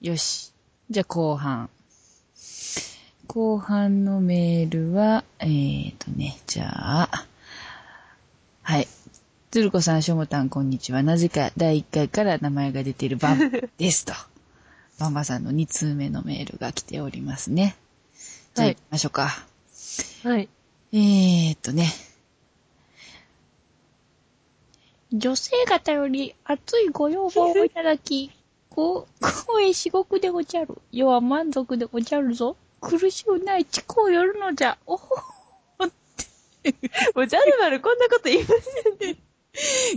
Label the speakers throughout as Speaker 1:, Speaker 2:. Speaker 1: よし。じゃあ後半。後半のメールは、えーとね、じゃあ、はい。つるこさん、しょもたん、こんにちは。なぜか第1回から名前が出ているバンバン ですと。バンバンさんの2通目のメールが来ておりますね。じゃあ
Speaker 2: はい
Speaker 1: 行きましょうか。
Speaker 2: はい。
Speaker 1: えーとね。女性方より熱いご要望をいただき、こ光栄至極でござる。世は満足でござるぞ。苦しゅうない地をよるのじゃ。おほ
Speaker 2: もう、じゃるばるこんなこと言いませんね。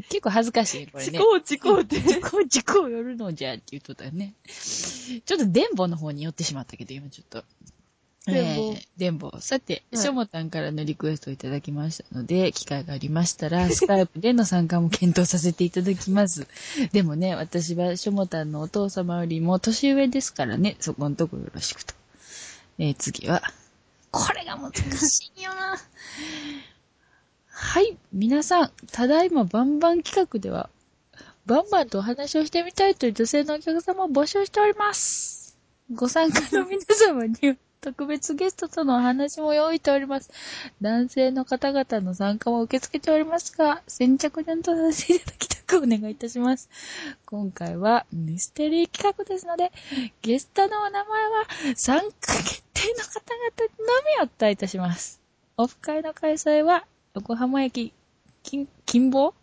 Speaker 1: 結構恥ずかしい、これ
Speaker 2: ち
Speaker 1: ね。
Speaker 2: こうちこうって。
Speaker 1: 地を、地をよるのじゃって言っとったよね。ちょっと電報の方に寄ってしまったけど、今ちょっと。
Speaker 2: 電報
Speaker 1: えー電報。さて、
Speaker 2: はい
Speaker 1: しょもたんからのリクエストをいただきましたので、機会がありました ら、スカイプでの参加も検討させていただきます。でもね、私はしょもたんのお父様よりも年上ですからね、そこのとこよろしくと。えー次は、これが難しいよな。はい、皆さん、ただいまバンバン企画では、バンバンとお話をしてみたいという女性のお客様を募集しております。ご参加の皆様には特別ゲストとのお話も用意しております。男性の方々の参加も受け付けておりますが、先着順とさせていただきたくお願いいたします。今回はミステリー企画ですので、ゲストのお名前は参加決定の方々のみお伝えいたします。オフ会の開催は横浜駅近近傍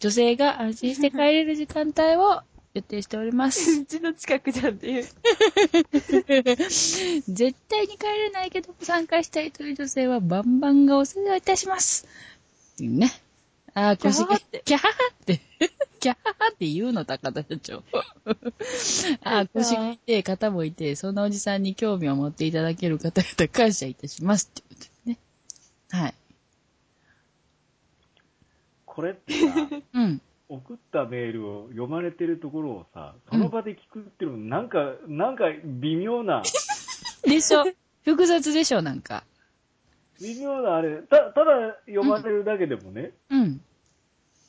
Speaker 1: 女性が安心して帰れる時間帯を予定しております。
Speaker 2: うちの近くじゃんっていう。
Speaker 1: 絶対に帰れないけど参加したいという女性はバンバンがお世話いたします。っていうね。ああ、
Speaker 2: キャハハって
Speaker 1: キャハハって。 キャハハって言うの、高田社 長。ああ、腰がいて、肩もいて、そんなおじさんに興味を持っていただける方々感謝いたします。ってことですね。はい。
Speaker 3: これってさ、
Speaker 1: うん。
Speaker 3: 送ったメールを読まれてるところをさ、その場で聞くっていうのも、なんか、なんか微妙な、
Speaker 1: でしょ。 複雑でしょ、なんか。
Speaker 3: 微妙なあれ、たただ読まれるだけでもね、
Speaker 1: うん。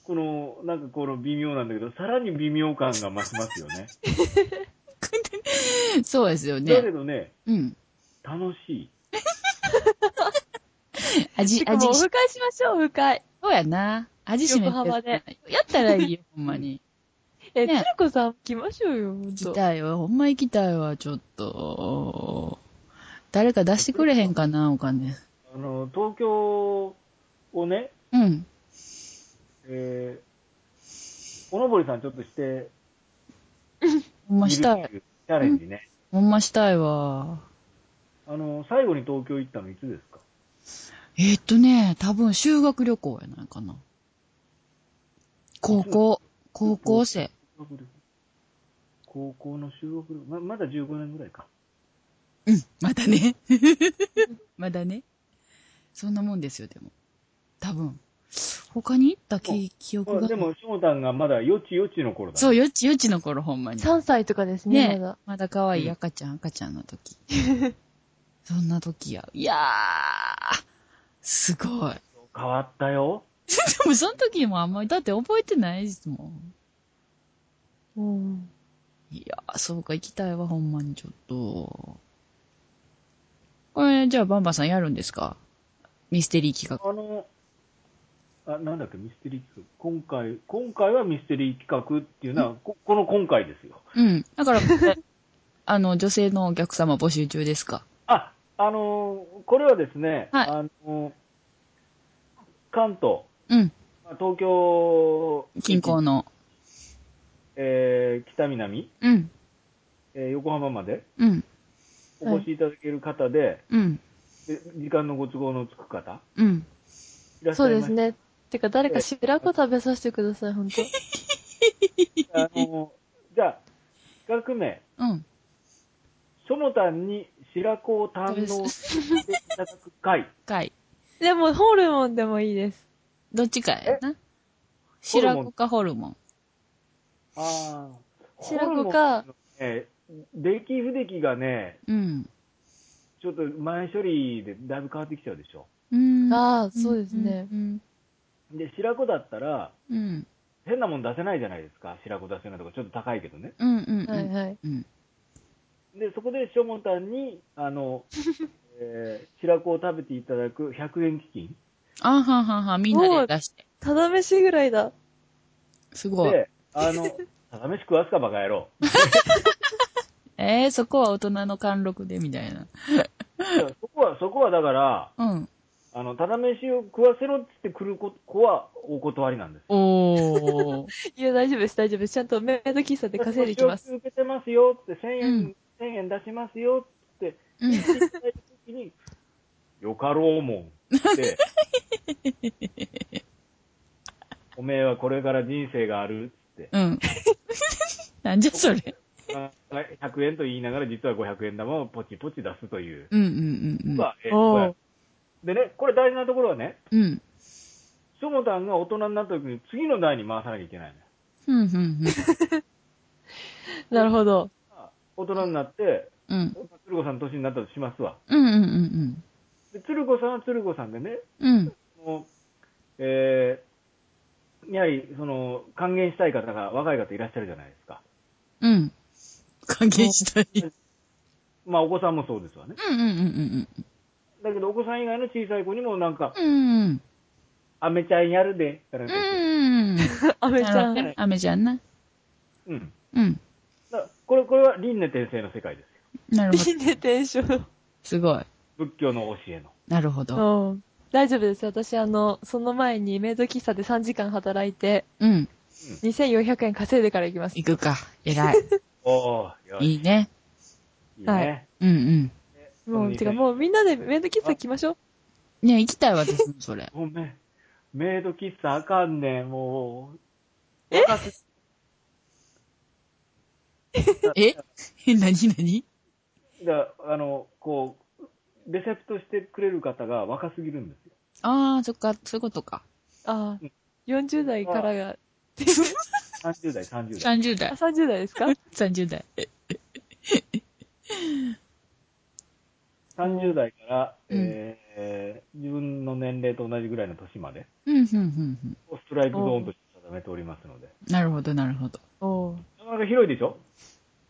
Speaker 3: この、なんかこの微妙なんだけど、さらに微妙感が増しますよね。
Speaker 1: そうですよ
Speaker 3: だけ
Speaker 1: ね。
Speaker 3: どね、
Speaker 1: うん。
Speaker 3: 楽しい。
Speaker 1: 味、
Speaker 2: てか
Speaker 1: 味
Speaker 2: もう、、オフ会しましょう、オフ会。
Speaker 1: そうやな。味しめて。
Speaker 2: 横浜で。
Speaker 1: やったらいいよ、ほんまに。
Speaker 2: え、つ
Speaker 1: ね
Speaker 2: るこさん来ましょうよ、ほん
Speaker 1: 行き
Speaker 2: と。
Speaker 1: たいわ。ほんま行きたいわ、ちょっと。誰か出してくれへんかな、お金。
Speaker 3: あの、東京をね、
Speaker 1: うん。
Speaker 3: えー、おのぼりさんちょっとして、
Speaker 1: ほんました
Speaker 3: いるっ
Speaker 1: い
Speaker 3: て。いうチャレンジね。
Speaker 1: ほんましたいわ。
Speaker 3: あの、最後に東京行ったのいつですか
Speaker 1: えーっとね、多分修学旅行やないかな。高校、高校生。
Speaker 3: 高校の修学旅行、ままだ15年ぐらいか。
Speaker 1: うん、まだね。 まだね。そんなもんですよ、でも。多分。他に行った記記憶
Speaker 3: まあ
Speaker 1: が。
Speaker 3: でも、翔太がまだよちよちの頃だ、ね。
Speaker 1: そう、よちよちの頃、ほんまに。
Speaker 2: 3歳とかですね、
Speaker 1: ね
Speaker 2: まだ。
Speaker 1: まだ可愛い
Speaker 3: うん
Speaker 1: 赤ちゃん、赤ちゃんの時。 そんな時や。いやー、すごい。
Speaker 3: 変わったよ。
Speaker 1: でもその時もあんまり、だって覚えてないですもん。
Speaker 2: うん。
Speaker 1: いやー、そうか、行きたいわ、ほんまにちょっと。これ、じゃあ、バンバンさんやるんですかミステリー企画。
Speaker 3: あの、あ、なんだっけ、ミステリー企画。今回、今回はミステリー企画っていうのは、ここの今回ですよ。
Speaker 1: うん。だから、 あの、女性のお客様募集中ですか
Speaker 3: あ、あのーこれはですね、
Speaker 1: はい
Speaker 3: あのー関東、
Speaker 1: うん。
Speaker 3: まあ東京、
Speaker 1: 近郊の。
Speaker 3: えー北南、
Speaker 1: うん。
Speaker 3: えー横浜まで
Speaker 1: うん。
Speaker 3: お越しいただける方で、
Speaker 1: うん。
Speaker 3: で時間のご都合のつく方、
Speaker 1: うん。
Speaker 3: いらっし
Speaker 2: そ
Speaker 3: ゃ
Speaker 2: う
Speaker 3: い
Speaker 2: で
Speaker 3: ますした
Speaker 2: ね。てか、誰か白子食べさせてくだ さい、ほんと。
Speaker 3: あのーじゃあ、企画名、
Speaker 1: うん。
Speaker 3: そのたんに白子を堪能していただく 会。
Speaker 1: かい。
Speaker 2: でも、ホルモンでもいいです。
Speaker 1: どっちかやな。白子かホルモン。
Speaker 3: ああ。
Speaker 2: 白子か。
Speaker 3: えー、出来不出来がね、
Speaker 1: うん。
Speaker 3: ちょっと前処理でだいぶ変わってきちゃうでしょ。
Speaker 1: うん。
Speaker 2: ああ、そうですね。
Speaker 1: うん。
Speaker 3: で、白子だったら、
Speaker 1: うん。
Speaker 3: 変なもん出せないじゃないですか。白子出せないとか、ちょっと高いけどね。
Speaker 1: うんうんう
Speaker 2: はい
Speaker 1: ん。
Speaker 2: はい。
Speaker 1: うん。
Speaker 3: で、そこで、しょもたんに、あの、えー白子を食べていただく100円基金
Speaker 1: あはんはんはん、みんなで出して。
Speaker 2: ただ飯ぐらいだ。
Speaker 1: すごい。
Speaker 3: で、あの、ただ飯食わすか、バカ野郎。
Speaker 1: えー、そこは大人の貫禄で、みたいな。
Speaker 3: そこは、そこはだから、
Speaker 1: うん。
Speaker 3: あの、ただ飯を食わせろっつって来る子はお断りなんです。
Speaker 1: おー。
Speaker 2: いや、大丈夫です、大丈夫です。ちゃんとメイド喫茶で稼いでいきます。
Speaker 3: 受けてますよって、1000円、
Speaker 1: うん
Speaker 3: 1000円出しますよって
Speaker 1: うん
Speaker 3: 言っていただいたときに、よかろうもん って、おめえはこれから人生があるっつって、
Speaker 1: うん。 なんじゃそれ。
Speaker 3: あ100円と言いながら実は500円玉をポチポチ出すという。
Speaker 1: うんうんうん
Speaker 3: まあえ
Speaker 2: おう
Speaker 3: これでね、これ大事なところはね、
Speaker 1: うん。うん。
Speaker 3: しょもたんが大人になった時に次の代に回さなきゃいけないのよ
Speaker 1: ふんふん
Speaker 2: なるほど。
Speaker 3: 大人になって、
Speaker 1: ふん。うん。
Speaker 3: 鶴子さんの年になったとしますわ。
Speaker 1: うんうんうん
Speaker 3: で鶴子さんは鶴子さんでね、
Speaker 1: うん。うん。
Speaker 3: そのえーやはりその還元したい方が若い方いらっしゃるじゃないですか。
Speaker 1: うん。還元したい。
Speaker 3: まあお子さんもそうですわね。
Speaker 1: うんうんうん
Speaker 3: だけどお子さん以外の小さい子にもなんか、
Speaker 1: うん。うんうん。
Speaker 3: アメちゃんやるで、って
Speaker 1: う
Speaker 3: な
Speaker 1: ん
Speaker 3: か言って
Speaker 1: うんうん。
Speaker 2: アメちゃん。
Speaker 1: なるほどねアメちゃんな。
Speaker 3: うん。
Speaker 1: うん。
Speaker 3: だからこれ、これは輪廻転生の世界ですよ。
Speaker 1: なるほど。
Speaker 2: 輪廻転生。
Speaker 1: すごい。
Speaker 3: 仏教の教えの。
Speaker 1: なるほど。
Speaker 2: うん。大丈夫です。私、あの、その前にメイド喫茶で3時間働いて、
Speaker 1: うん。
Speaker 2: 2400円稼いでから行きます。
Speaker 1: 行くか。偉い。
Speaker 3: おー、よし
Speaker 1: いいね。
Speaker 3: いい
Speaker 2: は
Speaker 3: ね
Speaker 2: い。
Speaker 1: うん
Speaker 2: もう、てかもうみんなでメイド喫茶行きましょう。
Speaker 1: うん。ね行きたい私もそれ。
Speaker 3: ごめん。メイド喫茶あかんねん、もう。
Speaker 2: え
Speaker 3: 若す
Speaker 1: え 何何
Speaker 3: だあの、こう、レセプトしてくれる方が若すぎるんですよ。
Speaker 1: ああ、そっか、そういうことか。
Speaker 2: あ
Speaker 3: うん
Speaker 2: あ、40代からが、
Speaker 3: 30代、30代。
Speaker 1: 30
Speaker 2: あ、
Speaker 1: 代。
Speaker 2: 30代 ですか
Speaker 1: 30代。
Speaker 3: 30代から、
Speaker 1: うん
Speaker 3: えー、自分の年齢と同じぐらいの年まで、
Speaker 1: うん、うん、うん。うん
Speaker 3: ストライクゾーンとして定めておりますので。
Speaker 1: なるほど、なるほど。
Speaker 2: おう
Speaker 3: なかなか広いでしょ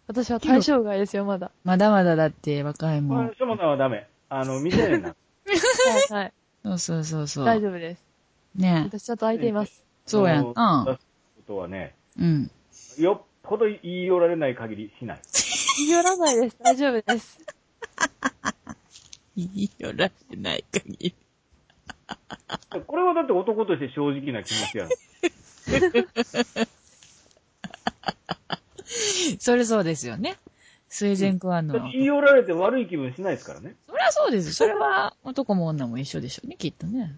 Speaker 2: 私は対象外ですよ、まだ。
Speaker 1: まだまだだって若い
Speaker 3: こ
Speaker 1: もん
Speaker 3: れ、。しょもたんはダメ。あの、未成年な。
Speaker 2: はい、はい。
Speaker 1: そうそうそうそう。
Speaker 2: 大丈夫です。
Speaker 1: ねえ。
Speaker 2: 私ちょっと空いています。
Speaker 1: そうやん
Speaker 3: ん。
Speaker 1: な
Speaker 3: 出すことはね、
Speaker 1: うん。
Speaker 3: よっぽど言い寄られない限りしない。
Speaker 2: 言い寄らないです。大丈夫です。
Speaker 1: 言いよらせない限り。
Speaker 3: これはだって男として正直な気 持ちやろ。
Speaker 1: それそうですよね。スウェーデンクアの。
Speaker 3: だって言い寄られて悪い気分しないですからね。
Speaker 1: それはそうです。それは男も女も一緒でしょうね、きっとね。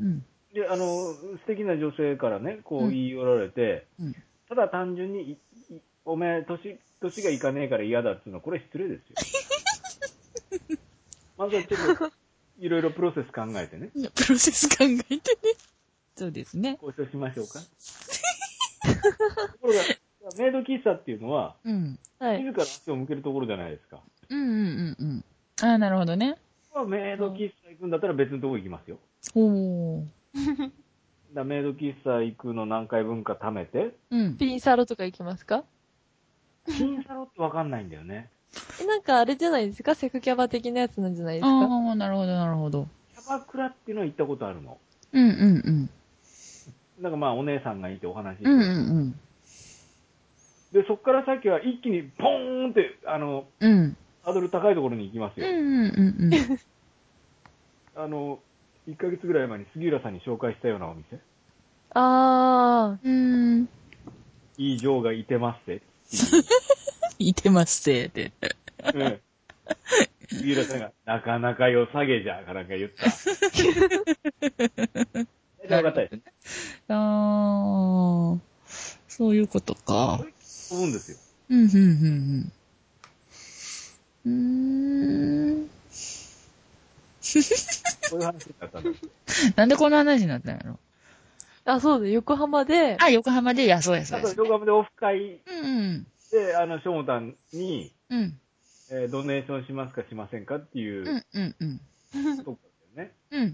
Speaker 1: うん。
Speaker 3: で、あの、素敵な女性からね、こ
Speaker 1: う
Speaker 3: うん言い寄られて、
Speaker 1: うん
Speaker 3: ただ単純に、いいおめえ、年、年がいかねえから嫌だっていうのは、これ失礼ですよ。 まずはちょっと、いろいろプロセス考えてね、
Speaker 1: プロセス考えてね。そうですね。
Speaker 3: 交渉しましょうか。ところ が、メイド喫茶っていうのは、
Speaker 1: うん。
Speaker 2: はい。
Speaker 3: 自ら足を向けるところじゃないですか。
Speaker 1: うんうんうんうん。ああ、なるほどね。
Speaker 3: まあメイド喫茶行くんだったら別のとこ行きますよ。
Speaker 1: ほう。
Speaker 3: だからメイド喫茶行くの何回分か貯 めて、
Speaker 1: うん。
Speaker 2: ピンサロとか行きますか
Speaker 3: 金太郎ってわかんないんだよね。
Speaker 2: え、なんかあれじゃないですかセクキャバ的なやつなんじゃないですか
Speaker 1: ああ、なるほど、なるほど。
Speaker 3: キャバクラっていうのは行ったことあるの。
Speaker 1: うんうん
Speaker 3: なんかまあお姉さんがいてお話しして、
Speaker 1: うん。うんうん
Speaker 3: で、そこから先は一気にポーンって、あの、
Speaker 1: うん。うん。
Speaker 3: ハードル高いところに行きます
Speaker 1: うん
Speaker 3: よ。
Speaker 1: うんうんうん。
Speaker 3: あの、1ヶ月ぐらい前に杉浦さんに紹介したようなお店。
Speaker 2: あ
Speaker 1: うーん。
Speaker 3: いい嬢がいてますって。
Speaker 1: いてますせーで。
Speaker 3: うん杉浦さんが、なかなか良さげじゃ、かなんか言った。大体分かったです。
Speaker 1: ああ、そういうことか。
Speaker 3: 思うんですよ。
Speaker 1: うんうんうんうん。うーん。
Speaker 3: こういう話だったんです。
Speaker 1: なんでこんな話になったんやろ
Speaker 2: あ。あ、そうだ、横浜で、
Speaker 1: あ、横浜で、いや、そうや、そ
Speaker 3: あ
Speaker 1: うや
Speaker 3: と、。動画でオフ会
Speaker 1: うんうん。
Speaker 3: で、あの、しょもたんに、
Speaker 1: うん。
Speaker 3: えードネーションしますかしませんかっていう
Speaker 1: う
Speaker 3: うん
Speaker 1: んうん。
Speaker 3: とこだよね。
Speaker 1: うん。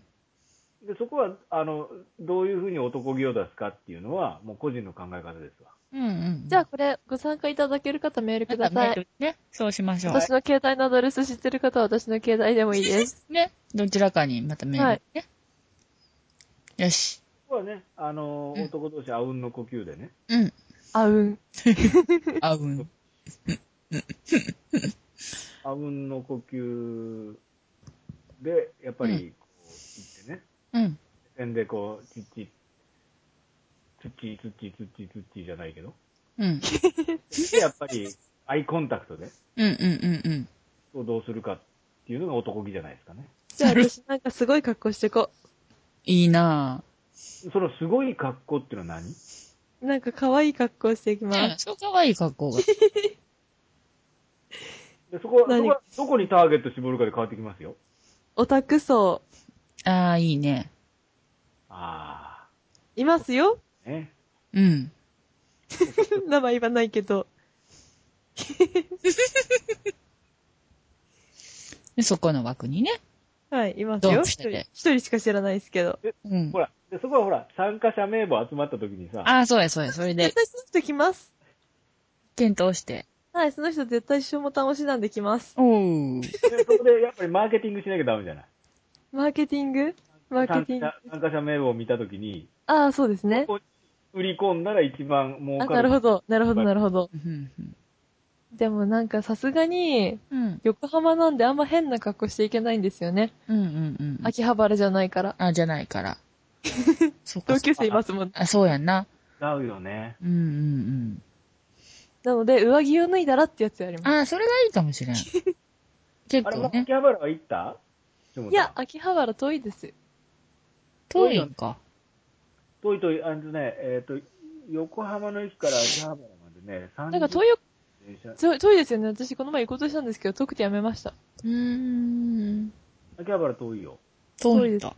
Speaker 3: で、そこは、あの、どういうふうに男気を出すかっていうのは、もう個人の考え方ですわ。
Speaker 1: うんうん。
Speaker 2: じゃあこれ、ご参加いただける方メールくだ
Speaker 1: またメ
Speaker 2: さ
Speaker 1: ー
Speaker 2: い。
Speaker 1: ルね。そうしましょ
Speaker 2: 私
Speaker 1: う。
Speaker 2: の携帯のアドレス知ってる方は私の携帯でもいい です。
Speaker 1: ね。どちらかにまたメール、ね。よし。
Speaker 3: そこはね、あの、
Speaker 1: うん
Speaker 3: 男同士あうんの呼吸でね。
Speaker 1: うん。
Speaker 2: あうん。
Speaker 1: あうん。
Speaker 3: あうんの呼吸で、やっぱり、こう、行ってね。
Speaker 1: うん。
Speaker 3: 目線でこう、ちっち、つっち、つっち、つっち、つっちじゃないけど。
Speaker 1: うん。
Speaker 3: で、やっぱり、アイコンタクトで、
Speaker 1: うんうんうんうん。
Speaker 3: どうするかっていうのが男気じゃないですかね。
Speaker 2: じゃあ私なんかすごい格好してこ
Speaker 1: いいな
Speaker 3: そのすごい格好っていうのは何
Speaker 2: う。なんか可愛い格好していき
Speaker 1: ぁ。
Speaker 2: ま
Speaker 1: ね
Speaker 2: す。
Speaker 1: そう可愛い格好が。
Speaker 3: でそこは、そ
Speaker 2: 何
Speaker 3: こはどこにターゲット絞るかで変わってきますよ。
Speaker 2: オタク層、
Speaker 1: ああ、いいね。
Speaker 3: あ
Speaker 2: いますよ。
Speaker 3: あ、ね。
Speaker 1: うん。
Speaker 2: 名前言わないけど。
Speaker 1: で、そこの枠にね。
Speaker 2: はい、いますよ。
Speaker 1: どうし
Speaker 2: 一
Speaker 1: て
Speaker 2: 人一人しか知らないですけど。
Speaker 1: うん
Speaker 3: ほ。ら、でそこはほら、参加者名簿集まった時にさ、
Speaker 1: ああ、そうや、そうや。それで
Speaker 2: 絶、対その人来ます。
Speaker 1: 検討して。
Speaker 2: はい、その人絶対下ボタン押しなんで来ます。
Speaker 1: おう。
Speaker 3: でそこでやっぱりマーケティングしなきゃダメじゃない。
Speaker 2: マーケティングマーケティング
Speaker 3: 参。加参加者名簿を見た時に、
Speaker 2: ああ、そうですね。
Speaker 3: 売り込んだら一番儲
Speaker 2: あ、
Speaker 3: かる。
Speaker 2: なるほど、なるほど、なるほど。
Speaker 1: うん。
Speaker 2: でもなんかさすがに、
Speaker 1: うん。
Speaker 2: 横浜なんであんま変な格好していけないんですよね。
Speaker 1: うんうんうん。
Speaker 2: 秋葉原じゃないから。
Speaker 1: あ、じゃないから。そっか
Speaker 2: 同。級生いますもん。
Speaker 1: あ、そうやんな。
Speaker 3: 合うよね。
Speaker 1: うんうん
Speaker 2: なので、上着を脱いだらってやつやり
Speaker 1: うん。
Speaker 2: ま
Speaker 1: あーそれがいいかもしれん。結
Speaker 3: あれ、も
Speaker 1: 構
Speaker 3: う秋
Speaker 1: ね。
Speaker 3: 葉原は行った
Speaker 2: す。いや、、秋葉原遠いです。
Speaker 1: 遠いんか。
Speaker 3: 下本遠い遠い、あのね、えっ、と、横浜の駅から秋葉原までね、30
Speaker 2: なんか遠いよ、
Speaker 3: 電車
Speaker 2: 遠い遠いですよね。私この前行こうとしたんですけど、遠くてやめました。
Speaker 1: うーん。
Speaker 3: 秋葉原遠いよ。
Speaker 1: 遠いんだ。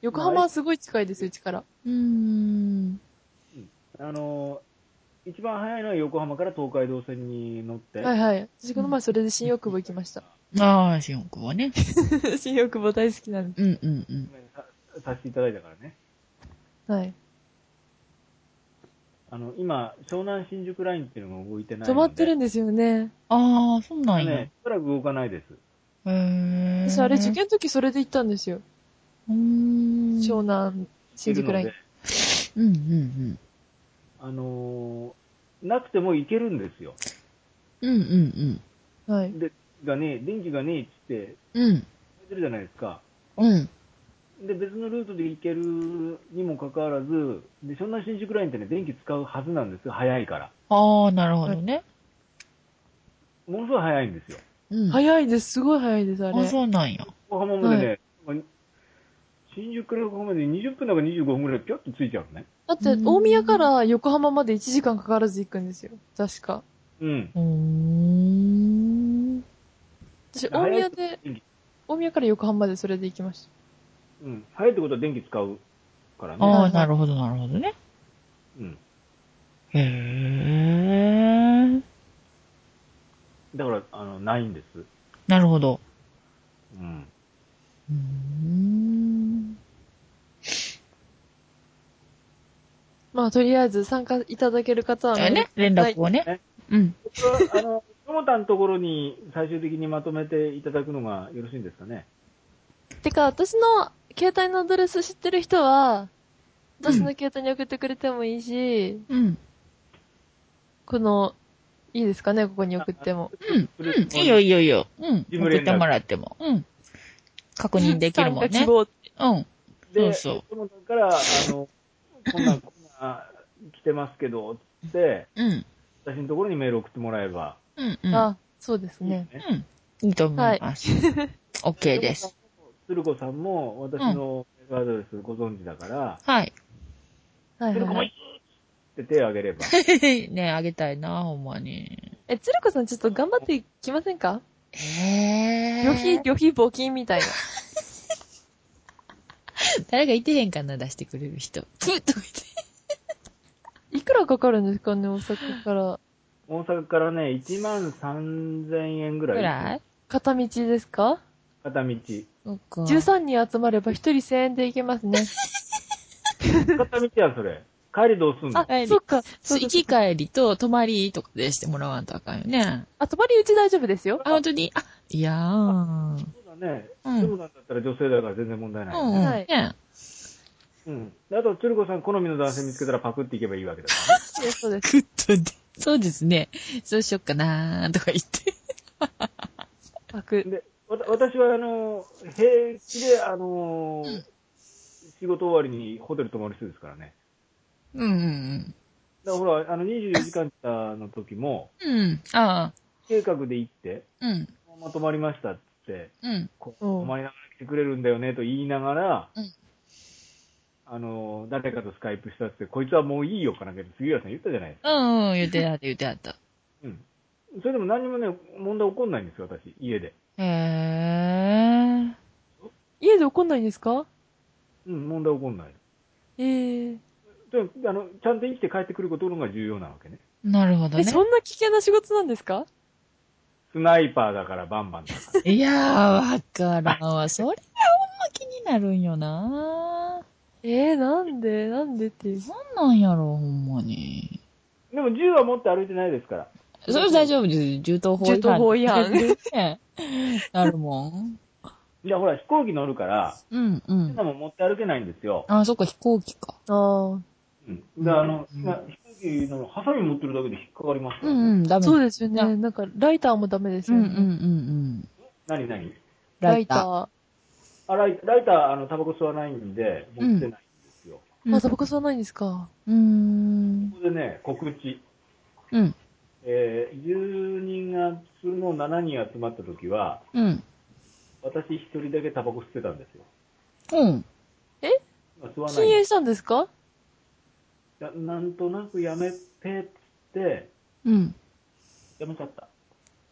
Speaker 2: 横浜はすごい近いです、うちから。
Speaker 1: うーん。
Speaker 3: あの、一番早いのは横浜から東海道線に乗って、
Speaker 2: はいはい。私この前それで新大久保行きました。
Speaker 1: ああ、しおんはね。
Speaker 2: 新大久保大好きなんで。
Speaker 1: うんうんうん。
Speaker 3: ささせていただいたからね。
Speaker 2: はい。
Speaker 3: あの、今、湘南新宿ラインっていうのが動いてないので。
Speaker 2: 止まってるん
Speaker 3: ん
Speaker 2: ですよね。
Speaker 1: ああ、そうなんや。
Speaker 3: ね。しばらく動かないです。
Speaker 1: へー
Speaker 2: 私あれ受験の時それで行ったんですよ。
Speaker 1: うーん。
Speaker 2: 湘南、新宿ライ
Speaker 3: い
Speaker 2: ン
Speaker 3: るので。
Speaker 1: うんうん
Speaker 3: あのーなくても行けるんですよ。
Speaker 1: うん。うんうん
Speaker 2: はい。
Speaker 3: で、がね、電気がねえっつって、や
Speaker 1: うん。うん。
Speaker 3: ってるじゃないですか。
Speaker 1: うん。
Speaker 3: で、別のルートで行けるにもかかわらず、で、湘南新宿ラインってね、電気使うはずなんですよ。早いから。
Speaker 1: ああ、なるほどね。
Speaker 3: ものすごい早いんですよ。
Speaker 1: うん。い。
Speaker 2: 早いです。すごい早いです、あ
Speaker 1: あ、
Speaker 2: れ。
Speaker 1: そうなんや。
Speaker 3: 横浜までね、新宿から横浜まで20分だか25分ぐらいピョッとついちゃうのね。
Speaker 2: だって、
Speaker 1: うん
Speaker 2: 大宮から横浜まで1時間かからず行くんですよ。確か。
Speaker 3: うん。
Speaker 1: うーん。
Speaker 2: 私、大
Speaker 3: 早い
Speaker 2: 宮で
Speaker 3: 電気、
Speaker 2: 大宮から横浜までそれで行きまし
Speaker 3: うん。早いってことは電気使うからね。
Speaker 1: ああ、なるほど、なるほどね。
Speaker 3: うん。
Speaker 1: へえ。
Speaker 3: だから、あの、ないんです。
Speaker 1: なるほど。
Speaker 3: うん。
Speaker 1: うーん。
Speaker 2: た。まあ、とりあえず参加いただける方は
Speaker 1: だよね、
Speaker 2: メ
Speaker 1: 連
Speaker 2: ール
Speaker 1: 絡
Speaker 2: はい
Speaker 1: を
Speaker 3: はい
Speaker 1: ね。うん。
Speaker 3: それはあの、トモタのところに最終的にまとめていただくのがよろしいんですかね。
Speaker 2: てか、私の携帯のアドレス知ってる人は、私の携帯に送ってくれてもいいし、
Speaker 1: うん。
Speaker 2: この、いいですかね、ここに送っても。
Speaker 1: うん。
Speaker 3: う
Speaker 1: うん。いいよ、いいよ、いいよ。うん。
Speaker 3: 事務
Speaker 1: 送
Speaker 3: 連絡
Speaker 1: ってもらっても。うん。確認できるもん
Speaker 2: 参加希
Speaker 1: ね。
Speaker 2: 望って
Speaker 1: うん。そ
Speaker 3: で、
Speaker 1: うそう
Speaker 3: トモタンから、あの、こんなん、こんなん来てますけど、つって、
Speaker 1: うん。
Speaker 3: 私のところにメール送ってもらえば。
Speaker 1: うん。うん。
Speaker 2: あ、そうです
Speaker 3: いいよ
Speaker 2: ね。
Speaker 3: ね。
Speaker 1: うん。いいと思います。OK です。。
Speaker 3: 鶴子さんも私のメールアドレスご存知だから、
Speaker 1: はい。
Speaker 2: はいはい
Speaker 3: 鶴子
Speaker 2: は
Speaker 3: も
Speaker 2: い。
Speaker 3: いいって手を挙げれば。
Speaker 1: ねあげたい な、ほんまに。
Speaker 2: え、つるこさんちょっと頑張っていきませんか
Speaker 1: え
Speaker 2: 旅費、旅費募金みたいな。
Speaker 1: 誰かいてへんかな、出してくれる人。プッとか言って
Speaker 2: いくらかかるんですかね、大阪から。
Speaker 3: 大阪からね、1万3000円ぐ
Speaker 1: ぐ
Speaker 3: らい。
Speaker 1: らい
Speaker 2: 片道ですか
Speaker 3: 片道。
Speaker 1: うそうか。
Speaker 2: 13人集まれば1人1000円でいけますね。
Speaker 3: 方見てやん、それ。帰りどうすんの
Speaker 2: あ
Speaker 3: あ、
Speaker 1: 帰り
Speaker 2: そっか。そう
Speaker 1: 行
Speaker 2: そう
Speaker 1: き帰りと泊まりとかでしてもらわんとあかんよね。
Speaker 2: あ、泊まりうち大丈夫ですよ。
Speaker 1: あ、本当にあ、いやー。
Speaker 3: そうだね。
Speaker 1: うん
Speaker 3: そうなんだったら女性だから全然問題ない。
Speaker 1: うんうん。
Speaker 2: はい
Speaker 1: ね
Speaker 3: うん。であと、つるこさん好みの男性見つけたらパクっていけばいいわけだからね。
Speaker 2: そうですそうです。
Speaker 1: グッドで。そうですね。そうしよっかなーとか言って。
Speaker 2: パク。
Speaker 3: で、わた私は、あの、平気で、あのー仕事終わりにホテル泊まる人ですからね。
Speaker 1: うんうん
Speaker 3: だからほら、あの、24時間の時も、
Speaker 1: うん。うん。あ
Speaker 3: 計画で行って、
Speaker 1: あ。うん。
Speaker 3: そのまま泊まりましたってって、
Speaker 1: うん。
Speaker 3: こう
Speaker 2: うん
Speaker 3: 泊まりながら来てくれるんだよねと言いながら、
Speaker 1: うん
Speaker 3: あのー、誰かとスカイプしたって、こいつはもういいよかなんかって杉浦さん言ったじゃないですか。
Speaker 1: うんうん。言ってあった、言ってあった。
Speaker 3: うん。それでも何にもね、問題起こんないんですよ、私、家で。
Speaker 1: へー。
Speaker 2: 家で怒んないんですか
Speaker 3: うん、問題起こんない。
Speaker 2: ええ
Speaker 3: でもあのちゃんと生きて帰ってくることの方が重要なわけね。
Speaker 1: なるほど
Speaker 2: え、
Speaker 1: ね。
Speaker 2: そんな危険な仕事なんですか
Speaker 3: スナイパーだからバンバンだから。
Speaker 1: いやー、わからんわ。それはほんま気になるんよな
Speaker 2: ええなんでなんでっていう。
Speaker 1: ー。なんなんやろ、ほんまに。
Speaker 3: でも銃は持って歩いてないですから。
Speaker 1: それ大丈夫です。銃刀法違反。
Speaker 2: 銃刀法違反
Speaker 1: ね。なるもん。
Speaker 3: じゃあほら飛行機乗るから、
Speaker 1: うん、う
Speaker 3: そん
Speaker 1: ん。
Speaker 3: なもん持って歩けないんですよ。
Speaker 1: あ、そっか、飛行機か。
Speaker 2: あ
Speaker 3: うん。だからあの、まあ飛行機のハサミ持ってるだけで引っかかりま
Speaker 1: う
Speaker 3: すよ。
Speaker 1: ん、うん、ダ
Speaker 2: あ。
Speaker 1: メ。
Speaker 2: そう
Speaker 1: う
Speaker 2: ですよね。なんか、ライターもダメです
Speaker 1: ん、
Speaker 2: よ
Speaker 1: うん、
Speaker 2: ね。
Speaker 1: うん、うん。
Speaker 3: 何何
Speaker 2: ライタ
Speaker 1: ー。
Speaker 2: ー。
Speaker 3: あライライター、あの、タバコ吸わないんで、持ってないんですよ。
Speaker 1: うん
Speaker 2: まあ、タバコ吸わないんですか。
Speaker 1: うーん。
Speaker 3: ここでね、告知。
Speaker 1: うん、
Speaker 3: えー、10人が、普通の7人集まった時は、
Speaker 1: うん。
Speaker 3: 私一人だけタバコ吸ってたんですよ。
Speaker 1: うん。
Speaker 3: まあ吸わない
Speaker 2: 禁
Speaker 3: ん
Speaker 2: 煙
Speaker 3: です
Speaker 2: したんですか
Speaker 3: ななんとなくやめてっつって、
Speaker 1: うん。
Speaker 3: やめちゃった。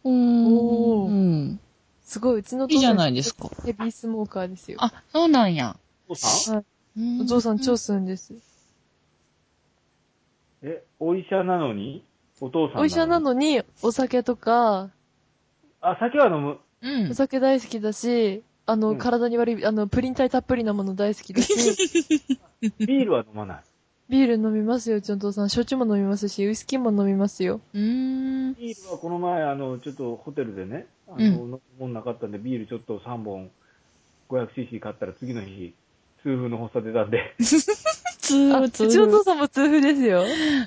Speaker 1: うーん。
Speaker 2: おー
Speaker 1: うん。
Speaker 2: すごい、うちの
Speaker 1: いいじゃないですか。
Speaker 2: ヘビースモーカーですよ。
Speaker 1: あ、そうなんや。
Speaker 3: お父さん
Speaker 1: お
Speaker 2: お父さん超吸うんです。
Speaker 3: え、お医者なのにお父さん
Speaker 2: お医者なのに、お酒とか、
Speaker 3: あ、酒は飲む。
Speaker 1: うん
Speaker 2: お。酒大好きだし、あの、
Speaker 3: うん
Speaker 2: 体に悪い、あの、プリン体たっぷりなもの大好きだし、
Speaker 3: ビールは飲まない。
Speaker 2: ビール飲みますよ、うちのお父さん。焼酎も飲みますし、ウイスキーも飲みますよ。
Speaker 1: うーん。
Speaker 3: ビールはこの前、あの、ちょっとホテルでね、あの、
Speaker 1: うん
Speaker 3: 飲むもんなかったんで、ビールちょっと3本 500cc 買ったら次の日、痛風の発作出たんで、
Speaker 1: 痛
Speaker 2: あ、
Speaker 1: 風、
Speaker 2: うち
Speaker 1: 痛
Speaker 2: のお
Speaker 1: 風
Speaker 2: 父。さんも痛風ですよ。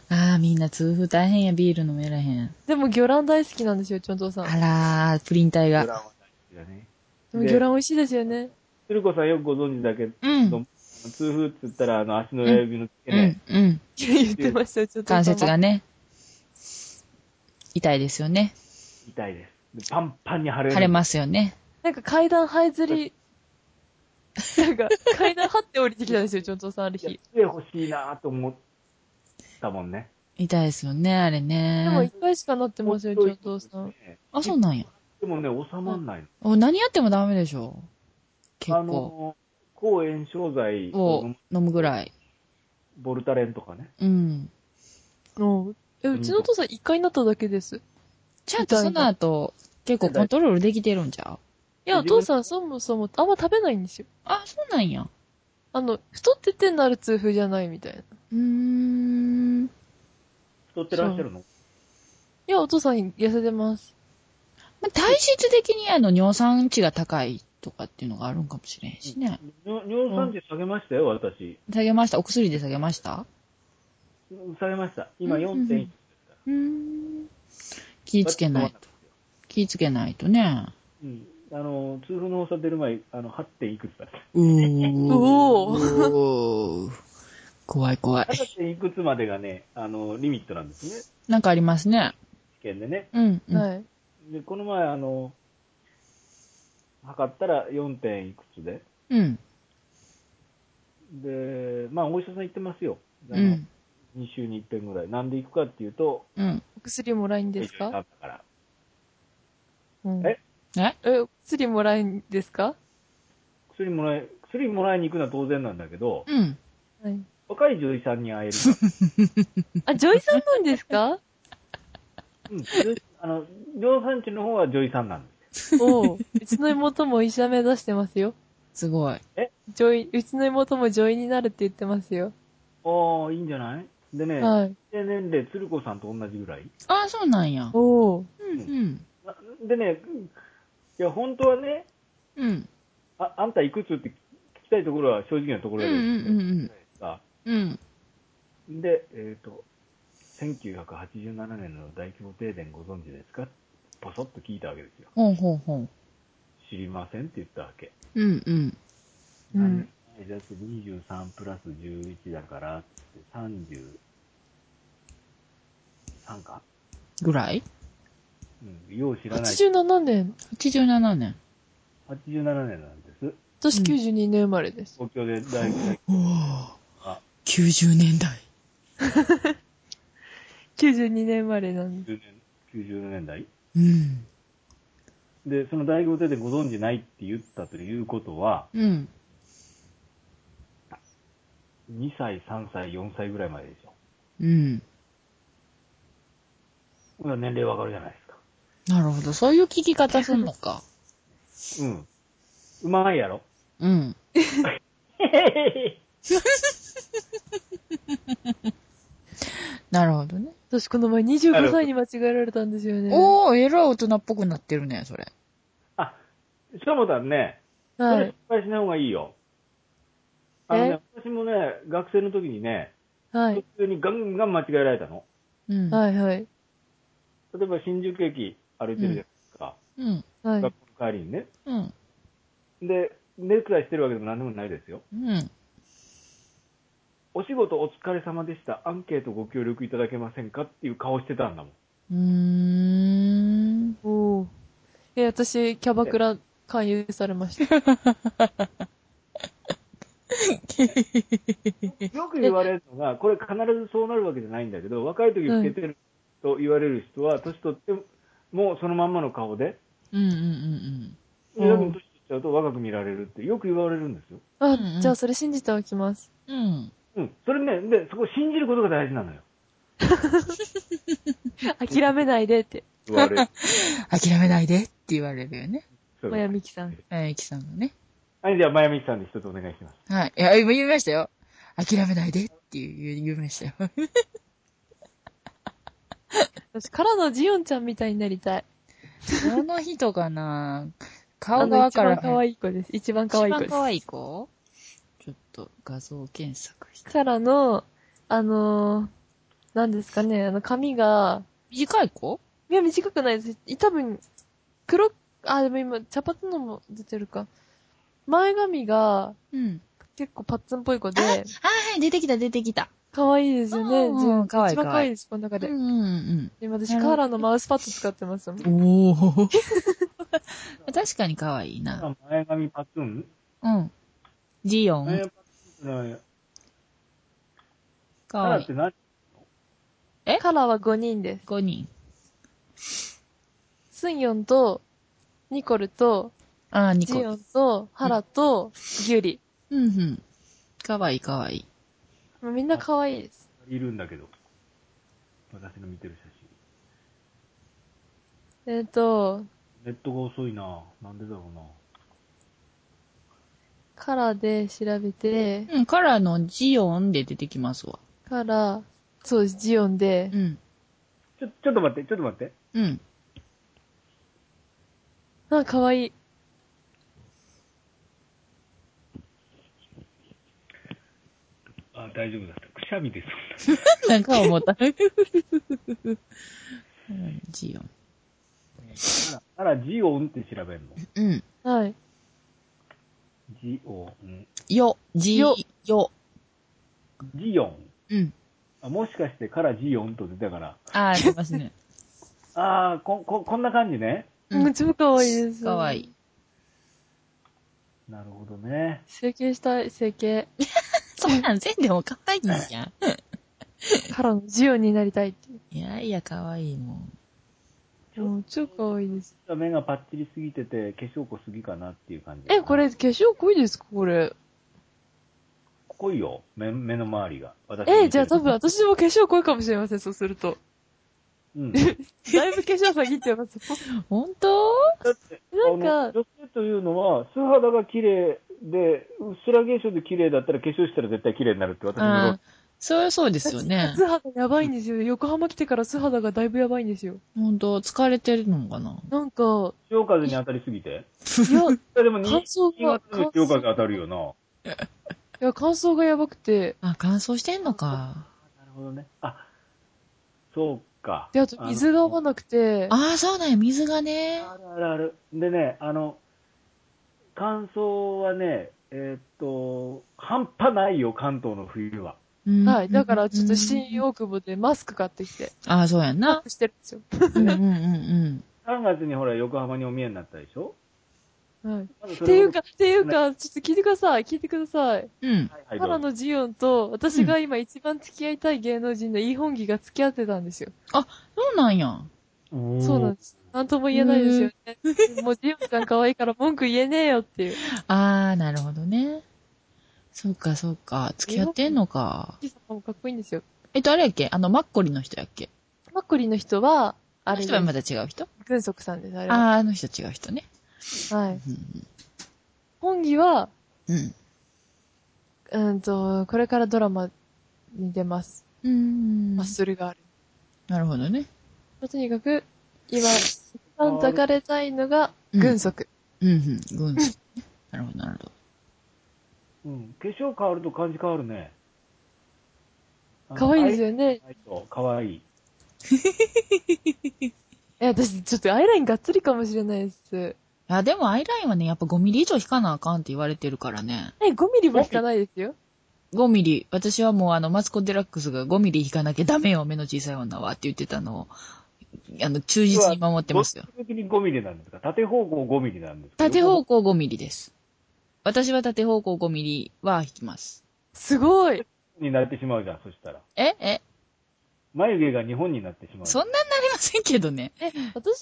Speaker 1: ああ、みんな痛風大変や、ビール飲めらへん。
Speaker 2: でも、魚卵大好きなんですよ、うちのお父さん。
Speaker 1: あらー、プリン体
Speaker 3: グラン
Speaker 1: が。
Speaker 3: は大好きだね。
Speaker 2: でも、魚卵美味しいですよね。
Speaker 3: 鶴子さんよくご存知だけど、
Speaker 1: うん。
Speaker 3: 痛風って言ったら、あの、足の親指の付け
Speaker 1: う
Speaker 3: 根、
Speaker 1: ん、うん。
Speaker 2: 言ってましたよ、うちのお父さん
Speaker 1: 関
Speaker 2: も。
Speaker 1: 節がね、痛いですよね。
Speaker 3: 痛いです。でパンパンに腫れる。
Speaker 1: 腫れますよね。
Speaker 2: なんか階段這いずり、なんか階段這って降りてきたんですよ、ちょんとさんある
Speaker 3: いや
Speaker 2: 日。
Speaker 3: 杖欲しいなと思ったもんね。
Speaker 1: 痛いですよね、あれ
Speaker 2: でも
Speaker 1: ね
Speaker 2: 一。回しかなってますよ、ちょんとさん。
Speaker 3: ね
Speaker 1: あ、そうなんや。
Speaker 3: でもね、収まんないの。
Speaker 1: お何やってもダメでしょ。結
Speaker 3: あ
Speaker 1: 構。
Speaker 3: の、抗炎症剤
Speaker 1: を飲むぐらい。
Speaker 3: ボルタレンとかね。
Speaker 1: うん。
Speaker 2: うん。え、うちのお父さん一回なっただけです。い
Speaker 1: ちゃんとその後、結構コントロールできてるんじゃう
Speaker 2: や、お父さんそもそもあんま食べないんですよ。
Speaker 1: あ、そうなんや。
Speaker 2: あの、太っててなる痛風じゃないみたいな。いう
Speaker 1: ーん。
Speaker 3: 太ってらっしゃるの
Speaker 2: や、お父さん痩せてます。
Speaker 1: まあ、体質的にあの尿酸値が高いとかっていうのがあるんかもしれんしね。
Speaker 3: 尿尿酸値下げましたよ、私。
Speaker 1: 下げました。お薬で下げました
Speaker 3: 下げました。今
Speaker 1: うんうんうん
Speaker 3: 4.1ですから。
Speaker 1: うーん。気ぃつけないと。
Speaker 3: だって
Speaker 1: 気ぃつけないとね。
Speaker 3: うん。あの、痛風の発作出る前、あの、8. いくつだった。
Speaker 1: うー
Speaker 2: お
Speaker 1: おー怖い怖い。
Speaker 3: 8. いくつまでがね、あの、リミットなんですね。
Speaker 1: なんかありますね。
Speaker 3: 試験でね。
Speaker 1: うん。うん
Speaker 2: はい。
Speaker 3: で、この前、あの、測ったら 4. いくつで。
Speaker 1: うん。
Speaker 3: で、まあ、お医者さん行ってますよ。あ
Speaker 1: う
Speaker 3: の
Speaker 1: ん。
Speaker 3: 2週に1遍ぐらい。なんで行くかっていうと、
Speaker 1: うん。
Speaker 2: お薬もらいんです
Speaker 3: 一緒にな
Speaker 2: か
Speaker 3: ったから。
Speaker 2: うん
Speaker 3: え
Speaker 1: え
Speaker 2: え、お薬もらいんですか
Speaker 3: 薬もらい、薬もらいに行くのは当然なんだけど、
Speaker 1: うん。
Speaker 2: はい。
Speaker 3: 若い女医さんに会える。
Speaker 2: あ、ジョイさんなんですか
Speaker 3: うん。女医あの、尿酸値の方は女医さんなんですよ。
Speaker 2: おう。うちの妹も医者目指してますよ。
Speaker 1: すごい。
Speaker 2: 女医、うちの妹も女医になるって言ってますよ。
Speaker 3: ああ、いいんじゃないでね、
Speaker 2: はい。
Speaker 3: 定年齢、鶴子さんと同じぐらい。
Speaker 1: ああ、そうなんや。
Speaker 2: おう。
Speaker 1: うん、うん。
Speaker 3: なでね、いや、本当はね、
Speaker 1: うん。
Speaker 3: ああんたいくつって聞きたいところは正直なとこ
Speaker 1: うん
Speaker 3: ろ
Speaker 1: う
Speaker 3: だ
Speaker 1: ん
Speaker 3: け
Speaker 1: う
Speaker 3: ど、
Speaker 1: ん
Speaker 3: さ
Speaker 1: うん。うん。
Speaker 3: で、えっ、と、1987年の大規模停電ご存知ですかポソッと聞いたわけですよ。
Speaker 1: ほうほうほう。
Speaker 3: 知りませんって言ったわけ。
Speaker 1: うんうん。
Speaker 2: うん。
Speaker 3: えだって23プラス11だからって33か、
Speaker 1: ぐらい
Speaker 3: うん、よう知らない。
Speaker 2: 87年、
Speaker 1: ?87 年。
Speaker 3: 87年なんです。
Speaker 2: 私
Speaker 1: うん
Speaker 2: 92年生まれです。
Speaker 3: 東京で大学
Speaker 1: おお
Speaker 3: あ
Speaker 1: 90年代。
Speaker 2: 92年生まれなんで
Speaker 3: 90年 ,90 年代
Speaker 1: うん。
Speaker 3: で、その大学を出てご存じないって言ったということは、
Speaker 1: うん。
Speaker 3: 2歳、3歳、4歳ぐらいまででしょ。
Speaker 1: うん。
Speaker 3: これは年齢わかるじゃないで
Speaker 1: なるほど。そういう聞き方すんのか。
Speaker 3: すか。うん。うまいや ろ。
Speaker 1: うん。なるほどね。
Speaker 2: す。私この前25歳に間違えられたんですよね。
Speaker 1: おお、えらい大人っぽくなってるね、それ。
Speaker 3: あ、しかもだね、そ
Speaker 2: は
Speaker 3: れ失
Speaker 2: い。
Speaker 3: 敗しない方がいいよ。あのね
Speaker 2: え、
Speaker 3: 私もね、学生の時にね、
Speaker 2: はい
Speaker 3: 途。中にガンガン間違えられたの。
Speaker 1: うん。
Speaker 2: はいはい。
Speaker 3: 例えば新宿駅歩いてるじゃないですか。
Speaker 1: うん。
Speaker 2: はい。
Speaker 3: 学校の帰りにね。
Speaker 1: うん。
Speaker 3: で、ネクタイしてるわけでも何でもないですよ。
Speaker 1: うん。
Speaker 3: お仕事お疲れ様でした。アンケートご協力いただけませんかっていう顔してたんだもん。
Speaker 1: うーん。
Speaker 2: おう。え、私、キャバクラ勧誘されました。
Speaker 3: よく言われるのが、これ必ずそうなるわけじゃないんだけど、若い時老けてると言われる人は、年取ってもうそのまんまの顔で、
Speaker 1: うんうんうん
Speaker 2: うん
Speaker 3: 逆に年取っちゃうと若く見られるってよく言われるんですよ。
Speaker 2: あ
Speaker 1: うんうん、
Speaker 2: じゃあそれ信じておきます。
Speaker 1: うん。うん。
Speaker 3: うん。それね、で、そこを信じることが大事なのよ。
Speaker 2: 諦めないでって、
Speaker 3: 言われる。
Speaker 1: 諦めないでって言われるよね。
Speaker 3: そ う
Speaker 2: まやみきさん。
Speaker 1: まゆきさんがね。
Speaker 3: はい、じゃあ、まやみきさんで一つお願いします。
Speaker 1: はい。いや、今言いましたよ。諦めないでっていう言いましたよ。
Speaker 2: 私、からのジオンちゃんみたいになりたい。
Speaker 1: その人か な
Speaker 2: あ
Speaker 1: 顔が
Speaker 2: の、
Speaker 1: わ
Speaker 2: 一
Speaker 1: から
Speaker 2: 番
Speaker 1: へん。
Speaker 2: 可愛い子です。一番可愛い子
Speaker 1: 一番
Speaker 2: です
Speaker 1: 可。愛い子ちょっと画像検索して。
Speaker 2: からの、あのー、なんですかね、あの髪が、
Speaker 1: 短い子
Speaker 2: いや、短くないです。い多分、黒、あ、でも今、茶髪のも出てるか。前髪が、
Speaker 1: うん。
Speaker 2: 結構パッツンっぽい子
Speaker 1: あ、
Speaker 2: で、
Speaker 1: はい、出てきた、出てきた。
Speaker 2: 可愛いですよね。
Speaker 1: うんうん
Speaker 2: ジオン
Speaker 1: 可愛い
Speaker 2: 一番
Speaker 1: 可愛い
Speaker 2: 可愛いです、この中
Speaker 1: うん
Speaker 2: で。
Speaker 1: うん
Speaker 2: で私、カーラのマウスパッド使ってますもん。
Speaker 1: うん。おお。 確かに可愛いな。
Speaker 3: 前髪パツン
Speaker 1: うん。ジオ
Speaker 3: 前
Speaker 1: ン、
Speaker 3: 髪パツンってね
Speaker 1: 可
Speaker 3: カラ
Speaker 1: 愛
Speaker 3: ー
Speaker 1: い
Speaker 3: って何
Speaker 1: え
Speaker 2: カラは5人です。
Speaker 1: 5人。
Speaker 2: スンヨンと、ニコルと、
Speaker 1: あー、ニ
Speaker 2: ジ
Speaker 1: コ。
Speaker 2: オンと、ハラと、ギュリ。
Speaker 1: うんうん。可愛い可愛い。
Speaker 2: もうみんな可愛いです。
Speaker 3: いるんだけど。私の見てる写
Speaker 2: えっ、と、
Speaker 3: 真。ネットが遅いななんでだろうな
Speaker 2: カラで調べて、
Speaker 1: うん、カラーのジオンで出てきますわ。
Speaker 2: から、そうです、ジオンで
Speaker 1: う、ん。
Speaker 3: ちょ、ちょっと待って、ちょっと待って。
Speaker 1: うん。
Speaker 2: あ、かわいい。
Speaker 3: あ、大丈夫だった。くしゃみです。
Speaker 1: なんか思った。うんジオン。
Speaker 3: あら、あらジオンって調べんの
Speaker 1: うん。
Speaker 2: はい。
Speaker 3: ジオン。
Speaker 1: よ、ジ、よ
Speaker 2: よ。
Speaker 3: ジオン。
Speaker 1: うん。
Speaker 3: あもしかしてからジオンと出たから。
Speaker 1: あー、出ます ね。
Speaker 3: ああ、こ、こ、こんな感じね。
Speaker 1: うん
Speaker 2: うん、超かわいいです。
Speaker 1: 可愛い。
Speaker 3: なるほどね。
Speaker 2: 整形したい、整形。
Speaker 1: そうなん、せんでも可愛いじゃん。
Speaker 2: からのジオンになりたいっていう。
Speaker 1: いやいや、可愛いもん。
Speaker 2: うん超かわいいです。
Speaker 3: 目がパッチリすぎてて、化粧濃すぎかなっていう感じ。
Speaker 2: え、これ、化粧濃いですかこれ。
Speaker 3: 濃いよ。目、目の周りが。私の見て
Speaker 2: え、
Speaker 3: る
Speaker 2: じゃあ多分私も化粧濃いかもしれません、そうすると。
Speaker 3: うん。
Speaker 2: だいぶ化粧詐欺ってます。
Speaker 1: 本当
Speaker 2: なんか
Speaker 3: あの女性というのは、素肌が綺麗で、うっすら化粧で綺麗だったら、化粧したら絶対綺麗になるって私
Speaker 1: あ
Speaker 3: の
Speaker 1: あ、そう、そうですよ ね。
Speaker 2: 素肌やばいんですよ。横浜来てから素肌がだいぶやばいんですよ。
Speaker 1: 本当疲れてるのかな
Speaker 2: なんか、
Speaker 3: 潮風に当たりすぎて。
Speaker 2: い や、い
Speaker 3: いやでも、新
Speaker 2: 乾燥が
Speaker 3: 潟の潮風当たるよな。
Speaker 2: や、乾燥がやばくて。
Speaker 1: あ、乾燥してんのか。
Speaker 3: なるほどね。あ、そうか。
Speaker 2: で、あと水が合わ
Speaker 3: な
Speaker 2: なくて。
Speaker 1: ああ、そうなんや、水がね。
Speaker 3: あるあるある。でね、あの、乾燥はね、えーっと、半端ないよ、関東の冬は。
Speaker 1: うん
Speaker 2: はい。だから、ちょっと新
Speaker 1: うん
Speaker 2: 大久保でマスク買ってきて、
Speaker 1: ああ、そうやん
Speaker 2: マッ
Speaker 1: な。
Speaker 2: クしてるんですよ。
Speaker 1: うんうんうん
Speaker 3: 3月にほら、横浜にお見えになったでしょ
Speaker 2: はい。っ
Speaker 3: まずそ
Speaker 2: て
Speaker 3: れ
Speaker 2: い
Speaker 3: を
Speaker 2: うか、っていうか、ちょっと聞いてください。聞いてください。
Speaker 1: うん。うん。
Speaker 3: はいはい、
Speaker 2: 原
Speaker 3: どうぞ
Speaker 2: 野ジオンと、私が今一番付き合いたい芸能人のイ・ホンギが付き合ってたんですよ。
Speaker 1: そうなんや。
Speaker 2: そうなん
Speaker 3: おー
Speaker 2: です。なんとも言えないですよ ね。もうジオンさん可愛いから文句言えねえよっていう。
Speaker 1: ああ、なるほどね。そうか、そうか。付き合ってんのか。
Speaker 2: ジオンさんもかっこいいんですよ。
Speaker 1: えっと、あれやっけあの、マッコリの人やっけ
Speaker 2: マッコリの人は、
Speaker 1: あ
Speaker 2: あ
Speaker 1: の
Speaker 2: れ
Speaker 1: 人はま
Speaker 2: で
Speaker 1: た違う人
Speaker 2: す。軍足さんです、あれ
Speaker 1: ああ、
Speaker 2: は。
Speaker 1: あの人違う人ね。
Speaker 2: はい。
Speaker 1: うん
Speaker 2: 本義は、
Speaker 1: うん。
Speaker 2: うんと、これからドラマに出ます。
Speaker 1: うん。
Speaker 2: マッスルがある。
Speaker 1: なるほどね。
Speaker 2: まあとにかく、今、一番抱かれたいのが、
Speaker 1: うん
Speaker 2: 軍足。
Speaker 1: うんうん。軍曹ねなるほど、なるほど。
Speaker 3: うん、化粧変わると感じ変わるね。
Speaker 2: 可愛いです
Speaker 3: よ。
Speaker 2: よね。
Speaker 3: かわいい。
Speaker 2: え、私、ちょっとアイラインがっつりかもしれないです。
Speaker 1: いや、でもアイラインはね、やっぱ5ミリ以上引かなあかんって言われてるからね。
Speaker 2: え、5ミリも引かないですよ。
Speaker 1: 5ミリ、私はもうあの、マツコ・デラックスが5ミリ引かなきゃダメよ、目の小さい女はって言ってたのを、あの、忠実に守ってますよ。
Speaker 3: どっち的に5ミリなんですか縦方向5ミリなんですか
Speaker 1: 縦方向5ミリです。私は縦方向5ミリは引きます。
Speaker 2: すごい。
Speaker 3: になってしまうじゃん、そしたら。
Speaker 1: ええ
Speaker 3: 眉毛が日本になってしまう。
Speaker 1: そんなになりませんけどね。
Speaker 2: え、私、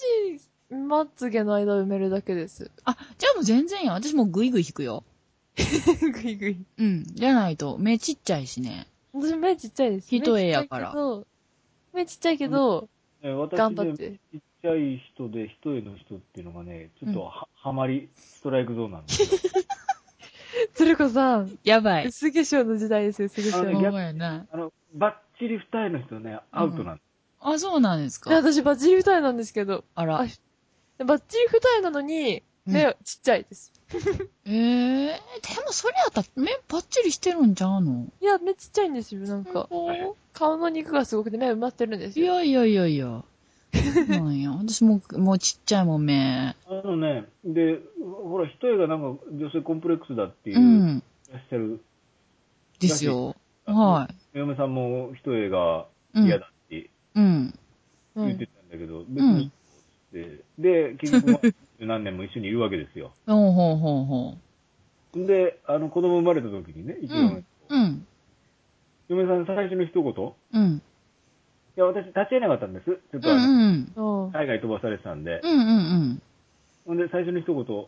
Speaker 2: まつげの間埋めるだけです。
Speaker 1: あ、じゃあもう全然やん。私もうグイグイ引くよ。
Speaker 2: ぐいぐい。
Speaker 1: うん。じゃないと、目ちっちゃいしね。
Speaker 2: 私、目ちっちゃいです。
Speaker 1: 一重やから
Speaker 2: 目ちっちゃいけど。
Speaker 3: え私
Speaker 2: 頑張って
Speaker 3: ね、ちっちゃい人で、一重の人っていうのがね、ちょっとは、はまり、ストライクゾーンなんですよ。
Speaker 2: 目ちっちゃいけど、鶴子さん、
Speaker 1: やばい。
Speaker 2: 薄化粧の時代ですよ、薄化
Speaker 3: あの
Speaker 2: 粧
Speaker 3: ね。
Speaker 1: ほんまやな。
Speaker 3: あの、ばっちり二重の人ね、アウトなんで
Speaker 1: あ、そうなんです
Speaker 2: で
Speaker 1: か。
Speaker 2: 私、バッチリ二重なんですけど。
Speaker 1: あら
Speaker 2: あ。バッチリ二重なのに、
Speaker 1: うん
Speaker 2: 目、ちっちゃいです。
Speaker 1: えー、でもそれやったら目パッチリしてるんちゃうの
Speaker 2: いや、目ちっちゃいんですよ、なんか。
Speaker 1: ほ
Speaker 2: 顔の肉がすごくて目埋まってるんです
Speaker 1: い
Speaker 2: よ。
Speaker 1: やいやいやいや。そうなん や。私もう、もうちっちゃいもん、目。
Speaker 3: すよ。あのね、で、ほら、一重がなんか女性コンプレックスだっていうう、
Speaker 1: ん。
Speaker 3: いらっしゃる、
Speaker 1: ですよ。
Speaker 3: あ
Speaker 1: は
Speaker 3: お嫁さんも一重が
Speaker 1: い。うん。
Speaker 3: 嫌だって
Speaker 1: うん。
Speaker 2: う
Speaker 3: 言っ
Speaker 2: ん
Speaker 3: てたんだけど、別に、で、で結局、まあ何年も一緒にいるわけですよ。
Speaker 1: ほうほうほうほ
Speaker 3: で、あの、子供生まれた時にね、一応、
Speaker 1: う。うん。
Speaker 3: 嫁さん最初の一言、
Speaker 1: うん。
Speaker 3: いや、私立ち会えなかったんです。ちょっ
Speaker 1: う
Speaker 3: と
Speaker 1: ん
Speaker 3: あ
Speaker 1: う
Speaker 3: の、
Speaker 1: ん。
Speaker 2: うん
Speaker 3: 海外飛ばされてたんで。
Speaker 1: うんうんうん。
Speaker 3: ほんで、最初の一言、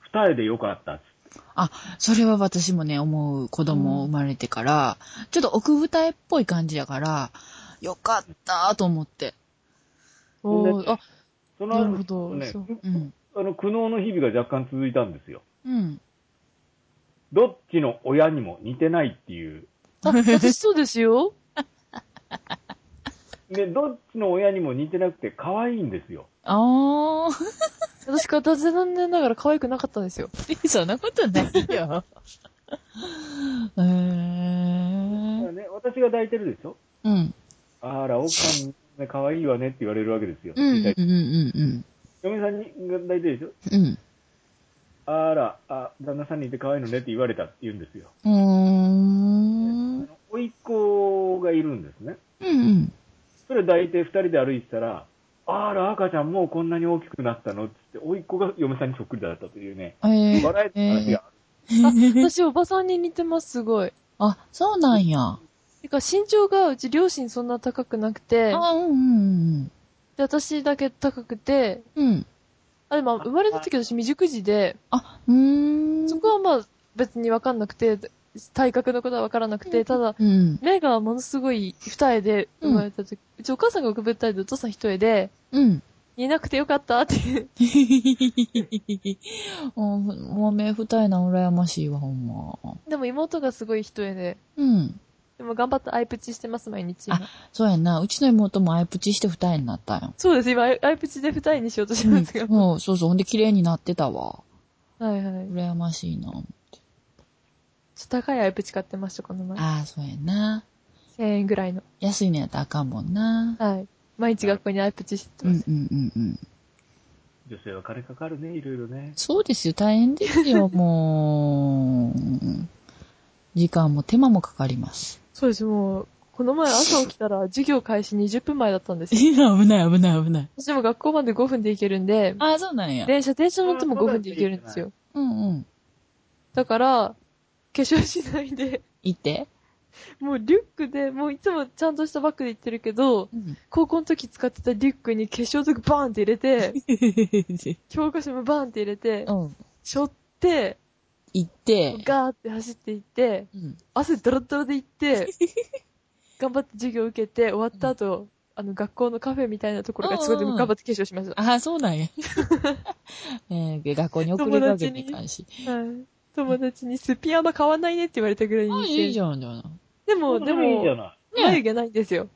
Speaker 3: 二重でよかったっつって。
Speaker 1: それは私もね、思う子供生まれてから、ちょっと奥二重っぽい感じやから、よかったと思って。
Speaker 2: おーあ、
Speaker 3: その
Speaker 2: なる
Speaker 3: 後
Speaker 2: ほど。
Speaker 3: ね
Speaker 2: そう
Speaker 1: うん。
Speaker 3: あの、苦悩の日々が若干続いたんですよ。
Speaker 1: うん。
Speaker 3: どっちの親にも似てないっていう。
Speaker 2: あ、私そうですよ。
Speaker 3: で、どっちの親にも似てなくて可愛いんですよ。
Speaker 1: あー。
Speaker 2: 私、片手残念ながら可愛くなかったんですよ。
Speaker 1: そんなことない よ。え
Speaker 3: だか
Speaker 1: ー
Speaker 3: ら。ね、私が抱いてるでしょ
Speaker 1: うん。
Speaker 3: あら、奥さん、ね、可愛いわねって言われるわけですよ。
Speaker 1: うんうんうんうん
Speaker 3: 嫁さんにが抱いてるで
Speaker 1: う
Speaker 3: しょ
Speaker 1: ん。
Speaker 3: あら、あ、旦那さんにいて可愛いのねって言われたって言うんですよ。
Speaker 1: うん。うーん。
Speaker 3: あの甥っ子がいるんですね。
Speaker 1: うんうん。
Speaker 3: それ抱いて二人で歩いてたら、あら、赤ちゃんもうこんなに大きくなったのっつって、甥っ子が嫁さんにそっくりだったというね、
Speaker 1: えー、
Speaker 3: 笑えた話がある。
Speaker 2: あ、私、おばさんに似てます、すごい。
Speaker 1: あ、そうなんや。
Speaker 2: てか、身長が、うち両親そんな高くなくて、
Speaker 1: あ、うんうん
Speaker 2: で、私だけ高くて、
Speaker 1: うん。うん。
Speaker 2: あ、でも、生まれた時私未熟児で、
Speaker 1: あ、うーん。
Speaker 2: そこはまあ、別にわかんなくて、体格のことはわからなくて、ただ、
Speaker 1: うん。
Speaker 2: 目がものすごい二重で生まれた時、うちお母さんがくぶったりでお父さん一重で、
Speaker 1: うん。
Speaker 2: いなくてよかったっていう。
Speaker 1: もう、もう目二重なん羨ましいわ、ほんま。
Speaker 2: でも妹がすごい一重で、
Speaker 1: うん。
Speaker 2: でも頑張ってアイプチしてます、毎日。
Speaker 1: あそうやんな。うちの妹もアイプチして二重になったんや。
Speaker 2: そうです、今、アイアイプチで二重にしようとして
Speaker 1: う
Speaker 2: ま
Speaker 1: ん
Speaker 2: すが。
Speaker 1: そうそうそう。ほんで綺麗になってたわ。
Speaker 2: はいはい。
Speaker 1: 羨ましいな。
Speaker 2: ちょっと高いアイプチ買ってました、この前。
Speaker 1: ああ、そうやな。
Speaker 2: 1000円ぐらいの。
Speaker 1: 安いのやったらあかんもんな。
Speaker 2: はい。毎日学校にアイプチして
Speaker 1: う
Speaker 2: ま
Speaker 1: ん
Speaker 2: す。
Speaker 1: うんうんうん。
Speaker 3: 女性は金かかるね、いろいろね。
Speaker 1: そうですよ。大変ですよ、もう。時間も手間もかかります。
Speaker 2: そうです、もう、この前朝起きたら授業開始20分前だったんですよ。
Speaker 1: 危ない危ない危ない。
Speaker 2: 私も学校まで5分で行けるんで、
Speaker 1: ああ、そうなんや。
Speaker 2: 電車、電車乗っても5分で行けるんですよ。
Speaker 1: うんうん。
Speaker 2: だから、化粧しないで、
Speaker 1: いて。
Speaker 2: もうリュックで、もういつもちゃんとしたバッグで行ってるけど、高校の時使ってたリュックに化粧とかバーンって入れて、教科書もバーンって入れて、
Speaker 1: うん。
Speaker 2: 背負って、
Speaker 1: いて。
Speaker 2: ガーって走って行って、
Speaker 1: うん。
Speaker 2: 汗ドロドロで行って、頑張って授業受けて、終わった後、あの、学校のカフェみたいなところからすごいで
Speaker 1: うんうん
Speaker 2: も頑張って化粧しました。
Speaker 1: ああ、そうなんや。 えー学校に送れるわけにいかんし。
Speaker 2: はい友達にスピアマ買わないねって言われたぐらい
Speaker 1: ああ、
Speaker 2: に
Speaker 1: いい
Speaker 2: し
Speaker 1: じ
Speaker 2: て。
Speaker 1: ゃん、じゃあ。
Speaker 2: でも、で
Speaker 3: でもいいじゃ
Speaker 2: も、
Speaker 3: ない。
Speaker 1: ね
Speaker 2: 眉毛ないんですよ。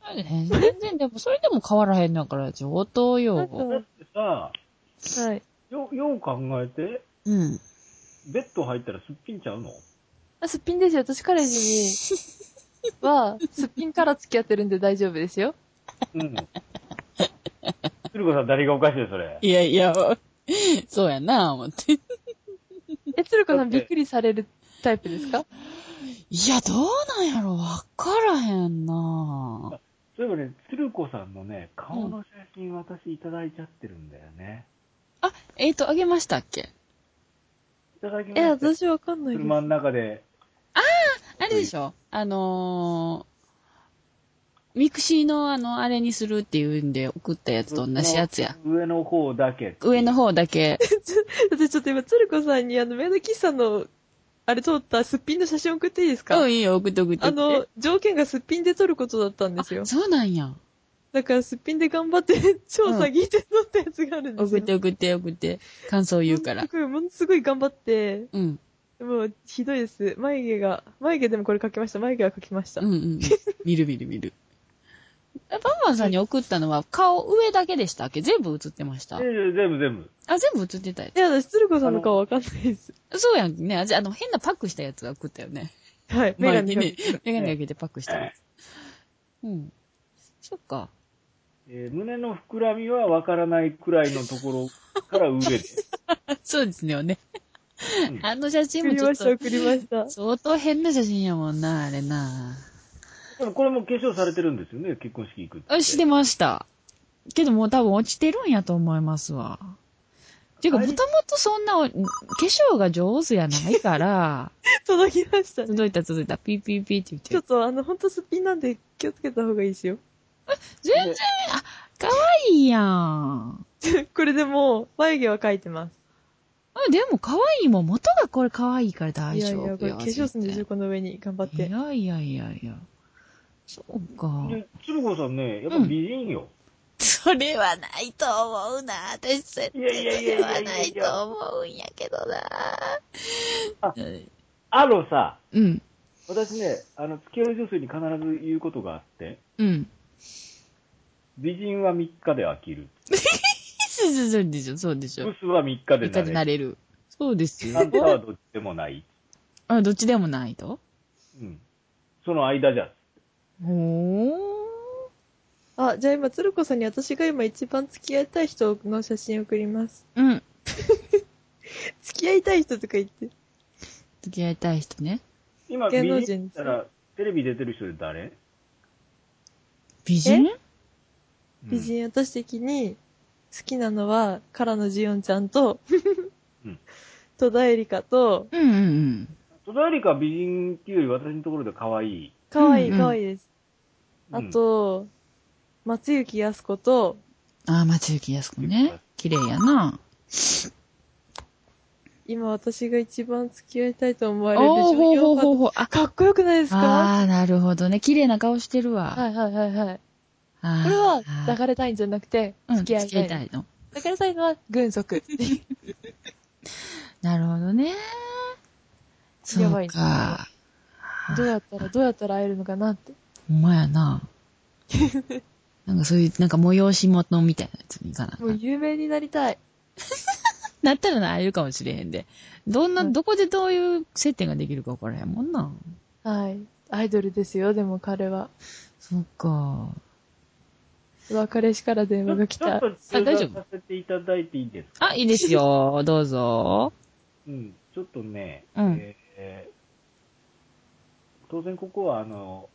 Speaker 1: あれ全然、でも、それでも変わらへんのやから、上等
Speaker 2: なん
Speaker 1: よ。
Speaker 3: だっ
Speaker 2: か
Speaker 3: てさ、
Speaker 2: はい。
Speaker 3: よ、よう考えて、
Speaker 1: うん。
Speaker 3: ベッド入ったらすっぴんちゃうの
Speaker 2: あ、すっぴんですよ。私彼氏に、は、すっぴんから付き合ってるんで大丈夫ですよ。
Speaker 3: うん。鶴子さん誰がおかしいよ、それ。
Speaker 1: いやいや、そうやな、思って。
Speaker 2: え、鶴子さんびっくりされるタイプですか
Speaker 1: いや、どうなんやろ、わからへんな。
Speaker 3: そういえばね、鶴子さんのね、顔の写真私いただいちゃってるんだよね。
Speaker 1: あ、えっ、と、あげましたっけ
Speaker 3: いただきま
Speaker 2: え、
Speaker 3: した。
Speaker 2: 私わかんないです。
Speaker 3: 車の中で、
Speaker 1: あれでしょあのー、ミクシーのあの、あれにするっていうんで送ったやつと同じやつや。
Speaker 3: 上の方だけ。
Speaker 1: 上の方だけ。
Speaker 2: 私ちょっと今、鶴子さんにあの、メイド喫茶の、あれ撮ったすっぴんの写真送っていいですか
Speaker 1: うん、いいよ、送って送って
Speaker 2: あ
Speaker 1: 送っ
Speaker 2: の
Speaker 1: て。、
Speaker 2: 条件がすっぴんで撮ることだったんですよ。
Speaker 1: そうなんや。
Speaker 2: だからすっぴんで頑張って、超詐欺って撮ったやつがあるんですよ。
Speaker 1: 送って送って送って。感想言うから。
Speaker 2: ものすごい、ものすごい頑張って、
Speaker 1: うん。
Speaker 2: もう、ひどいです。眉毛が、眉毛でもこれ描きました。眉毛は描きました。
Speaker 1: うんうんうん。見る見る見 る。えバンバンさんに送ったのは顔上だけでしたっけ全部映ってました
Speaker 3: え。え全部全部。
Speaker 1: あ、全部映ってたよ。
Speaker 2: いや、私、鶴子さんの顔わかんないです。
Speaker 1: そうやんね。あじゃああの、変なパックしたやつが送ったよね。
Speaker 2: はい。メ
Speaker 1: 前
Speaker 2: ガ
Speaker 1: に
Speaker 2: ネ
Speaker 1: ね
Speaker 2: ね。、
Speaker 1: メガネ開けてパックしたやつ。うん。そっか。
Speaker 3: えー胸の膨らみはわからないくらいのところから上で。
Speaker 1: そうですよね
Speaker 3: う。ん
Speaker 1: あの写真
Speaker 2: 送
Speaker 1: も
Speaker 2: り
Speaker 1: ちょ
Speaker 2: ま
Speaker 1: っ
Speaker 2: した、
Speaker 1: と、
Speaker 2: 送りま した。
Speaker 1: 相当変な写真やもんな、あれな。
Speaker 3: でもこれも化粧されてるんですよね、結婚式行くって。
Speaker 1: あ、してました。けどもう多分落ちてるんやと思いますわ。ていうか、
Speaker 3: あ
Speaker 1: も
Speaker 3: れ
Speaker 1: ともとそんなお、化粧が上手やないから、
Speaker 2: 届きましたね。
Speaker 1: 届いた届いた、ピーピーピーって言っ
Speaker 2: ち
Speaker 1: て
Speaker 2: ょっ。と、あの、ほんとすっぴんなんで気をつけた方がいいですよ。
Speaker 1: 全然、あ、かわいいやん。
Speaker 2: これでも、眉毛は描いてます。
Speaker 1: あ、でもかわいいもん。元がこれかわいいから大
Speaker 2: いやい
Speaker 1: 丈夫
Speaker 2: や、
Speaker 1: よ。
Speaker 2: これ化粧するんでしょ、この上に。頑張っ
Speaker 1: い
Speaker 2: て。
Speaker 1: やいやいやいや。そうか。
Speaker 3: で、鶴子さんね、やっぱ美人よ。
Speaker 1: それはないと思うな。私、そ
Speaker 3: いやいやいや
Speaker 1: れ
Speaker 3: いや
Speaker 1: はい
Speaker 3: や
Speaker 1: ない
Speaker 3: い
Speaker 1: と
Speaker 3: や。
Speaker 1: 思うんやけどな
Speaker 3: あ。
Speaker 1: う
Speaker 3: あのさ、
Speaker 1: ん。
Speaker 3: 私ね、あの、付き合い女性に必ず言うことがあって、
Speaker 1: うん。
Speaker 3: 美人は3日で飽きる。
Speaker 1: そうそうそうでしょ、そうでしょ
Speaker 3: ブ。スは3日で
Speaker 1: いかにな
Speaker 3: 慣れる。
Speaker 1: れる。そうです
Speaker 3: あ
Speaker 1: よ
Speaker 3: ん。たはどっちでもない。
Speaker 1: あ、どっちでもないと
Speaker 3: うん。その間じゃ。
Speaker 1: ほ
Speaker 2: あ、じゃあ今、鶴子さんに私が今一番付き合いたい人の写真を送ります。
Speaker 1: ー。うん。
Speaker 2: 付き合いたい人とか言って。
Speaker 1: 付き合いたい人ね。
Speaker 3: 今、
Speaker 2: 芸
Speaker 3: 美
Speaker 2: 能人
Speaker 3: 人ったら、テレビ出てる人で誰
Speaker 1: 美人
Speaker 2: 美
Speaker 3: うん
Speaker 2: 人、私的に好きなのは、カラのジオンちゃんと、
Speaker 3: うん
Speaker 2: 戸田恵梨香と、
Speaker 1: うんうんうん。
Speaker 3: 戸田恵梨香は美人っていうより私のところで可愛い。
Speaker 2: かわいい、
Speaker 1: うんうん
Speaker 2: かわいいです。
Speaker 3: うん
Speaker 2: あと、松雪康子と、
Speaker 1: あー、松雪靖子ね。綺麗やな。
Speaker 2: 今私が一番付き合いたいと思われる
Speaker 1: おー、ほうほうほ
Speaker 2: 女
Speaker 1: う
Speaker 2: 優
Speaker 1: ほう。あ、
Speaker 2: かっこよくないですか
Speaker 1: あー、なるほどね。綺麗な顔してるわ。
Speaker 2: はいはいはいはい。
Speaker 1: あー
Speaker 2: これは抱かれたいんじゃなくて、
Speaker 1: うん
Speaker 2: 付き合い
Speaker 1: 付き合い
Speaker 2: た
Speaker 1: た
Speaker 2: い。
Speaker 1: いの。
Speaker 2: 抱かれたいのは軍属。
Speaker 1: なるほどね。そ
Speaker 2: やばいうね
Speaker 1: か。
Speaker 2: どうやったら、どうやったら会えるのかなって。
Speaker 1: ほんまや な。なんかそういう、なんか催し物みたいなやつに行かなあか。
Speaker 2: もうん有名になりたい。
Speaker 1: なったらな、会えるかもしれへんで。どんな、
Speaker 2: うん
Speaker 1: どこでどういう接点ができるか分からへんもんな。
Speaker 2: はい。アイドルですよ、でも彼は。
Speaker 1: そっか。
Speaker 2: 別れしから電話が来。
Speaker 3: ちょっ たと
Speaker 1: あ
Speaker 3: 中
Speaker 1: 大丈夫
Speaker 3: 断させていただいていいですか
Speaker 1: あ、いいですよ。どうぞ。
Speaker 3: うん、ちょっとね、
Speaker 1: うん
Speaker 3: えー当然ここはあの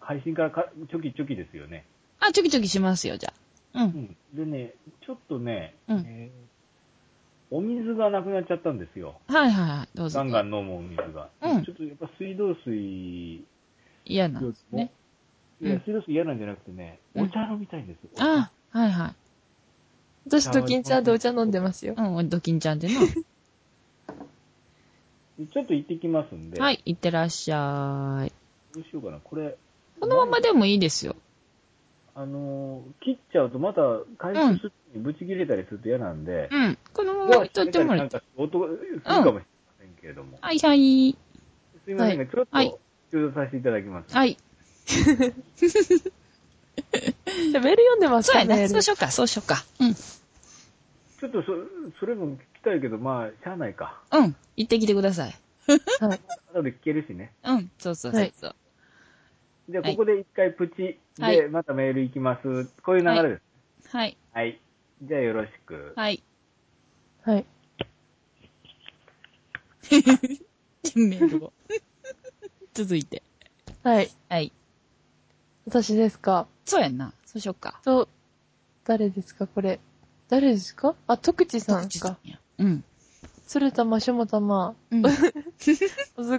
Speaker 3: 配信からかチョキチョキですよね、
Speaker 1: あ、ちょきちょきしますよ、じゃあ。う。
Speaker 3: うんん。でね、ちょっとね、
Speaker 1: うん
Speaker 3: えーお水がなくなっちゃったんですよ。
Speaker 1: はいはいはい。どう
Speaker 3: ガ
Speaker 1: ぞ
Speaker 3: ン。ガン飲むお水が。
Speaker 1: うん
Speaker 3: ちょっとやっぱ水道水
Speaker 1: 嫌な
Speaker 3: よ
Speaker 1: ん
Speaker 3: り
Speaker 1: です
Speaker 3: も、
Speaker 1: ね。
Speaker 3: いや
Speaker 1: うん
Speaker 3: 水道水嫌なんじゃなくてね、
Speaker 1: うん
Speaker 3: お茶飲みたいんですよ。
Speaker 1: あ、はいはい。
Speaker 2: 私、ドキンちゃんでお茶飲んでますよ。
Speaker 1: うん、ドキンちゃんでな。
Speaker 3: ちょっと行ってきますんで、
Speaker 1: はい、いってらっしゃい。
Speaker 3: どうしようかな、これ、
Speaker 1: このままでもいいですよ。
Speaker 3: あのー切っちゃうとまた回
Speaker 1: うん
Speaker 3: 復する時にブチ切れたりすると嫌なんで、
Speaker 1: うん。このまま置いといてもら
Speaker 3: な
Speaker 1: っ
Speaker 3: ん
Speaker 1: て。
Speaker 3: か音がするかもしれませんけれども。
Speaker 1: はいはい。
Speaker 3: すみませんが、ちょっ
Speaker 1: はい
Speaker 3: と、中断させていただきます。
Speaker 1: はい。
Speaker 2: じ ゃあメール読んでます
Speaker 1: そう
Speaker 2: か
Speaker 1: や
Speaker 2: メ
Speaker 1: ね。
Speaker 2: ー
Speaker 1: そう
Speaker 2: ル
Speaker 1: しようか、そうしようか。うん。
Speaker 3: ちょっとそ、それも聞きたいけど、まあ、しゃあないか。
Speaker 1: うん。行ってきてください。
Speaker 2: はい
Speaker 3: 後で聞けるしね。
Speaker 1: うん。そうそうそうそう。
Speaker 3: じゃあ、
Speaker 1: はい
Speaker 3: ここで一回プチ。
Speaker 1: はい
Speaker 3: で、またメール行きます。こういう流れです。
Speaker 1: はい。
Speaker 3: はい。じゃあ、よろしく。
Speaker 1: はい。
Speaker 2: はい。
Speaker 1: メールを。続いて。
Speaker 2: はい。
Speaker 1: はい。
Speaker 2: 私ですか
Speaker 1: そうやんな。そうしようか。
Speaker 2: と、誰ですかこれ。誰ですかあ、徳地さん
Speaker 1: 徳地さ
Speaker 2: か
Speaker 1: ん。やうん。
Speaker 2: 鶴玉、しょもたま。
Speaker 1: うん。
Speaker 2: 遅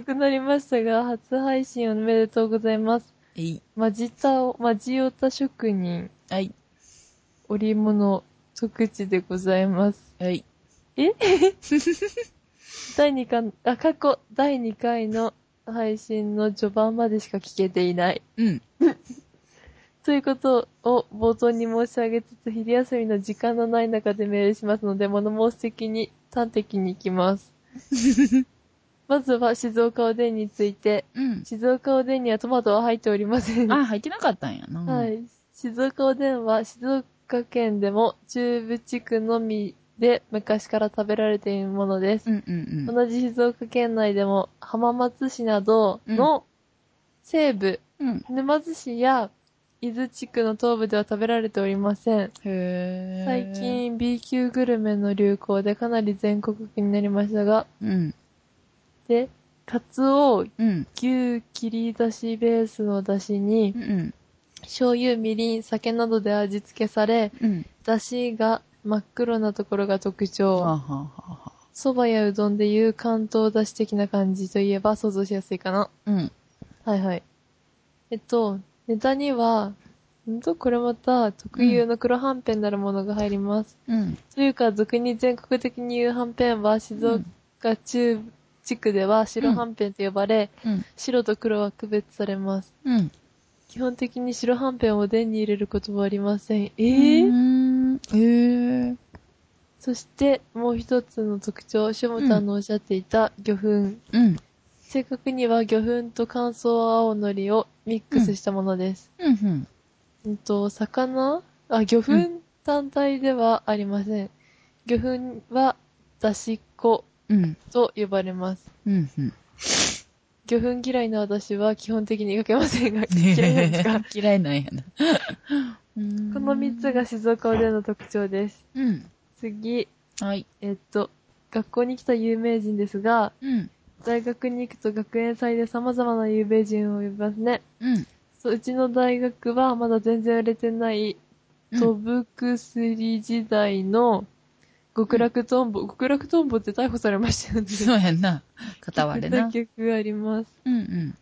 Speaker 2: くなりましたが、初配信おめでとうございます。
Speaker 1: えい。
Speaker 2: マジタオ、マジオタ職人、
Speaker 1: はい。
Speaker 2: 織物、特地でございます。
Speaker 1: はい。
Speaker 2: え第2巻、あ、過去第2回の配信の序盤までしか聞けていない。
Speaker 1: うん。
Speaker 2: ということを冒頭に申し上げつつ、昼休みの時間のない中でメールしますので、物申し的に端的に行きます。まずは静岡おでんについて、
Speaker 1: うん。
Speaker 2: 静岡おでんにはトマトは入っておりません。
Speaker 1: あ、入ってなかったんやな。
Speaker 2: は。い。静岡おでんは静岡県でも中部地区のみで昔から食べられているものです
Speaker 1: う。んうんうん。
Speaker 2: 同じ静岡県内でも浜松市などの西部、
Speaker 1: うん。
Speaker 2: 沼津市や伊豆地区の東部では食べられておりません。
Speaker 1: へー。
Speaker 2: 最。近 B 級グルメの流行でかなり全国区になりましたが、
Speaker 1: うん。
Speaker 2: で、カツオ、
Speaker 1: うん。
Speaker 2: 牛切り出しベースの出汁に
Speaker 1: う、ん。
Speaker 2: 醤油、みりん、酒などで味付けされ、
Speaker 1: うん。
Speaker 2: 出汁が真っ黒なところが特
Speaker 1: はあは
Speaker 2: 徴。
Speaker 1: あはあはあ。
Speaker 2: 蕎麦やうどんでいう関東出汁的な感じといえば想像しやすいかな。
Speaker 1: うん。
Speaker 2: はいはい。えっと、ネタには、んと、これまた特有の黒はんぺんなるものが入ります。
Speaker 1: うん。
Speaker 2: というか、俗に全国的に言うはんぺんは、静岡中部地区では白はんぺんと呼ばれ、
Speaker 1: うん。
Speaker 2: 白と黒は区別されます。
Speaker 1: うん。
Speaker 2: 基本的に白はんぺんをおでんに入れることはありません。え
Speaker 1: え
Speaker 2: ー
Speaker 1: へえ。
Speaker 2: そして、もう一つの特徴、ショムタンのおっしゃっていた魚粉。
Speaker 1: うん。
Speaker 2: 正確には魚粉と乾燥青のりをミックスしたものです。
Speaker 1: うんうん。
Speaker 2: うんと、魚あ、魚粉単体ではありません。魚粉は、だしっ粉
Speaker 1: うん。
Speaker 2: と呼ばれます。
Speaker 1: うん うん。
Speaker 2: 魚粉嫌いな私は基本的にかけませんが、嫌いなんですか
Speaker 1: 嫌いなんやな。うん
Speaker 2: この三つが。静岡おでんの特徴です。
Speaker 1: うん。
Speaker 2: 次、
Speaker 1: はい。
Speaker 2: えっと、学校に来た有名人ですが、
Speaker 1: うん。
Speaker 2: 大学に行くと学園祭で様々な有名人を呼びますね。
Speaker 1: うん。
Speaker 2: そう、うちの大学はまだ全然売れてない
Speaker 1: うん
Speaker 2: 飛ぶ薬時代の極楽とんぼ、極楽とんぼって逮捕されましたよね。
Speaker 1: そうやんな。片割れな。
Speaker 2: 結局あります。
Speaker 1: うんうん。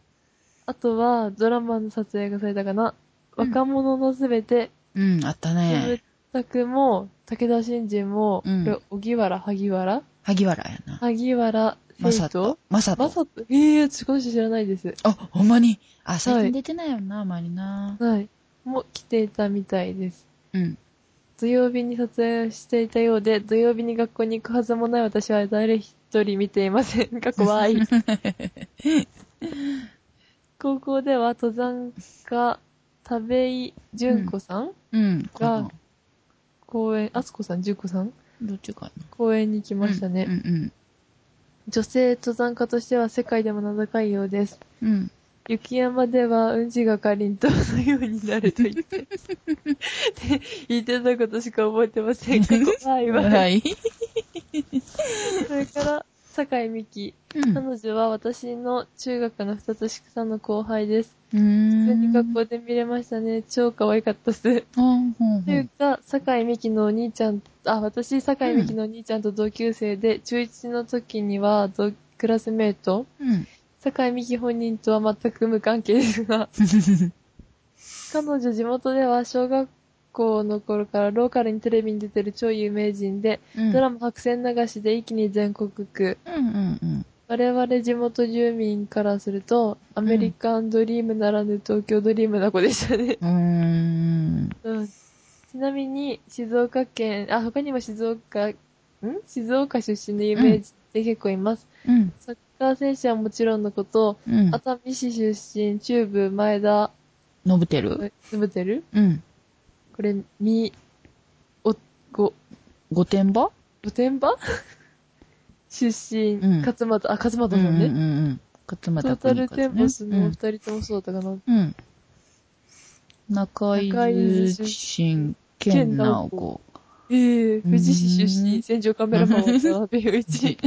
Speaker 2: あとは、ドラマの撮影がされたかな。
Speaker 1: うん
Speaker 2: 若者のすべて、
Speaker 1: うん、あった
Speaker 2: キム
Speaker 1: ね。
Speaker 2: タクも、武田信二も、
Speaker 1: うん
Speaker 2: これ、荻原、萩原
Speaker 1: 萩原やな。
Speaker 2: 萩原
Speaker 1: ま
Speaker 2: 聖
Speaker 1: さ
Speaker 2: 人
Speaker 1: と。まさ
Speaker 2: ま
Speaker 1: と。
Speaker 2: さと。ええー、少し知らないです。
Speaker 1: あ、ほんまに。あ、最
Speaker 2: は
Speaker 1: 近
Speaker 2: い
Speaker 1: 出てないよな、あまりな。
Speaker 2: はい。も来ていたみたいです。
Speaker 1: うん。
Speaker 2: 土曜日に撮影をしていたようで、土曜日に学校に行くはずもない私は誰一人見ていませ ん。かっこわいい。高校では登山家、田部井純子さん、
Speaker 1: うん。この、
Speaker 2: 公園、あつこさん、純子さん
Speaker 1: どっちかな。
Speaker 2: 公園に来ましたね。
Speaker 1: うん
Speaker 2: 女性登山家としては世界でも名高いようです。
Speaker 1: うん。うん。
Speaker 2: 雪山ではうんちがかりんとうのようになると 言って。って言ってたことしか覚えてません。かっこわいわ。
Speaker 1: はい。
Speaker 2: それから、酒井美紀。
Speaker 1: うん。
Speaker 2: 彼女は私の中学の二つ下の後輩です。
Speaker 1: うー
Speaker 2: 普通に
Speaker 1: ん。
Speaker 2: 学校で見れましたね。超可愛かったっす。
Speaker 1: あほん
Speaker 2: と
Speaker 1: ほ
Speaker 2: い
Speaker 1: ん
Speaker 2: うか、酒井美紀のお兄ちゃん、あ、私、酒井美紀のお兄ちゃんと同級生で、中1の時には同、クラスメイト、
Speaker 1: うん。
Speaker 2: 酒井美紀本人とは全く無関係で すが、彼女地元では小学校の頃からローカルにテレビに出てる超有名人で、
Speaker 1: うん。
Speaker 2: ドラマ白線流しで一気に全国区、
Speaker 1: うんうんうん。
Speaker 2: 我々地元住民からすると、アメリカンドリームならぬ東京ドリームな子でしたね。
Speaker 1: うーん。
Speaker 2: うん、ちなみに、静岡県、あ、他にも静岡、ん静岡出身の有名人って結構います。
Speaker 1: うん。
Speaker 2: サッカー選手はもちろんのこと、
Speaker 1: うん。
Speaker 2: 熱海市出身、中部、前田、
Speaker 1: のぶてる
Speaker 2: え覚えてる
Speaker 1: うん。
Speaker 2: これ、み、お、ご、
Speaker 1: 御殿場
Speaker 2: 御 殿場出身、
Speaker 1: うん
Speaker 2: 勝俣、あ、勝
Speaker 1: う
Speaker 2: 俣
Speaker 1: ん
Speaker 2: もんね。
Speaker 1: うんうん。勝
Speaker 2: トー
Speaker 1: 俣
Speaker 2: タ
Speaker 1: 君
Speaker 2: ル
Speaker 1: の
Speaker 2: テ
Speaker 1: 数
Speaker 2: ンボスのお
Speaker 1: ね
Speaker 2: 二人ともそうだったかな。
Speaker 1: うん。うん中井出身、健直子。
Speaker 2: ええ富士市出
Speaker 1: うーん
Speaker 2: 身、戦場カメラマン渡辺雄一。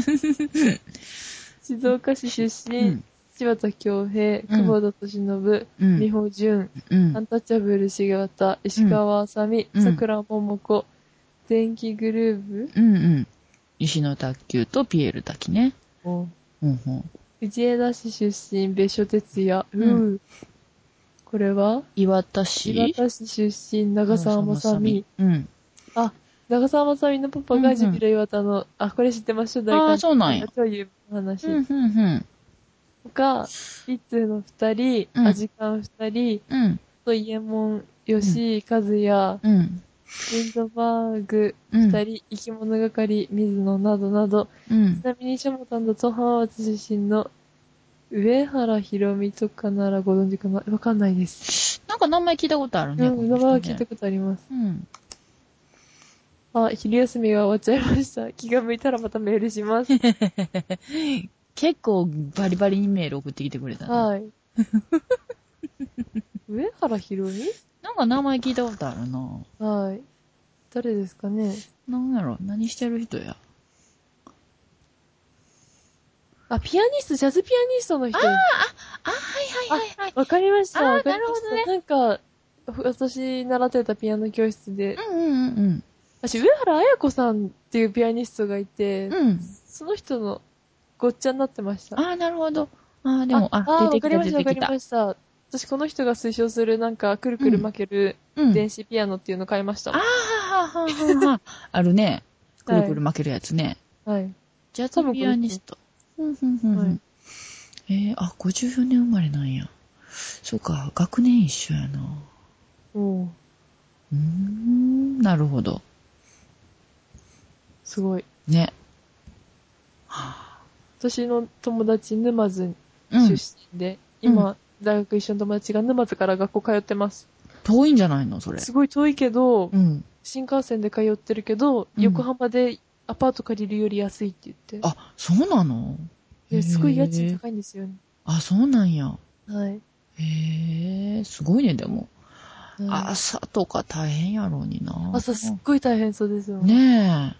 Speaker 2: 静岡市出身、
Speaker 1: うん
Speaker 2: 柴田恭平、久保田敏信、
Speaker 1: う
Speaker 2: 美
Speaker 1: ん。
Speaker 2: 穂淳、
Speaker 1: うん
Speaker 2: アンタッチャブル重田、石川あさみ、
Speaker 1: うん
Speaker 2: 桜桃子、電気グルー
Speaker 1: うんうん。石野卓球とピエール滝ね。
Speaker 2: ブ、
Speaker 1: うんうん。
Speaker 2: 藤枝市出身、別所哲也、う
Speaker 1: うん
Speaker 2: ーこれは
Speaker 1: 岩田市。
Speaker 2: 岩田市出身、長澤まさみ。
Speaker 1: うん。
Speaker 2: あ、長澤まさみのパパがジュビロ岩田の、あ、これ知ってましょ
Speaker 1: ああ、そうなんや。
Speaker 2: という話。
Speaker 1: うんうん
Speaker 2: が、一通の二人、
Speaker 1: うん
Speaker 2: アジカン二人、
Speaker 1: うん。うん。
Speaker 2: とイエモン、吉井和也、
Speaker 1: うん。
Speaker 2: リンドバーグ
Speaker 1: うん。
Speaker 2: 二人、生き物係、水野などなど、
Speaker 1: うん
Speaker 2: ち。なみにショモタンだと浜松出身の上原ひろみとかならご存知かなわかんないです。
Speaker 1: なんか名前聞いたことあるね。
Speaker 2: う
Speaker 1: こ
Speaker 2: ん、
Speaker 1: の
Speaker 2: 名
Speaker 1: 人
Speaker 2: 前は
Speaker 1: ね
Speaker 2: 聞いたことあります。
Speaker 1: うん。
Speaker 2: あ、昼休みが終わっちゃいました。 気が向いたらまたメールし ます。
Speaker 1: 結構バリバリにメール送ってきてくれたね。
Speaker 2: はい。上原ひろみ
Speaker 1: なんか名前聞いたことあるな。
Speaker 2: はい。誰ですかね
Speaker 1: なんやろ何してる人や。
Speaker 2: あ、ピアニスト、ジャズピアニストの人です。
Speaker 1: あ、はいはいはいはい。
Speaker 2: わかりました。
Speaker 1: あー
Speaker 2: わかりました
Speaker 1: なるほど
Speaker 2: なんか、ふ私習ってたピアノ教室で、
Speaker 1: うんうんうん
Speaker 2: 私、上原彩子さんっていうピアニストがいて、
Speaker 1: うん。うん。
Speaker 2: その人のごっちゃになってました。
Speaker 1: ああ、なるほど。ああ、でも、あ
Speaker 2: あ
Speaker 1: 出てきた
Speaker 2: わか
Speaker 1: 出
Speaker 2: りました、わか
Speaker 1: てき
Speaker 2: り
Speaker 1: た。
Speaker 2: ました。私、この人が推奨する、なんか、くるくる巻ける
Speaker 1: うん。
Speaker 2: 電子ピアノっていうの買いまし
Speaker 1: あ
Speaker 2: た。
Speaker 1: あ、はははは。あるね。くるくる巻けるやつね。
Speaker 2: はい。
Speaker 1: ジャズピアニスト。うんうんう
Speaker 2: は
Speaker 1: ん
Speaker 2: い
Speaker 1: えー、あ、54年生まれなんや。そうか、学年一緒やな。
Speaker 2: も
Speaker 1: うー
Speaker 2: う、
Speaker 1: ん、なるほど。
Speaker 2: すごい。
Speaker 1: ね。
Speaker 2: 私の友達、沼津
Speaker 1: うん
Speaker 2: 出。身で、今、大学一緒の友達が沼津から学校通ってます。
Speaker 1: 遠いんじゃないのそれ。
Speaker 2: すごい遠いけど、
Speaker 1: うん。
Speaker 2: 新幹線で通ってるけど、
Speaker 1: うん
Speaker 2: 横浜でアパート借りるより安いって言って。
Speaker 1: あ、そうなの
Speaker 2: で、すごい家賃
Speaker 1: へー
Speaker 2: 高いんですよね。
Speaker 1: あ、そうなんや。
Speaker 2: はい。
Speaker 1: へえ、すごいね、でも。
Speaker 2: はい
Speaker 1: 朝とか大変やろうにな。
Speaker 2: 朝すっごい大変そうですよ。
Speaker 1: ね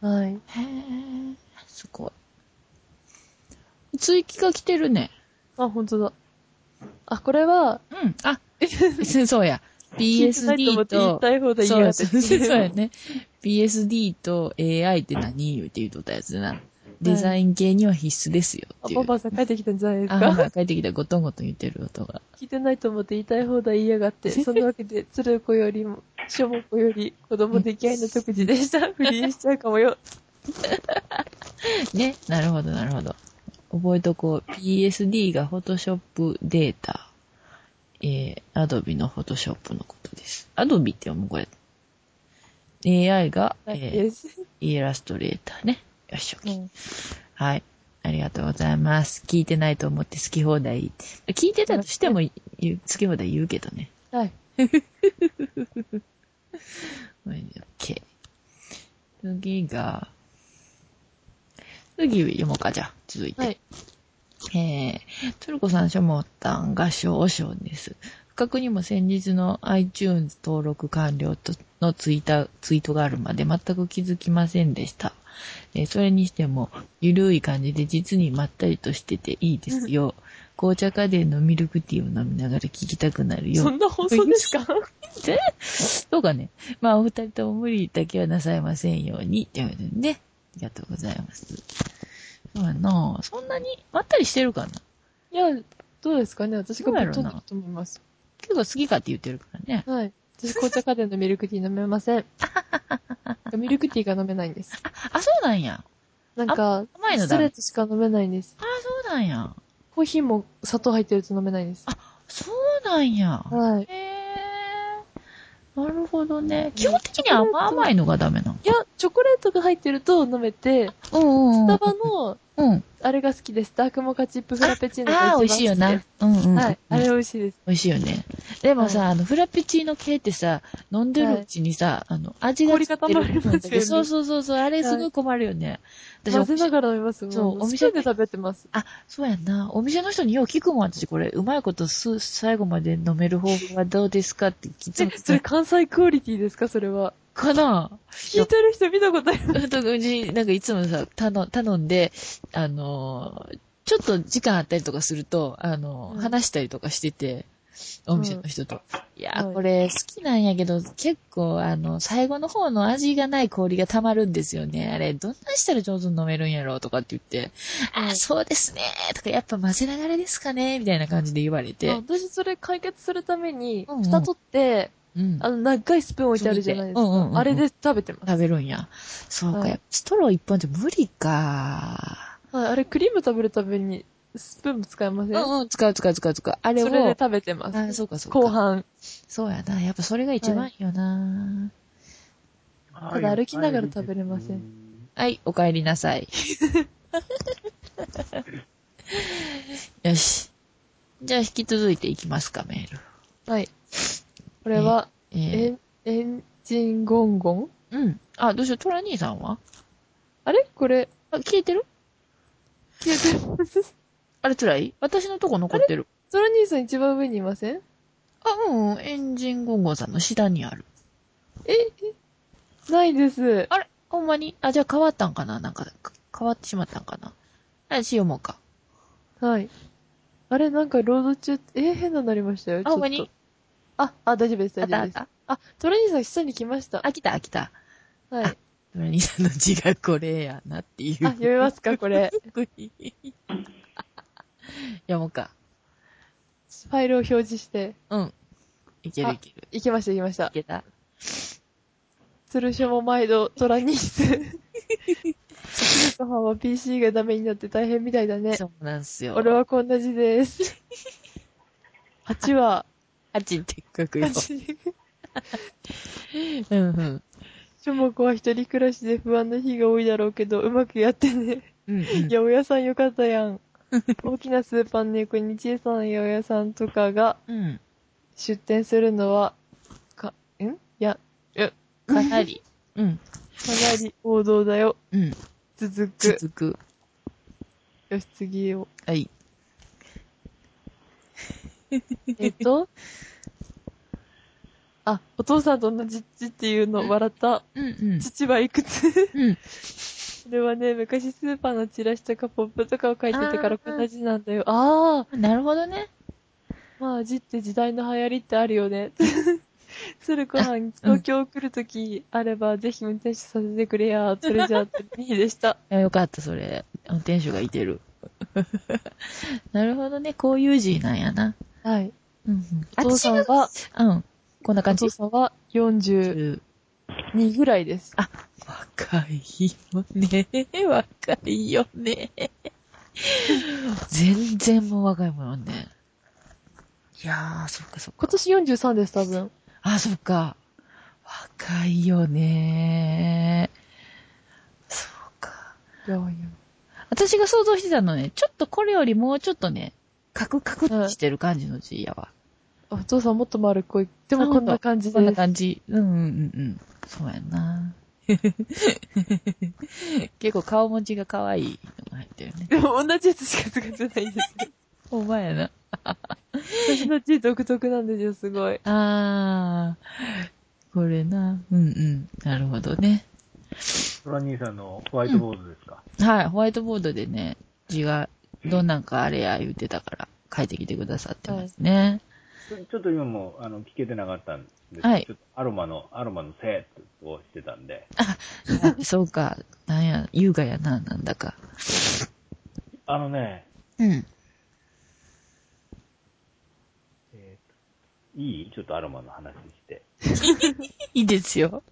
Speaker 2: は
Speaker 1: え。
Speaker 2: い。
Speaker 1: へえ、すごい。追記が来てるね。
Speaker 2: あ、本当だ。あ、これは、
Speaker 1: うん。 あ、そうや。
Speaker 2: 聞いてないと思
Speaker 1: BSD
Speaker 2: って言い
Speaker 1: と、
Speaker 2: たい放題言い
Speaker 1: そ
Speaker 2: やが
Speaker 1: う
Speaker 2: って。
Speaker 1: そう そうやね。BSD と AI って何言うて言うとったやつな。デザイン系には必須ですよっ
Speaker 2: あ、
Speaker 1: てい
Speaker 2: バ
Speaker 1: う。
Speaker 2: ンバンさん帰ってきたんじゃないです
Speaker 1: あ、ほ
Speaker 2: か。
Speaker 1: ら、帰ってきたゴトンゴトン言ってる音が。
Speaker 2: 聞いてないと思って言いたい放題言いやがって。そんなわけで、 鶴子よりも、しょも子より、子供出来合いの特技でした。不倫しちゃうかもよ。
Speaker 1: ね、なるほど、なるほど。覚えとこう。PSD が Photoshop データ。えー、Adobe の Photoshop のことです。Adobe って読む、これ。AI が、 え
Speaker 2: す。
Speaker 1: ー、イラストレーターね。よいしょ。
Speaker 2: うん
Speaker 1: はい。ありがとうございます。聞いてないと思って好き放題。聞いてたとしても、言う好き放題言うけどね。
Speaker 2: はい。
Speaker 1: OK。次が、次読もうか、じゃあ、続いて。
Speaker 2: はい。
Speaker 1: えー、トルコさん、ショモタン合唱おしょんです。不覚にも先日の iTunes 登録完了とのツイータツイートがあるまで全く気づきませんでした。えーそれにしても、ゆるい感じで実にまったりとしてていいですよ。紅茶家電のミルクティーを飲みながら聞きたくなるよう
Speaker 2: そんな放送ですか
Speaker 1: そうかね。まあ、お二人とも無理だけはなさいませんように。ということでね。ありがとうございます。そうやなそんなに、まったりしてるかない
Speaker 2: や、どうですかね私が
Speaker 1: どう
Speaker 2: ぶ
Speaker 1: や
Speaker 2: っ
Speaker 1: ろうな
Speaker 2: 飛んでると思います。
Speaker 1: 結構好きかって言ってるからね。
Speaker 2: はい。私、紅茶家電のミルクティー飲めません。ミルクティーが飲めないんです。
Speaker 1: あ、そうなんや。
Speaker 2: なんか、
Speaker 1: 甘いの
Speaker 2: ス
Speaker 1: だ
Speaker 2: トレートしか飲めないんです。
Speaker 1: あ、そうなんや。
Speaker 2: コーヒーも砂糖入ってると飲めないんです。
Speaker 1: そうなんや。
Speaker 2: はい。
Speaker 1: へー。なるほどね。基本的に甘甘いのがダメなの。
Speaker 2: いや、チョコレートが入ってると飲めて、
Speaker 1: うん
Speaker 2: スタバの、
Speaker 1: うん。
Speaker 2: あれが好きです。ダークモカチップフラペチーノが一番
Speaker 1: ああ、美
Speaker 2: 好きです。
Speaker 1: 味しいよな。。うんうん。
Speaker 2: はい。あれ美味しいです。
Speaker 1: 美味しいよね。でもさ、あの、フラペチーノ系ってさ、飲んでるうちにさ、あの、味がつってる
Speaker 2: 氷が溜まりますよね
Speaker 1: そうそうそうそう、あれすごい困るよね。
Speaker 2: 混ぜな
Speaker 1: 私、
Speaker 2: がら飲みますもん。
Speaker 1: そうお
Speaker 2: お
Speaker 1: 店
Speaker 2: 店で食べてます。
Speaker 1: あ、そうやんな。お店の人によう聞くもん、私これ、うまいことす、最後まで飲める方法はどうですかって聞いて
Speaker 2: え、それ関西クオリティですかそれは。
Speaker 1: かな
Speaker 2: 聞いてる人見たことある。
Speaker 1: うんとうち、なんかいつもさ、頼、頼んで、あのーちょっと時間あったりとかすると、あのー
Speaker 2: うん
Speaker 1: 話したりとかしてて、お店の人と。いやー、
Speaker 2: はい
Speaker 1: これ好きなんやけど、結構、あの、最後の方の味がない氷が溜まるんですよね。あれ、どんなんしたら上手に飲めるんやろうとかって言って、あ
Speaker 2: う
Speaker 1: ー、
Speaker 2: ん
Speaker 1: そうですねーとか、やっぱ混ぜながらですかねーみたいな感じで言われて。
Speaker 2: 私それ解決するために
Speaker 1: うんう、ん
Speaker 2: 蓋取って、
Speaker 1: うん
Speaker 2: あの、長いスプーン置いてあるじゃないです
Speaker 1: うんうんうんうん
Speaker 2: か。あれで食べてます。
Speaker 1: 食べるんや。そうか、
Speaker 2: はい
Speaker 1: やっぱストロー一本じゃ無理か
Speaker 2: はい。あれ、クリーム食べるために、スプーンも使えませ
Speaker 1: ー。
Speaker 2: ん
Speaker 1: うんうん、使う使う使う使う。あれを。
Speaker 2: それで食べてま
Speaker 1: あ、
Speaker 2: す。
Speaker 1: そうかそうか。
Speaker 2: 後半。
Speaker 1: そうやな。やっぱそれが一番いいよな。
Speaker 2: ただ歩きながら食べれません
Speaker 1: はい、お帰りなさ い。よし。じゃあ引き続いていきますか、メール。
Speaker 2: はい。これは、
Speaker 1: え
Speaker 2: エ
Speaker 1: ー、
Speaker 2: ン、エンジンゴンゴン
Speaker 1: うん。あ、どうしよう、トラ兄さんは
Speaker 2: あれこれ、
Speaker 1: あ、消えてる
Speaker 2: 消えてます。
Speaker 1: あれ辛い私のとこ残ってる。
Speaker 2: ゾロ兄さん一番上にいません
Speaker 1: あうんうん、エンジンゴンゴンさんの下にある。
Speaker 2: え、えないです。
Speaker 1: あれほんまにあ、じゃあ変わったんかななんか、変わってしまったんかなあ、しよもうか。
Speaker 2: はい。あれ、なんか、労働中、えー、変なのなりましたよ。
Speaker 1: あ、
Speaker 2: ちょっと
Speaker 1: ほんまに
Speaker 2: あ、あ、大丈夫です、
Speaker 1: あっ
Speaker 2: 大丈
Speaker 1: た
Speaker 2: 夫
Speaker 1: あっ
Speaker 2: です。
Speaker 1: た
Speaker 2: あ、トラニーさん、下に来ました。
Speaker 1: あ、来た、あ来た。
Speaker 2: はい。
Speaker 1: あ
Speaker 2: あ、
Speaker 1: トラ兄さんの字がこれやなっていう。
Speaker 2: 読めますか、これ。
Speaker 1: 読もうか。
Speaker 2: ファイルを表示して。
Speaker 1: うん。いける
Speaker 2: あ
Speaker 1: いける。
Speaker 2: 行きました、行きまし
Speaker 1: い
Speaker 2: た。
Speaker 1: けた。
Speaker 2: 鶴書も毎度、トラニース。鶴子さんは PC がダメになって大変みたいだね。
Speaker 1: そうなんすよ。
Speaker 2: 俺はこんな字です。8は、
Speaker 1: 8って書くよ。
Speaker 2: 8。
Speaker 1: うんうん。
Speaker 2: 諸目は一人暮らしで不安な日が多いだろうけど、うまくやってね。
Speaker 1: うんうん
Speaker 2: 八百屋さんよかったやん。大きなスーパーの横に小さな八百屋さんとかが
Speaker 1: うん。
Speaker 2: 出店するのは、か、んいや、
Speaker 1: かなり。うん。
Speaker 2: かなり王道だよ。
Speaker 1: うん。
Speaker 2: 続く。
Speaker 1: 続く。
Speaker 2: よし、次 を。
Speaker 1: はい。
Speaker 2: えっと、あ、お父さんと同じ父っていうのを笑った。
Speaker 1: うんうん。
Speaker 2: 父はいくつ
Speaker 1: うん。
Speaker 2: それはね、昔スーパーのチラシとかポップとかを書いててか
Speaker 1: あー
Speaker 2: らこんな字なんだよ。ああ、
Speaker 1: なるほどね。
Speaker 2: まあ字って時代の流行りってあるよ ね。鶴子さん、東京来るときあれば、ぜひ運転手させてくれや。それじゃあ、2位でした。
Speaker 1: あよかった、それ。運転手がいてる。 なるほどね。こういう字なんやな。
Speaker 2: はい。
Speaker 1: うんうん。
Speaker 2: お父さん
Speaker 1: あ違
Speaker 2: は、
Speaker 1: ううん。こんな
Speaker 2: お
Speaker 1: 感じ
Speaker 2: 父。さんは42ぐらいです。
Speaker 1: あ、わ若いよね。 若いよね。全然もう若いもんね。いやー、そっかそっ
Speaker 2: 今
Speaker 1: か。
Speaker 2: 年43です、多分。
Speaker 1: あ、そっか。若いよね。そうか。
Speaker 2: いやいや。
Speaker 1: 私が想像してたのね、ちょっとこれよりもうちょっとね、カクカクってしてる感じの G やわ。
Speaker 2: お父さんもっと丸っこい。でもこんな感じ
Speaker 1: そんな
Speaker 2: です。
Speaker 1: 感じ。うんうんうんうん。そうやん な。結構顔文字が可愛いのが入ってるね。
Speaker 2: でも同じやつしか使ってないんですね。
Speaker 1: ほんまやな。
Speaker 2: 私の G 独特なんですよ、すごい。
Speaker 1: あー、これな。うんうん。なるほどね。
Speaker 3: トラ兄さんのホワイトボードですか。
Speaker 1: はい、ホワイトボードでね、字がどんなんかあれや言ってたから、書いてきてくださってますね。
Speaker 3: ちょちょっと今もあの聞けてなかったんですけど、
Speaker 1: はい
Speaker 3: ちょっとアロマの、アロマのセートをしてたんで、
Speaker 1: そうか、なんや、優雅やな、なんだか。
Speaker 3: あのね、
Speaker 1: うん。
Speaker 3: えーといいちょっとアロマの話して。
Speaker 1: いいですよ。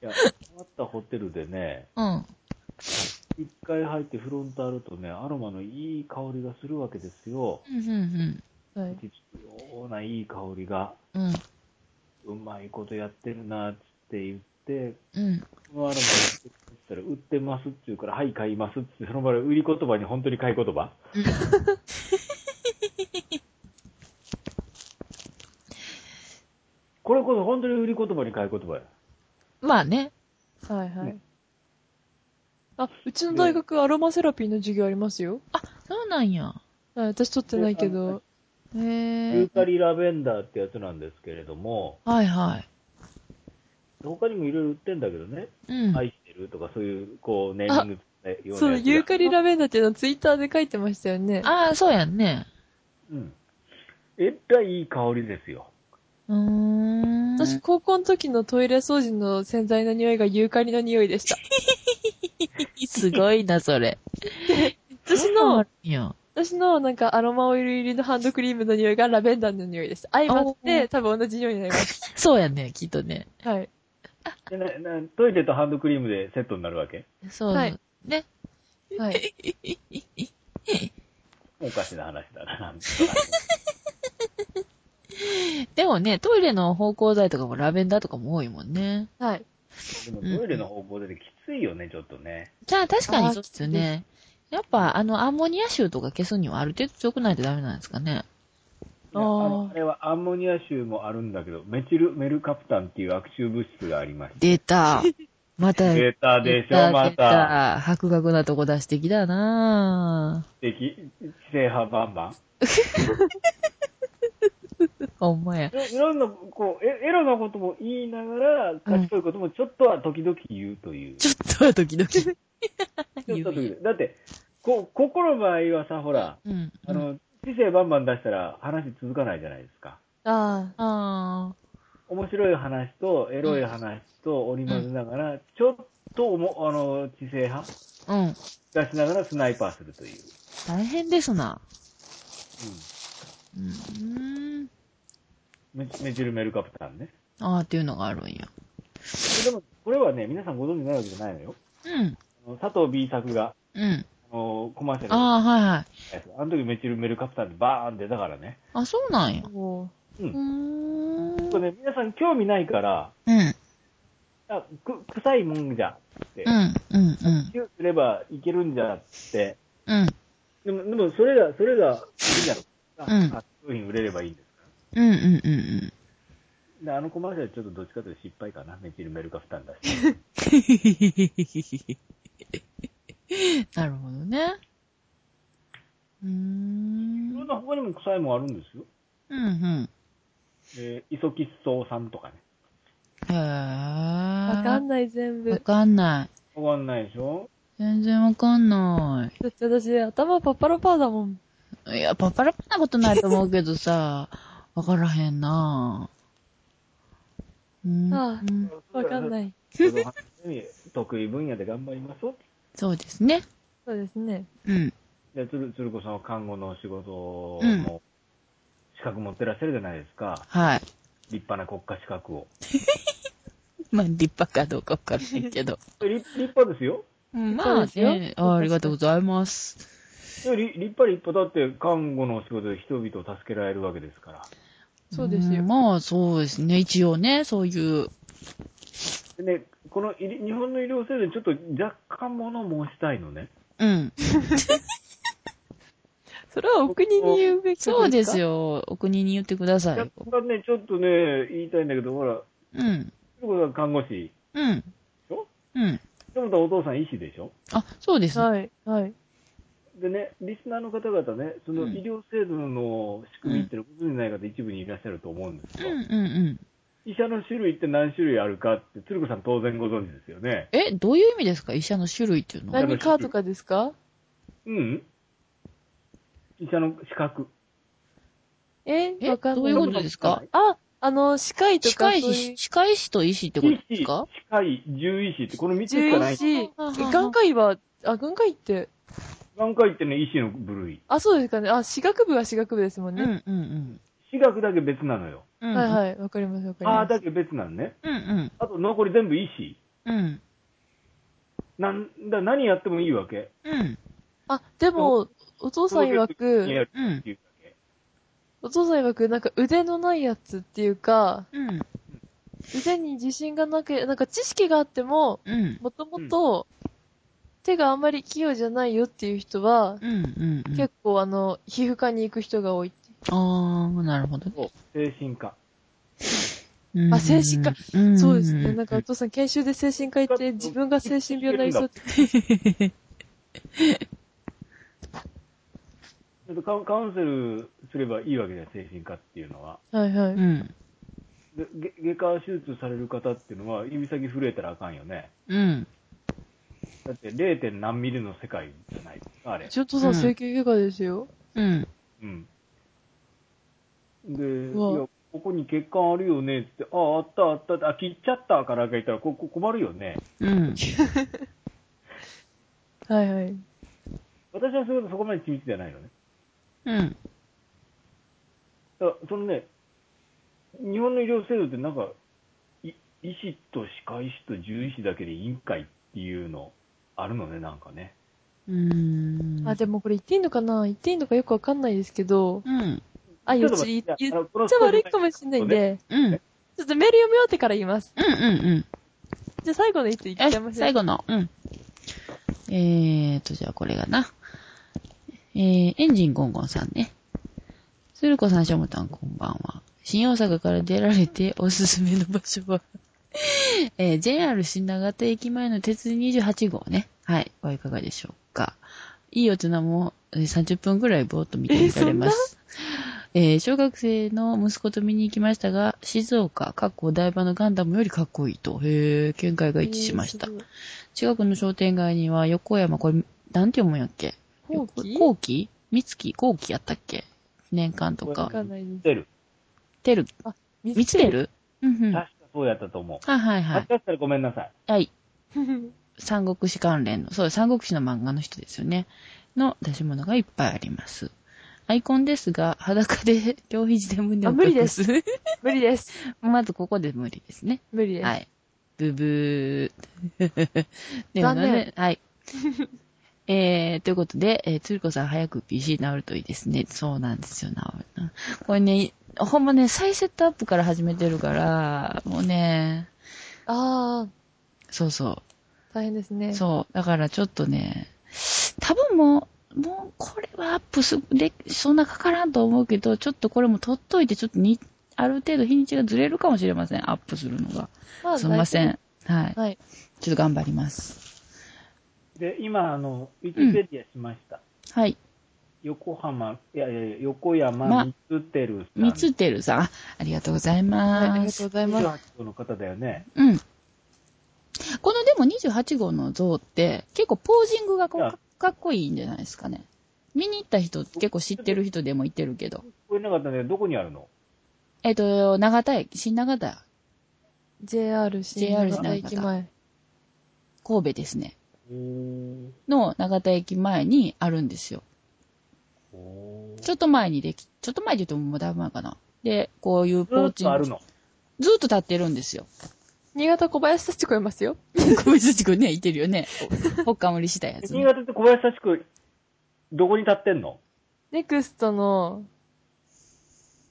Speaker 3: いや、あったホテルでね、
Speaker 1: うん。
Speaker 3: 一回入ってフロントあるとね、アロマのいい香りがするわけですよ。
Speaker 1: うん、うん、
Speaker 2: はい。
Speaker 3: 必要ないい香りが、
Speaker 1: うん。うん、
Speaker 3: うまいことやってるなって言って、
Speaker 1: うん。
Speaker 3: このアロマを売ってたら、売ってますって言うから、はい、買いますって、その場で売り言葉に本当に買い言 葉。これこそ本当に売り言葉に買い言葉や。
Speaker 1: まあね。
Speaker 2: はいはい
Speaker 3: ね。
Speaker 2: あ、うちの大学アロマセラピーの授業ありますよ。
Speaker 1: あ、そうなんや。
Speaker 2: はい、私取ってないけど。
Speaker 1: へ
Speaker 3: ユ
Speaker 1: え
Speaker 3: ー。カリラベンダーってやつなんですけれども、
Speaker 1: はいはい。
Speaker 3: 他にもいろいろ売ってんだけどね、
Speaker 1: うん。
Speaker 3: 愛してるとかそういう、こう、ネーミングねような
Speaker 2: そう、
Speaker 3: やつが
Speaker 2: ユーカリラベンダーっていうのをツイッターで書いてましたよね。
Speaker 1: ああ、そうやんね。
Speaker 3: うん。えらいいい香りですよ。
Speaker 1: うーん。
Speaker 2: 私、高校の時のトイレ掃除の洗剤の匂いがユーカリの匂いでした。
Speaker 1: すごいな、そ れ。
Speaker 2: 私
Speaker 1: そう
Speaker 2: の
Speaker 1: なん、や。
Speaker 2: 私のなんかアロマオイル入りのハンドクリームの匂いがラベンダーの匂いでした。相まっ
Speaker 1: お
Speaker 2: て多分同じ匂いになりまし
Speaker 1: そうやね、きっとね。
Speaker 2: た。はい。
Speaker 3: でななトイレとハンドクリームでセットになるわけ
Speaker 1: そう。
Speaker 2: はい
Speaker 1: ね。
Speaker 2: はい。
Speaker 3: おかしな話だな、なんて
Speaker 1: でもね、トイレの芳香剤とかもラベンダーとかも多いもんね。
Speaker 2: はい。
Speaker 3: でもトイレの方向できついよね、ちょっとね。
Speaker 1: じゃあ確か
Speaker 2: あ
Speaker 1: に
Speaker 2: ー
Speaker 1: そうですよね。やっぱ、あの、アンモニア臭とか消すにはある程度強くないとダメなんですかね。
Speaker 3: いや
Speaker 2: あー
Speaker 3: あのあれはアンモニア臭もあるんだけど、メチルメルカプタンっていう悪臭物質がありまして。
Speaker 1: 出 た。また、
Speaker 3: 出たでしょ、ま
Speaker 1: 出
Speaker 3: た。
Speaker 1: た。白学なとこ出してきたなぁ。
Speaker 3: 敵、制覇バンバン。
Speaker 1: ほんまや。
Speaker 3: いろいろんな、こう、エエロなことも言いながら、賢いこともちょっとは時々言うという。
Speaker 1: ちょっとは時々。
Speaker 3: ちょっと時
Speaker 1: 言う
Speaker 3: 々だって、こ、心の場合はさ、ほら、
Speaker 1: うん。
Speaker 3: あの、知性バンバン出したら話続かないじゃないですか。
Speaker 2: ああ。
Speaker 1: あ
Speaker 3: 面白い話とエロい話と織り交ぜながら、ちょっとおも、あの、知性派
Speaker 1: あ。うん。
Speaker 3: 出しながらスナイパーするという。
Speaker 1: 大変ですな。
Speaker 3: う
Speaker 1: うーん。
Speaker 3: ん。メメチルメルカプタンね。
Speaker 1: ああ、っていうのがあるんや。
Speaker 3: でも、これはね、皆さんご存知ないわけじゃないのよ。
Speaker 1: うん。
Speaker 3: あの佐藤 B 作が、
Speaker 1: うん。
Speaker 3: あの、コマーシャルの
Speaker 1: ああ、はいはい。
Speaker 3: やつ。あの時メチルメルカプタンでバーンってだからね。
Speaker 1: あ、そうなんや。
Speaker 2: も
Speaker 3: う。
Speaker 1: うんーん。
Speaker 3: これね、皆さん興味ないから、
Speaker 1: うん。
Speaker 3: あく臭いもんじゃって
Speaker 1: う、ん。うん。うん。
Speaker 3: チューすればいけるんじゃって。
Speaker 1: うん。
Speaker 3: でも、でもそれが、それが、いいじゃん。あ
Speaker 1: うん
Speaker 3: あ、商品売れればいいんです。
Speaker 1: うん。うん。うん。うん。
Speaker 3: で、あのコマーシャルちょっとどっちかというと失敗かな。メチルメルカ負担だし。
Speaker 1: なるほどね。うー
Speaker 3: い
Speaker 1: ん。う
Speaker 3: ろん
Speaker 1: ん。
Speaker 3: な他にも臭いもんあるんですよ。
Speaker 1: うん。
Speaker 3: えー、イソキッソウ酸とかね。
Speaker 1: へえ。
Speaker 2: う、わか
Speaker 1: わ
Speaker 2: んない全部。
Speaker 1: かんない。
Speaker 3: わかんないでしょ
Speaker 1: 全然わかんな
Speaker 2: だって私、頭パッパラパーだもん。
Speaker 1: い。いや、パッパラパなことないと思うけどさ、 わからへんなぁ。うん
Speaker 2: ああ
Speaker 1: うん、
Speaker 2: わかんない。
Speaker 3: 得意分野で頑張りましょう。
Speaker 1: そうですね。
Speaker 2: そうですね。
Speaker 1: うん。
Speaker 3: で、つる、つるこさんは看護のお仕事
Speaker 1: うん
Speaker 3: の資格持ってらっしゃるじゃないですか。
Speaker 1: はい。
Speaker 3: 立派な国家資格を。
Speaker 1: まあ、立派かどうかわからないけど。
Speaker 3: 立立派ですよ。
Speaker 1: うん
Speaker 2: そ
Speaker 1: ま
Speaker 2: う
Speaker 1: あ
Speaker 2: ですよ
Speaker 1: ねあ、ありがとうございます。
Speaker 3: いやり立派立派だって、看護の仕事で人々を助けられるわけですから。
Speaker 2: そうですよ
Speaker 1: んまあ、そうですね。一応ね、そういう。
Speaker 3: でね、この医日本の医療制度にちょっと若干物申したいのね。
Speaker 1: うん。
Speaker 2: それはお国に言うべきですか
Speaker 1: そうです。よ。お国に言ってくださ
Speaker 3: 若
Speaker 1: い。
Speaker 3: 干ね、ちょっとね、言いたいんだけど、ほら、
Speaker 1: うん。
Speaker 3: ひろこさん看護師
Speaker 1: うん。
Speaker 3: でしょ
Speaker 1: うん。
Speaker 3: ひろこさんお父さん医師でしょ
Speaker 1: あ、そうです。
Speaker 2: はい、はい。
Speaker 3: でね、リスナーの方々ね、その
Speaker 1: うん
Speaker 3: 医療制度の仕組みってのはご存じない方一部にいらっしゃると思うんで
Speaker 1: う
Speaker 3: す
Speaker 1: ん
Speaker 3: よ。
Speaker 1: うんうん。
Speaker 3: 医者の種類って何種類あるかって、鶴子さん当然ご存知ですよね。
Speaker 1: え、どういう意味ですか医者の種類っていうのは。
Speaker 2: 何かとかですか
Speaker 3: うん医者の資格。
Speaker 2: え
Speaker 1: え
Speaker 2: わかん
Speaker 1: どう。
Speaker 2: ないいう
Speaker 1: ことですか
Speaker 2: あ、あの、歯科医と
Speaker 1: 歯
Speaker 2: か
Speaker 1: 科医
Speaker 2: そういう
Speaker 1: 師、、歯科医師と医師ってこと
Speaker 3: 医
Speaker 1: です
Speaker 3: 師、
Speaker 1: か
Speaker 3: 歯科医、獣医師って、この3つしか
Speaker 2: 獣
Speaker 3: な
Speaker 2: 医
Speaker 3: い。
Speaker 2: 師、
Speaker 1: はあはあはあ
Speaker 2: 眼科医は、あ、眼科医って、
Speaker 3: 眼科医ってね、医師の部類。
Speaker 2: あ、そうですかね。あ、歯学部は歯学部ですもん
Speaker 1: う
Speaker 2: ね。
Speaker 1: んうん
Speaker 3: 私学だけ別なのよ。
Speaker 1: うん。
Speaker 2: はい
Speaker 1: い。
Speaker 2: はい、わかりますわかり
Speaker 3: ああ
Speaker 2: ます。
Speaker 3: だけ別なのね。
Speaker 1: うんうん。
Speaker 3: あと残り全部医師。
Speaker 1: うん。
Speaker 3: なんだ、何やってもいいわけ。
Speaker 1: うん。
Speaker 2: あ、でも、お父さん曰
Speaker 3: や
Speaker 2: く、
Speaker 3: るっていうわけ。
Speaker 2: お父さん曰く、なんか腕のないやつっていうか、
Speaker 1: うん。
Speaker 2: 腕に自信がなく、なんか知識があっても、
Speaker 1: うん。
Speaker 2: もともと、手があんまり器用じゃないよっていう人は、
Speaker 1: うんうんうん。
Speaker 2: 結構あの、皮膚科に行く人が多い。
Speaker 1: あー、なるほど。
Speaker 3: 精神科。
Speaker 1: うん
Speaker 2: あ精神科。
Speaker 1: ん
Speaker 2: そうですね。なんかお父さん研修で精神科行って、自分が精神病になりそうって。
Speaker 3: ちょっとカウンカウンセルすればいいわけじゃん、精神科っていうのは。
Speaker 2: はい は
Speaker 1: う
Speaker 2: い。
Speaker 1: ん。
Speaker 3: でげ外科手術される方っていうのは、指先震えたらあかんよね。
Speaker 1: うん。
Speaker 3: だって 0. 何ミリの世界じゃないですか、あれ
Speaker 2: う。ちお父さん整形外科ですよ。
Speaker 1: うん。
Speaker 3: うん。で、
Speaker 2: うわ
Speaker 3: いや、ここに血管あるよねってって、ああ、あったあったって、あ、切っちゃったから言ったら、ここ困るよね。
Speaker 1: うん。
Speaker 2: はいはい。
Speaker 3: 私はそれほどそこまで緻密じゃないのね。
Speaker 1: うん。
Speaker 3: だから、そのね、日本の医療制度ってなんか、い医師と歯科医師と獣医師だけで委員会っていうの、あるのね、なんかね。
Speaker 1: うーん。
Speaker 2: あ、でもこれ言っていいのかな言っていいのかよくわかんないですけど、
Speaker 1: うん。
Speaker 2: あ、
Speaker 3: ちょ
Speaker 2: よ
Speaker 3: っと待
Speaker 2: ち
Speaker 3: って
Speaker 2: 言
Speaker 3: いやあ
Speaker 2: っ
Speaker 3: のこの
Speaker 2: ちゃ悪いかもしれないんで、
Speaker 1: うん。うん
Speaker 2: ちょっとメール読み終わってから言います。
Speaker 1: うんうん。
Speaker 2: じゃあ最後の一つ言っちゃいま
Speaker 1: よし
Speaker 2: しょ
Speaker 1: 最
Speaker 2: う。
Speaker 1: 後の。うん。えーと、じゃあこれがな。えー、エンジンゴンゴンさんね。鶴子さん、しょもたん、こんばんは。新大阪から出られておすすめの場所は、 えー、JR 新長田駅前の鉄28号ね。はい。はいかがでしょうか。いい大人もえー30分ぐらいぼーっと見ていられます。えー小学生の息子と見に行きましたが、静岡、かっこお台場のガンダムよりかっこいいと、へー、見解が一致しました
Speaker 2: え。ー。
Speaker 1: 近くの商店街には横山、これ、なんて読むんやっけ
Speaker 2: 後期
Speaker 1: 後期三月後期やったっけ年間と
Speaker 2: わ
Speaker 1: か。
Speaker 2: かんないです。
Speaker 3: 出る。
Speaker 1: てる、
Speaker 2: 見
Speaker 1: 見つけるうんうん。
Speaker 3: 確
Speaker 1: は
Speaker 3: かそうやったと思う。
Speaker 1: いはいはい。
Speaker 3: 間違ってたらごめんなさい。
Speaker 1: はい。
Speaker 2: る。
Speaker 1: 三国志関連の、そう、三国志の漫画の人ですよね。の出し物がいっぱいあります。アイコンですが、裸で 両肘で胸を
Speaker 2: あ無理
Speaker 1: 隠。
Speaker 2: です無理です。
Speaker 1: まずここで無理ですね。
Speaker 2: 無理です。
Speaker 1: はい。ブブ ー。でも
Speaker 2: 残念
Speaker 1: ね、はい。 えー、ということで、えー、つるこさん早く PC 治るといいですね。そうなんですよ、治るな。これね、ほんまね、再セットアップから始めてるから、もうね、
Speaker 2: あ
Speaker 1: そうそ
Speaker 2: ー、大変ですね。
Speaker 1: う。そう。だからちょっとね、多分もう、もうこれはアップす、で、そんなかからんと思うけど、ちょっとこれも取っといて、ちょっとに、ある程度日にちがずれるかもしれません、アップするのが。
Speaker 2: あ
Speaker 1: すみませ
Speaker 2: 大
Speaker 1: ん。はい
Speaker 2: 丈夫。はい。
Speaker 1: ちょっと頑張ります。
Speaker 3: で、今、あの、ウィキペディアしました。
Speaker 1: はい。
Speaker 3: 横浜、いやいやいや横山
Speaker 1: ま
Speaker 3: 光輝さん。
Speaker 1: みつてるさん、あありがとうござい
Speaker 2: はい、あり
Speaker 1: ま
Speaker 2: が
Speaker 1: す。
Speaker 2: とうございます。
Speaker 3: 28号の方だよね。
Speaker 1: うん。このでも28号の像って、結構ポージングがこう
Speaker 3: いや
Speaker 1: かかっこいいんじゃないですかね。見に行った人、結構知ってる人でも行ってるけど。
Speaker 3: 聞こえなかったね。どこにあるの
Speaker 1: えっ、と、長田駅、新長田、
Speaker 2: JR 新潟
Speaker 1: JR
Speaker 2: 駅前。
Speaker 1: 神戸ですね。
Speaker 3: お
Speaker 1: の長田駅前にあるんですよ。
Speaker 3: お
Speaker 1: ちょっと前にでき、ちょっと前で言うともうだいぶ前かな。で、こういう
Speaker 3: ず
Speaker 1: ポ
Speaker 3: ー
Speaker 1: ー
Speaker 3: っ
Speaker 1: チン
Speaker 3: とあ
Speaker 1: グ
Speaker 3: る。の。
Speaker 1: ずーっと立ってるんですよ。
Speaker 2: 新潟小林幸子いますよ。
Speaker 1: 小林幸子ね、いてるよね。ほっかむりしたやつ
Speaker 3: 新
Speaker 1: ね。
Speaker 3: 潟って小林幸子、どこに立ってんの
Speaker 2: ネクストの、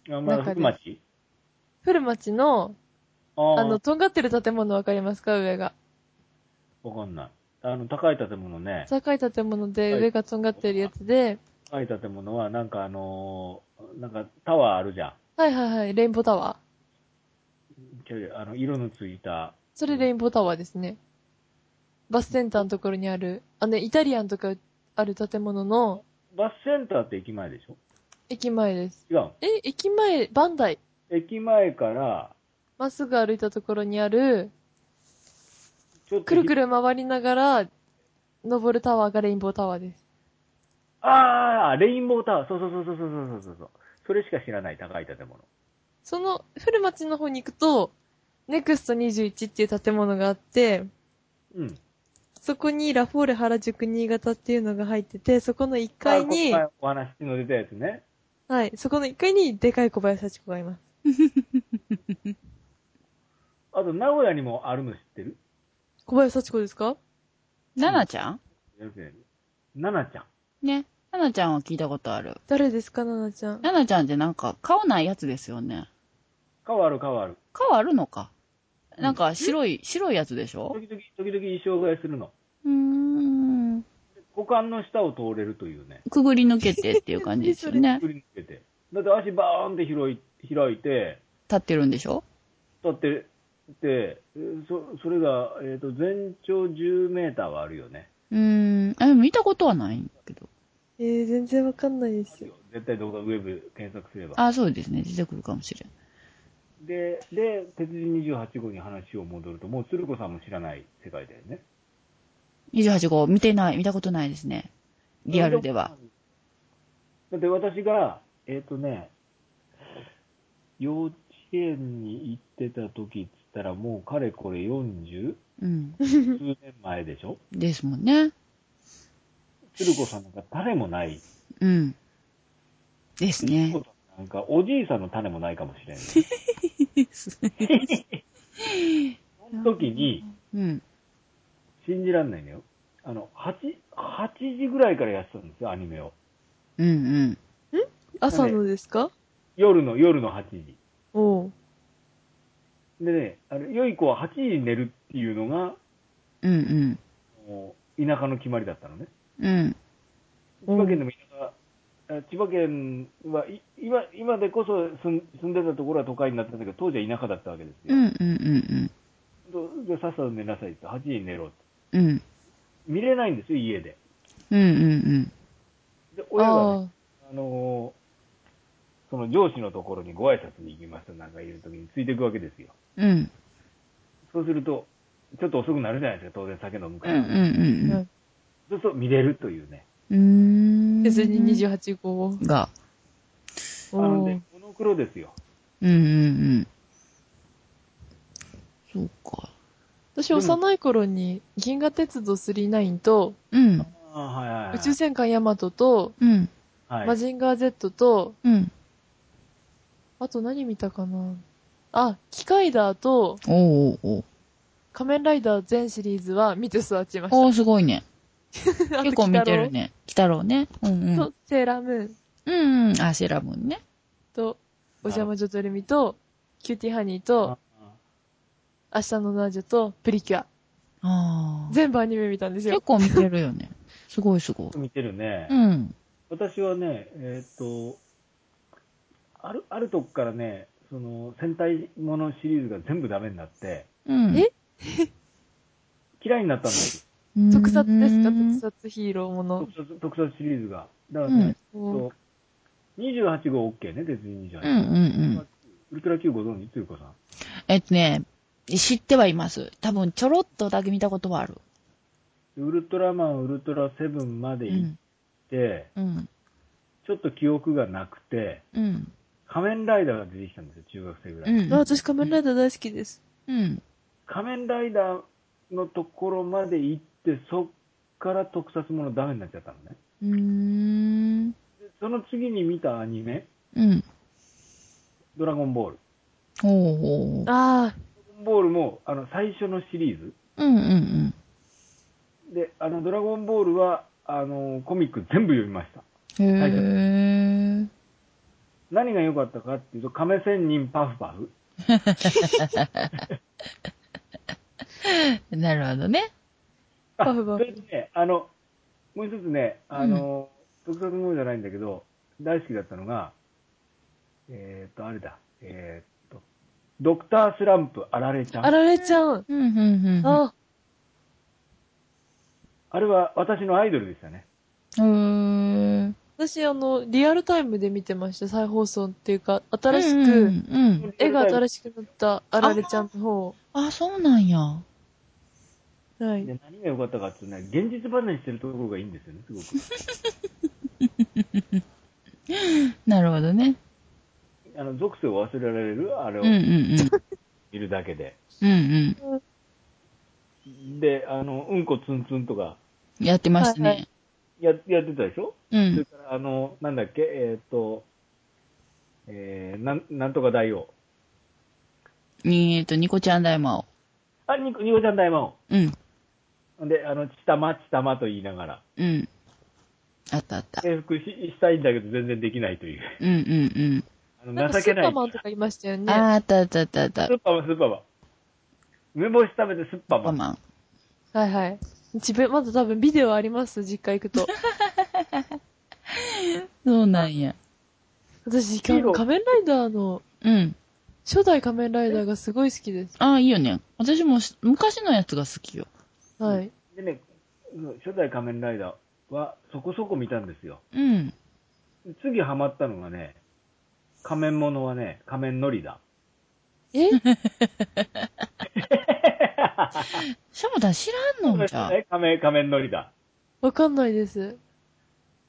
Speaker 3: あまだ
Speaker 2: 中で
Speaker 3: 福町
Speaker 2: 古町の、
Speaker 3: あ
Speaker 2: あ
Speaker 3: あ
Speaker 2: の、とんがってる建物わかりますか上が。
Speaker 3: わかんない。あの、高い建物ね。
Speaker 2: 高い建物で
Speaker 3: はい
Speaker 2: 上がとんがってるやつで、
Speaker 3: 高い建物は、なんかあのーなんかタワーあるじゃん。
Speaker 2: はいはいはい、レインボータワー。
Speaker 3: ちょいあの、色のついた。
Speaker 2: それレインボータワーですね。バスセンターのところにある、あの、イタリアンとかある建物の
Speaker 3: バスセンターって駅前でしょ
Speaker 2: 駅前です。
Speaker 3: 違うの。
Speaker 2: え、駅前、バンダイ。
Speaker 3: 駅前から、
Speaker 2: まっすぐ歩いたところにある、
Speaker 3: ちょっと。
Speaker 2: くるく。る回りながら、登るタワーがレインボータワーです。
Speaker 3: ああ、レインボータワー。そうそうそうそうそうそうそうそう。それしか知らない高い建物。
Speaker 2: その、古町の方に行くと、ネクスト21っていう建物があって、
Speaker 3: うん。
Speaker 2: そこにラフォーレ原宿新潟っていうのが入ってて、そこの1階に
Speaker 3: あ、ここ前お話の出たやつね。
Speaker 2: はい、そこの1階にでかい小林幸子がいます。
Speaker 3: あと、名古屋にもあるの知ってる
Speaker 2: 小林幸子ですか
Speaker 1: ななちゃん
Speaker 3: やつやねななちゃん。
Speaker 1: ね。ななちゃんは聞いたことある。
Speaker 2: 誰ですか、ななちゃん。
Speaker 1: ななちゃんってなんか顔ないやつですよね。
Speaker 3: 顔ある顔ある。
Speaker 1: 顔あるのか。なんか白い、白いやつでしょ
Speaker 3: 時々、時々衣装替えするの。
Speaker 1: うーん。
Speaker 3: 股間の下を通れるというね。
Speaker 1: くぐり抜けてっていう感じですよ ね。
Speaker 3: 振り抜けて。だって足バーンって広い開いて、
Speaker 1: 立ってるんでしょ
Speaker 3: 立って、で、えーそそれが、えっ、と、全長10メーターはあるよね。
Speaker 1: うーん。あ、でも見たことはないんだけど。
Speaker 2: えー、全然わかんないですよ。
Speaker 3: 絶対どこかウェブ検索すれば。
Speaker 1: あ、そうですね。出てくるかもしれん。
Speaker 3: で、で、鉄人28号に話を戻ると、もう鶴子さんも知らない世界だよね。
Speaker 1: 28号、見てない。見たことないですね。リアルでは。。
Speaker 3: だって私が、えっ、とね、幼稚園に行ってた時っつったら、もうかれこれ40
Speaker 1: うん。
Speaker 3: 数年前でしょ
Speaker 1: ですもんね。
Speaker 3: 鶴子さんなんか種もない。
Speaker 1: うん。ですね
Speaker 3: 鶴。子さんなんかおじいさんの種もないかもしれない。その時に、
Speaker 1: うん。
Speaker 3: 信じらんないのよ。あの、8、8時ぐらいからやってたんですよ、アニメを。
Speaker 1: うんうん。
Speaker 2: 朝のですか
Speaker 3: 夜の、夜の8時。
Speaker 2: おう。
Speaker 3: でね、あの、良い子は8時に寝るっていうのが、
Speaker 1: うん
Speaker 3: もう田舎の決まりだったのね。
Speaker 1: うん。うん。
Speaker 3: 千葉県でも田舎、あ千葉県はい、今、今でこそ住ん住んでたところは都会になったんだけど、当時は田舎だったわけです
Speaker 1: う
Speaker 3: よ。
Speaker 1: んうんうん
Speaker 3: どじゃあさっさと寝なさいって、8時に寝ろって。
Speaker 1: うん。うん。
Speaker 3: 見れないんですよ、家で。
Speaker 1: うんうん
Speaker 3: で、
Speaker 2: あ
Speaker 3: 親が、ね、あのーその上司のところにご挨拶に行きますとなんかいるときについていくわけですよ。
Speaker 1: うん。うん。
Speaker 3: そうすると、ちょっと遅くなるじゃないですか、当然酒飲むか
Speaker 1: う
Speaker 3: ら。
Speaker 1: んうん
Speaker 2: あ。
Speaker 1: う
Speaker 2: はい
Speaker 1: ん。
Speaker 3: そうすると見れるというね。
Speaker 1: うーん。
Speaker 2: 鉄人28号を。
Speaker 1: が。
Speaker 3: あの
Speaker 2: お
Speaker 3: ね
Speaker 2: う。、
Speaker 3: モノクロですよ。
Speaker 1: うんうんうん。そうか。
Speaker 2: 私、幼い頃に、銀河鉄道39と、
Speaker 1: うん。
Speaker 3: ああ、はいはい、はい。
Speaker 2: 宇宙戦艦ヤマトと、
Speaker 1: うん。
Speaker 3: はい、
Speaker 2: マジンガー Z と、
Speaker 1: うん。
Speaker 2: あと何見たかなあ、キカイダーと、
Speaker 1: おうおう
Speaker 2: 仮面ライダー全シリーズは見て育ちま
Speaker 1: おう。おー
Speaker 2: し
Speaker 1: すごいね。
Speaker 2: た。
Speaker 1: 結構見てる
Speaker 2: ね。
Speaker 1: ね。鬼太郎ね。うんうん
Speaker 2: と。、セーラームーン
Speaker 1: うんうん。あ、セーラームーンね。
Speaker 2: と、お邪魔女ドレミと、キューティーハニーと、明日のナージュと、プリキュア。
Speaker 1: ああ。
Speaker 2: 全部アニメ見たんです
Speaker 1: 結
Speaker 2: よ。
Speaker 1: 構見てるよね。すごいすごい。
Speaker 3: 見てるね。
Speaker 1: うん。
Speaker 3: 私はね、えーっ、と、ある、あるとこからね、その、戦隊ものシリーズが全部ダメになって、
Speaker 1: うん。
Speaker 2: え
Speaker 3: 嫌いになったんです
Speaker 2: 特撮ですか
Speaker 1: うーん
Speaker 2: 特撮ヒーローもの
Speaker 3: よ。。特撮、特撮シリーズが。だからね、
Speaker 2: おー
Speaker 3: と28号 OK ね、鉄人28
Speaker 1: うんうんうん。
Speaker 3: ウルトラ Q ご存知というかさん。
Speaker 1: えっとね、知ってはいます。多分ちょろっとだけ見たことはある。
Speaker 3: ウルトラマン、ウルトラセブンまで
Speaker 1: う
Speaker 3: 行っ
Speaker 1: ん。
Speaker 3: て、
Speaker 1: うん。
Speaker 3: ちょっと記憶がなくて、
Speaker 1: うん。
Speaker 3: 仮面ライダーが出てきたんですよ、中学生ぐら
Speaker 1: う
Speaker 3: い。
Speaker 1: ん。
Speaker 2: あ私仮面ライダー大好きです。
Speaker 1: うん。
Speaker 3: 仮面ライダーのところまで行って、そっから特撮ものダメになっちゃったのね。
Speaker 1: うーん。
Speaker 3: でその次に見たアニメ、
Speaker 1: うん。
Speaker 3: ドラゴンボール。
Speaker 1: ほうほうほう。
Speaker 2: ああ、
Speaker 3: ンボールも、あの、最初のシリーズ。
Speaker 1: うんうんうん。
Speaker 3: で、あの、ドラゴンボールは、あの、コミック全部読みました。
Speaker 1: へえ。
Speaker 3: 何が良かったかっていうと、亀仙人パフパフ。
Speaker 1: なるほどね。
Speaker 3: あ
Speaker 2: パフパフ
Speaker 3: それとね、あの、もう一つね、あの、特撮の方じゃないんだけど、大好きだったのが、えっ、と、あれだ、えっ、と、ドクタースランプあられちゃん。
Speaker 2: あ
Speaker 3: あ
Speaker 2: られちゃん。
Speaker 1: うんうんうん。
Speaker 2: あ、
Speaker 3: れは私のアイドルでしたね。
Speaker 1: うん。う
Speaker 2: 私、あの、リアルタイムで見てました、再放送っていうか、
Speaker 1: ん
Speaker 2: 新しく、
Speaker 1: うん。
Speaker 2: 絵が新
Speaker 3: し
Speaker 2: しくなったあられちゃんの方。
Speaker 1: あ、そうなんや。
Speaker 2: はいい。
Speaker 3: で何が良かったかっていうとね、現実離れしてるところがいいんですよね、すごく。
Speaker 1: なるほどね。
Speaker 3: あの、属性を忘れられる、あれ
Speaker 1: う
Speaker 3: を
Speaker 1: んうんうん。
Speaker 3: 見るだけで。
Speaker 1: うん
Speaker 3: で、あの、うんこツンツンとか、
Speaker 1: うん。やってました
Speaker 2: はいは
Speaker 1: ね。
Speaker 3: や、やってたでしょ
Speaker 1: う
Speaker 3: それ
Speaker 1: ん。
Speaker 3: から、あの、なんだっけ、えーっ、と、えー、なん、なんとか大王。
Speaker 1: えっと、ニコちゃん大魔王。
Speaker 3: あ、ニコ、ニコちゃん大魔
Speaker 1: うん。
Speaker 3: 王。で、あの、ちたま、ちたまと言いながら、
Speaker 1: うん。あったあった。
Speaker 3: 征服ししたいんだけど全然できないという。
Speaker 1: うんうん
Speaker 3: あの
Speaker 2: なんか
Speaker 3: 情
Speaker 2: ス
Speaker 3: け
Speaker 2: ー
Speaker 3: ない。
Speaker 2: パーマンとかいましたよ
Speaker 1: うん。
Speaker 2: ね。
Speaker 1: あったあったあったあった。
Speaker 3: ス
Speaker 1: ス
Speaker 3: ーパーマン、スーパーマン。梅干し食べてスッパー
Speaker 1: ーパー
Speaker 3: マン。
Speaker 1: マン。
Speaker 2: はいはい。自分、まず多分ビデオあります、実家行くと。
Speaker 1: そうなんや。
Speaker 2: 私、
Speaker 3: ヒーロー
Speaker 2: 仮面ライダーの、
Speaker 1: うん。
Speaker 2: 初代仮面ライダーがすごい好きです。
Speaker 1: ああ、いいよね。私もし昔のやつが好きよ。
Speaker 2: はい。
Speaker 3: でね、うん初代仮面ライダーはそこそこ見たんですよ。
Speaker 1: うん。
Speaker 3: 次ハマったのがね、仮面ものはね、仮面のりだ。
Speaker 2: え
Speaker 1: しょうだ、知らんのんじゃ。
Speaker 3: え仮面、仮面のりだ。
Speaker 2: わかんないです。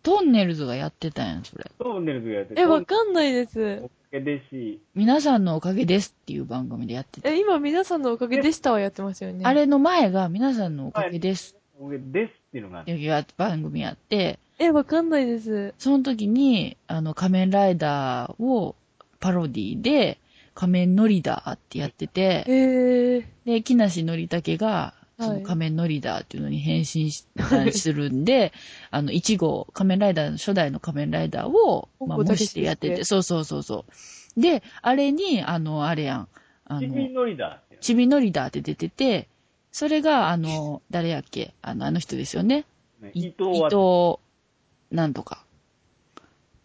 Speaker 1: トンネルズがやってたんや、それ。
Speaker 3: トンネルズがやって
Speaker 2: え、
Speaker 3: トンネ
Speaker 2: わ
Speaker 3: ルズ
Speaker 2: かんないです
Speaker 3: お。かげですし、
Speaker 1: 皆さんのおかげですっていう番組でやってて。
Speaker 2: え、今皆さんのおかげでしたはやってますよね。
Speaker 1: あれの前が皆さんのおかげです
Speaker 3: おかげですっていうのがあっ
Speaker 1: って
Speaker 3: て、
Speaker 1: いう番組やって、
Speaker 2: え、わかんないです。
Speaker 1: その時に、あの、仮面ライダーをパロディで、仮面ノリダーってやって
Speaker 2: え
Speaker 1: て、
Speaker 2: ー。
Speaker 1: で、木梨憲武が、そ
Speaker 2: は
Speaker 1: の
Speaker 2: い
Speaker 1: 仮面ノリダーっていうのに変身し
Speaker 2: はい
Speaker 1: するんで、あの、1号、仮面ライダーの初代の仮面ライダーを、まあ、
Speaker 2: 本郷
Speaker 1: 模
Speaker 2: 猛
Speaker 1: してやって
Speaker 2: 先
Speaker 1: て、
Speaker 2: 生
Speaker 1: そうそうそうそう。で、あれに、あの、あれやん、あ
Speaker 3: ち
Speaker 1: の、
Speaker 3: びのりだって。
Speaker 1: ちびのりだって出てて、それが、あの、誰やっけあの、あの人ですよね。
Speaker 3: ね
Speaker 1: い
Speaker 3: 伊藤は、
Speaker 1: 伊藤なんとか。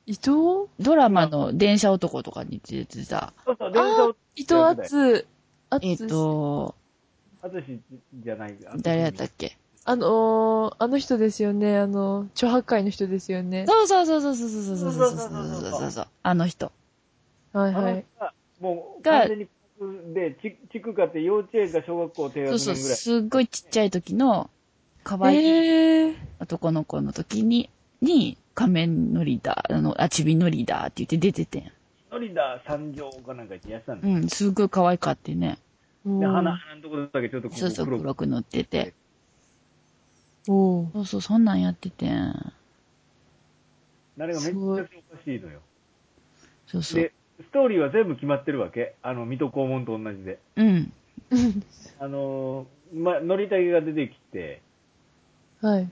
Speaker 2: 伊藤
Speaker 1: ドラマの電車男とかに出てた。
Speaker 3: そうそう、電車を、
Speaker 2: 伊藤厚。厚
Speaker 1: えっ、と、
Speaker 3: あとしじゃない。
Speaker 1: 誰やったっ
Speaker 3: け
Speaker 1: け
Speaker 2: あのー、あの人ですよね。あの、著白会の人ですよね。
Speaker 1: そうそうそうそうそうそうそうそうそうそうそうあの人。
Speaker 2: はい
Speaker 3: あの
Speaker 2: は
Speaker 3: 人
Speaker 2: い。
Speaker 3: が、もう、
Speaker 1: が
Speaker 3: 完全に、で、ち、地区かって幼稚園か小学校低学
Speaker 1: そう
Speaker 3: 年ぐ
Speaker 1: そ
Speaker 3: ら
Speaker 1: う、す
Speaker 3: い。
Speaker 1: っごいちっちゃい時の、可愛い
Speaker 2: えー。
Speaker 1: 男の子の時に、に、仮面のリーダー、あの、あちびのリーダーって言って出ててん。
Speaker 3: のりだ三条かなんか言ってやってたん
Speaker 1: う
Speaker 3: で
Speaker 1: ん、すっごい可愛かってね。
Speaker 3: す。で、鼻、
Speaker 2: お
Speaker 3: 鼻のところだけちょっとこ
Speaker 1: そう
Speaker 3: う
Speaker 1: そう、
Speaker 3: 黒く
Speaker 1: 黒く塗ってて。
Speaker 2: おー
Speaker 1: そうそう、そんなんやっててん。
Speaker 3: あれがめっちゃ
Speaker 2: すごい
Speaker 3: おかしいのよ。
Speaker 1: そうそう。
Speaker 3: で、ストーリーは全部決まってるわけ。あの、水戸黄門と同じで。
Speaker 1: うん。
Speaker 3: あのー、ま、のりたけが出てきて、
Speaker 2: はい。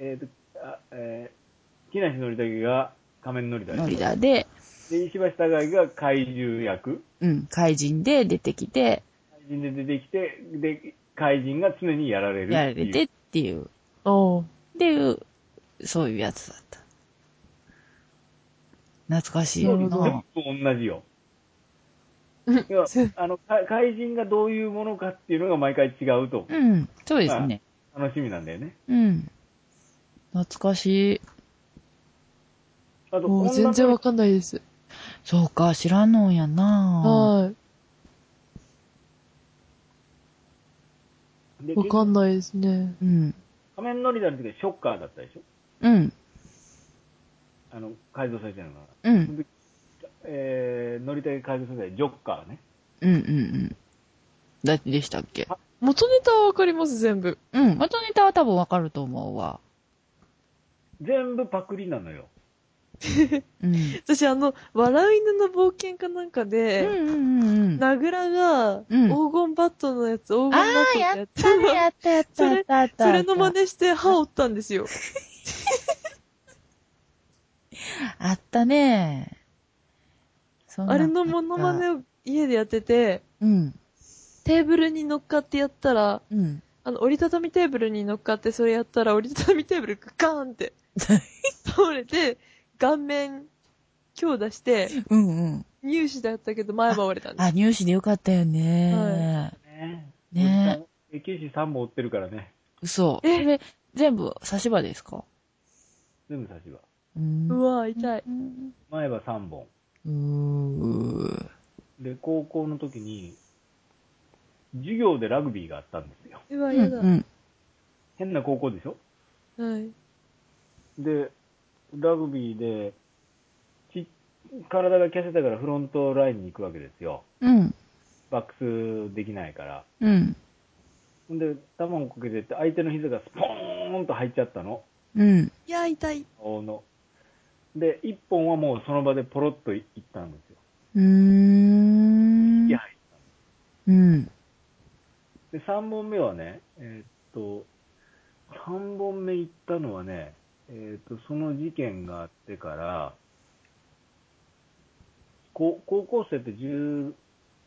Speaker 3: えっ、と、あえー、木梨のりたけが仮面のりだ
Speaker 1: ノ
Speaker 3: よ。
Speaker 1: リダーで、
Speaker 3: で、石橋貴明が怪獣役。
Speaker 1: うん、怪人で出てきて、
Speaker 3: 怪人で出てきて、で、怪人が常にやられるっていう。
Speaker 1: やられてっていう。
Speaker 2: おー
Speaker 1: で、うそういうやつだった。懐かしい
Speaker 3: そう
Speaker 1: よな。
Speaker 3: 全部同じよ。
Speaker 2: うん
Speaker 3: 要はあの、か怪人がどういうものかっていうのが毎回違うと
Speaker 1: うん、そうですね。
Speaker 3: 楽しみなんだよね。
Speaker 1: うん。懐かしい。
Speaker 3: あ と、
Speaker 2: もう全
Speaker 3: 女
Speaker 2: 然
Speaker 3: の
Speaker 2: わかんないです。
Speaker 1: そうか、知らんのんやな
Speaker 2: は
Speaker 3: 子で
Speaker 2: い。わかんないですね。
Speaker 1: うん。
Speaker 3: 仮面ノリダーの時はショッカーだったでしょ
Speaker 1: うん。
Speaker 3: あの、改造されてるのが。
Speaker 1: うん。う
Speaker 3: そ
Speaker 1: ん
Speaker 3: の時えー、乗りたい改造されて、ジョッカーね。
Speaker 1: うんうん。だってでしたっけ
Speaker 2: 元ネタはわかります、全部。
Speaker 1: うん。元ネタは多分わかると思うわ。
Speaker 3: 全部パクリなのよ。
Speaker 1: うん。
Speaker 2: 私あの、笑い犬の冒険かなんか
Speaker 1: うん
Speaker 2: で、
Speaker 1: うんうんうん。
Speaker 2: 名倉が、
Speaker 1: うん
Speaker 2: 黄金バットのやつ、
Speaker 1: あ
Speaker 2: 黄金バッ
Speaker 1: あ、
Speaker 2: トの
Speaker 1: や
Speaker 2: や
Speaker 1: っ
Speaker 2: つ
Speaker 1: たね、 やったやった
Speaker 2: それ
Speaker 1: やったやった。
Speaker 2: それの真似して歯折ったんですよ。
Speaker 1: あったね。そんな
Speaker 2: あれのモノマネを家でやってて、
Speaker 1: うん。
Speaker 2: テーブルに乗っかってやったら、
Speaker 1: うん。
Speaker 2: あの、折りたたみテーブルに乗っかってそれやったら、折りたたみテーブルがガーンって倒れて、顔面強打して、
Speaker 1: うんうん。
Speaker 2: 乳歯だったけど前歯折れたんです。
Speaker 1: あ、入試でよかったよね。
Speaker 3: ね
Speaker 1: ね
Speaker 3: え。九死3本追ってるからね。
Speaker 1: 嘘。
Speaker 2: え
Speaker 1: それ、全部刺し歯ですか
Speaker 3: 全部差しは。
Speaker 1: うん
Speaker 2: うわぁ、痛い。
Speaker 1: うん
Speaker 3: 前歯3本。
Speaker 1: うー。
Speaker 3: で、高校の時に、授業でラグビーがあったんですよ。
Speaker 2: うわ、
Speaker 1: う
Speaker 2: や
Speaker 1: ん
Speaker 2: だ。
Speaker 1: うん。
Speaker 3: 変な高校でしょ
Speaker 2: はい。
Speaker 3: で、ラグビーで、ち体が痩せたからフロントラインに行くわけですよ。
Speaker 1: うん。
Speaker 3: バックスできないから。
Speaker 1: うん。
Speaker 3: ほんで、球をかけてって、相手の膝がスポーンと入っちゃったの。
Speaker 1: うん。
Speaker 2: いや、痛い。
Speaker 3: 顔の。で、一本はもうその場でポロッといったんですよ。
Speaker 1: うーん。
Speaker 3: いや、
Speaker 1: うん。
Speaker 3: で、3本目はね、えーっと、3本目行ったのはね、えーっと、その事件があってから、こ高校生って16、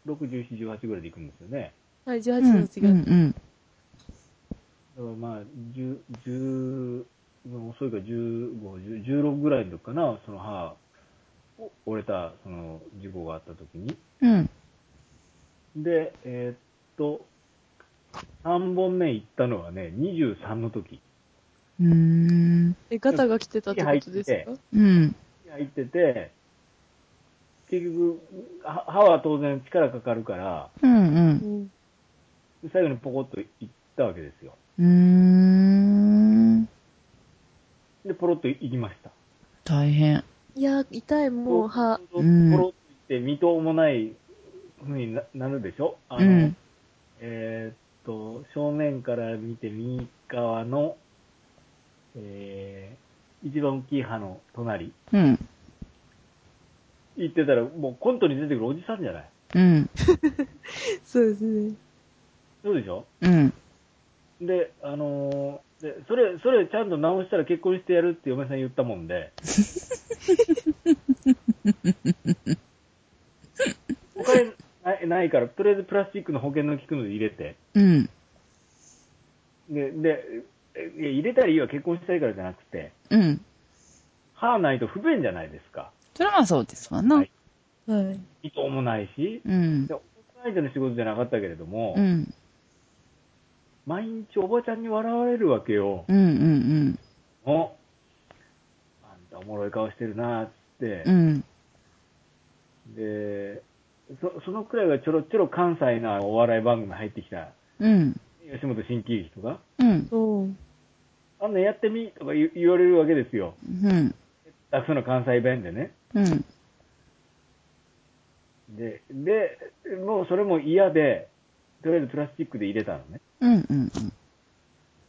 Speaker 3: 17、18ぐらいで行くんですよね。
Speaker 2: はい、
Speaker 1: う
Speaker 2: 18
Speaker 1: ん
Speaker 2: の違う。
Speaker 1: うん。
Speaker 3: だからまあ、10、10遅いから15、10 16ぐらいの時かな、その歯、お折れた、その、事故があった時に。
Speaker 1: うん。
Speaker 3: で、えーっと、3本目行ったのはね、23の時。
Speaker 1: うーん。
Speaker 2: え、ガタが来てたってことですか
Speaker 1: うん。
Speaker 3: 入ってて、結局、は歯は当然力かかるから、
Speaker 1: うん。
Speaker 2: うん。
Speaker 3: 最後にポコッといったわけですよ。
Speaker 1: うーん。
Speaker 3: で、ポロッといきました。
Speaker 1: 大変。
Speaker 2: いや、痛い、もう歯。
Speaker 3: ポロ
Speaker 1: うん
Speaker 3: ッといって、見とうもない風にななるでしょあ
Speaker 1: う
Speaker 3: の、
Speaker 1: ん。
Speaker 3: えーっと、正面から見て右側の、えー、一番大きい歯の隣、
Speaker 1: うん。
Speaker 3: 行ってたら、もうコントに出てくるおじさんじゃない
Speaker 1: うん。
Speaker 2: そうですね。
Speaker 3: そうでしょ
Speaker 1: うん。
Speaker 3: で、あのーで、それ、それちゃんと直したら結婚してやるって嫁さん言ったも んで。お金ないないから、とりあえずプラスチックの保険の効くので入れて。
Speaker 1: うん。
Speaker 3: で、で、えいや入れたらいいわ、結婚したいからじゃなくて、
Speaker 1: うん。
Speaker 3: 歯ないと不便じゃないですか。
Speaker 1: それはまあそうですわな。
Speaker 3: はい
Speaker 2: はい。
Speaker 3: 伊藤もないし、
Speaker 1: うん
Speaker 3: で。オンラインでの仕事じゃなかったけれども、
Speaker 1: うん。
Speaker 3: 毎日おばちゃんに笑われるわけよ。
Speaker 1: うんうん
Speaker 3: おあんたおもろい顔してるなーっつって、
Speaker 1: うん。うん。
Speaker 3: で、そそのくらいがちょろちょろ関西なお笑い番組入ってきた、
Speaker 1: うん。
Speaker 3: 吉本新喜劇とか、
Speaker 1: うん。
Speaker 2: うん。
Speaker 3: あんなやってみとか言う言われるわけですよ。
Speaker 1: うん。
Speaker 3: あその関西弁でね。
Speaker 1: うん。
Speaker 3: で、で、もうそれも嫌で、とりあえずプラスチックで入れたのね。
Speaker 1: うん。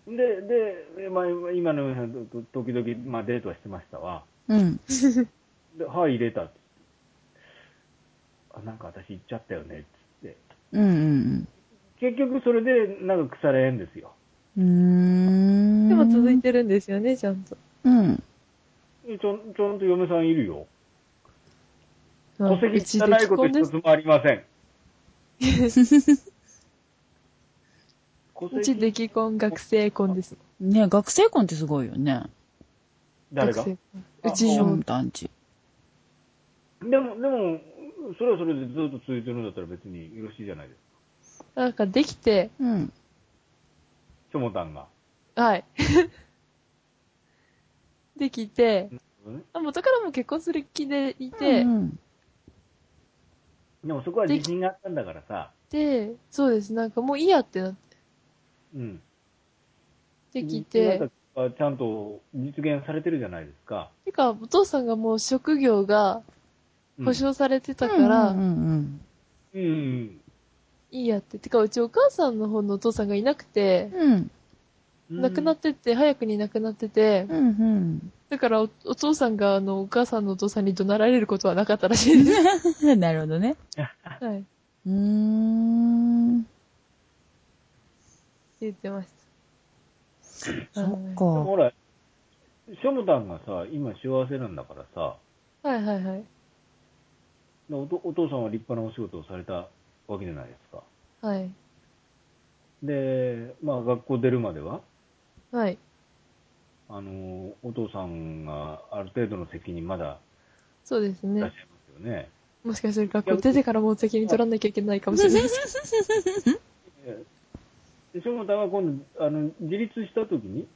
Speaker 1: うん。
Speaker 3: で、で、まあ、今のようなとと時々、まあ、デートはしてましたわ。
Speaker 1: うん。
Speaker 3: で、歯入れたって。あ、なんか私行っちゃったよね、っつって。
Speaker 1: うん。
Speaker 3: 結局それで、なんか腐れ縁ですよ。
Speaker 1: うん。
Speaker 2: でも続い
Speaker 1: て。
Speaker 2: てるんですよね、ちゃんと。
Speaker 1: うん。
Speaker 3: ちょん、ちょんと嫁さんいるよ。戸
Speaker 2: う
Speaker 3: 籍
Speaker 2: ち
Speaker 3: 汚いこと一つもありません。戸
Speaker 2: うち出来婚学生婚です。
Speaker 1: ね学生婚ってすごいよね。
Speaker 3: 誰が
Speaker 2: 学
Speaker 3: で
Speaker 2: 生婚
Speaker 3: あ
Speaker 2: うち
Speaker 1: ショ
Speaker 2: の
Speaker 1: ン、団地。
Speaker 3: も、でも、それはそれでずっと続いてるんだったら別によろしいじゃないですか。
Speaker 2: なんかできて、
Speaker 1: うん。
Speaker 3: チョモタンが。
Speaker 2: はい。 できて、
Speaker 3: うん
Speaker 2: あ元からも結婚する気でいて、
Speaker 1: うん。
Speaker 3: でもそこは自信があったんだからさ。
Speaker 2: で、そうです、なんかもういいやってなっ
Speaker 3: うん。
Speaker 2: てき
Speaker 3: 自信があ
Speaker 2: て
Speaker 3: っ、たからちゃんと実現されてるじゃないですか。
Speaker 2: てか、お父さんがもう職業が
Speaker 3: うん
Speaker 2: 保証されてたから、
Speaker 1: うん。
Speaker 3: うん。
Speaker 2: いいやって。てか、うちお母さんの方のお父さんがいなくて、
Speaker 1: うん。
Speaker 3: うん
Speaker 2: 亡くなってて、早くに亡くなってて、
Speaker 1: うん。
Speaker 2: だからお、お父さんが、あの、お母さんのお父さんに怒鳴られることはなかったらし いです。
Speaker 1: なるほどね。
Speaker 2: はい。
Speaker 1: うーん。
Speaker 2: 言ってまし
Speaker 1: そ
Speaker 2: た。
Speaker 1: っ
Speaker 3: でも
Speaker 1: か。
Speaker 3: ほら、ショムタンがさ、今幸せなんだからさ、
Speaker 2: はいはいはい。
Speaker 3: おとお父さんは立派なお仕事をされたわけじゃないですか。
Speaker 2: はい。
Speaker 3: で、まあ学校出るまでは、
Speaker 2: はい。
Speaker 3: あの、お父さんがある程度の責任まだ
Speaker 2: そうです
Speaker 3: い
Speaker 2: ね
Speaker 3: らっしゃ。いますよね。
Speaker 2: もしかしたら学校出てからも責任取らなきゃいけないかもしれ ないです。
Speaker 3: で、ショムタンが今度、あの、自立した時に、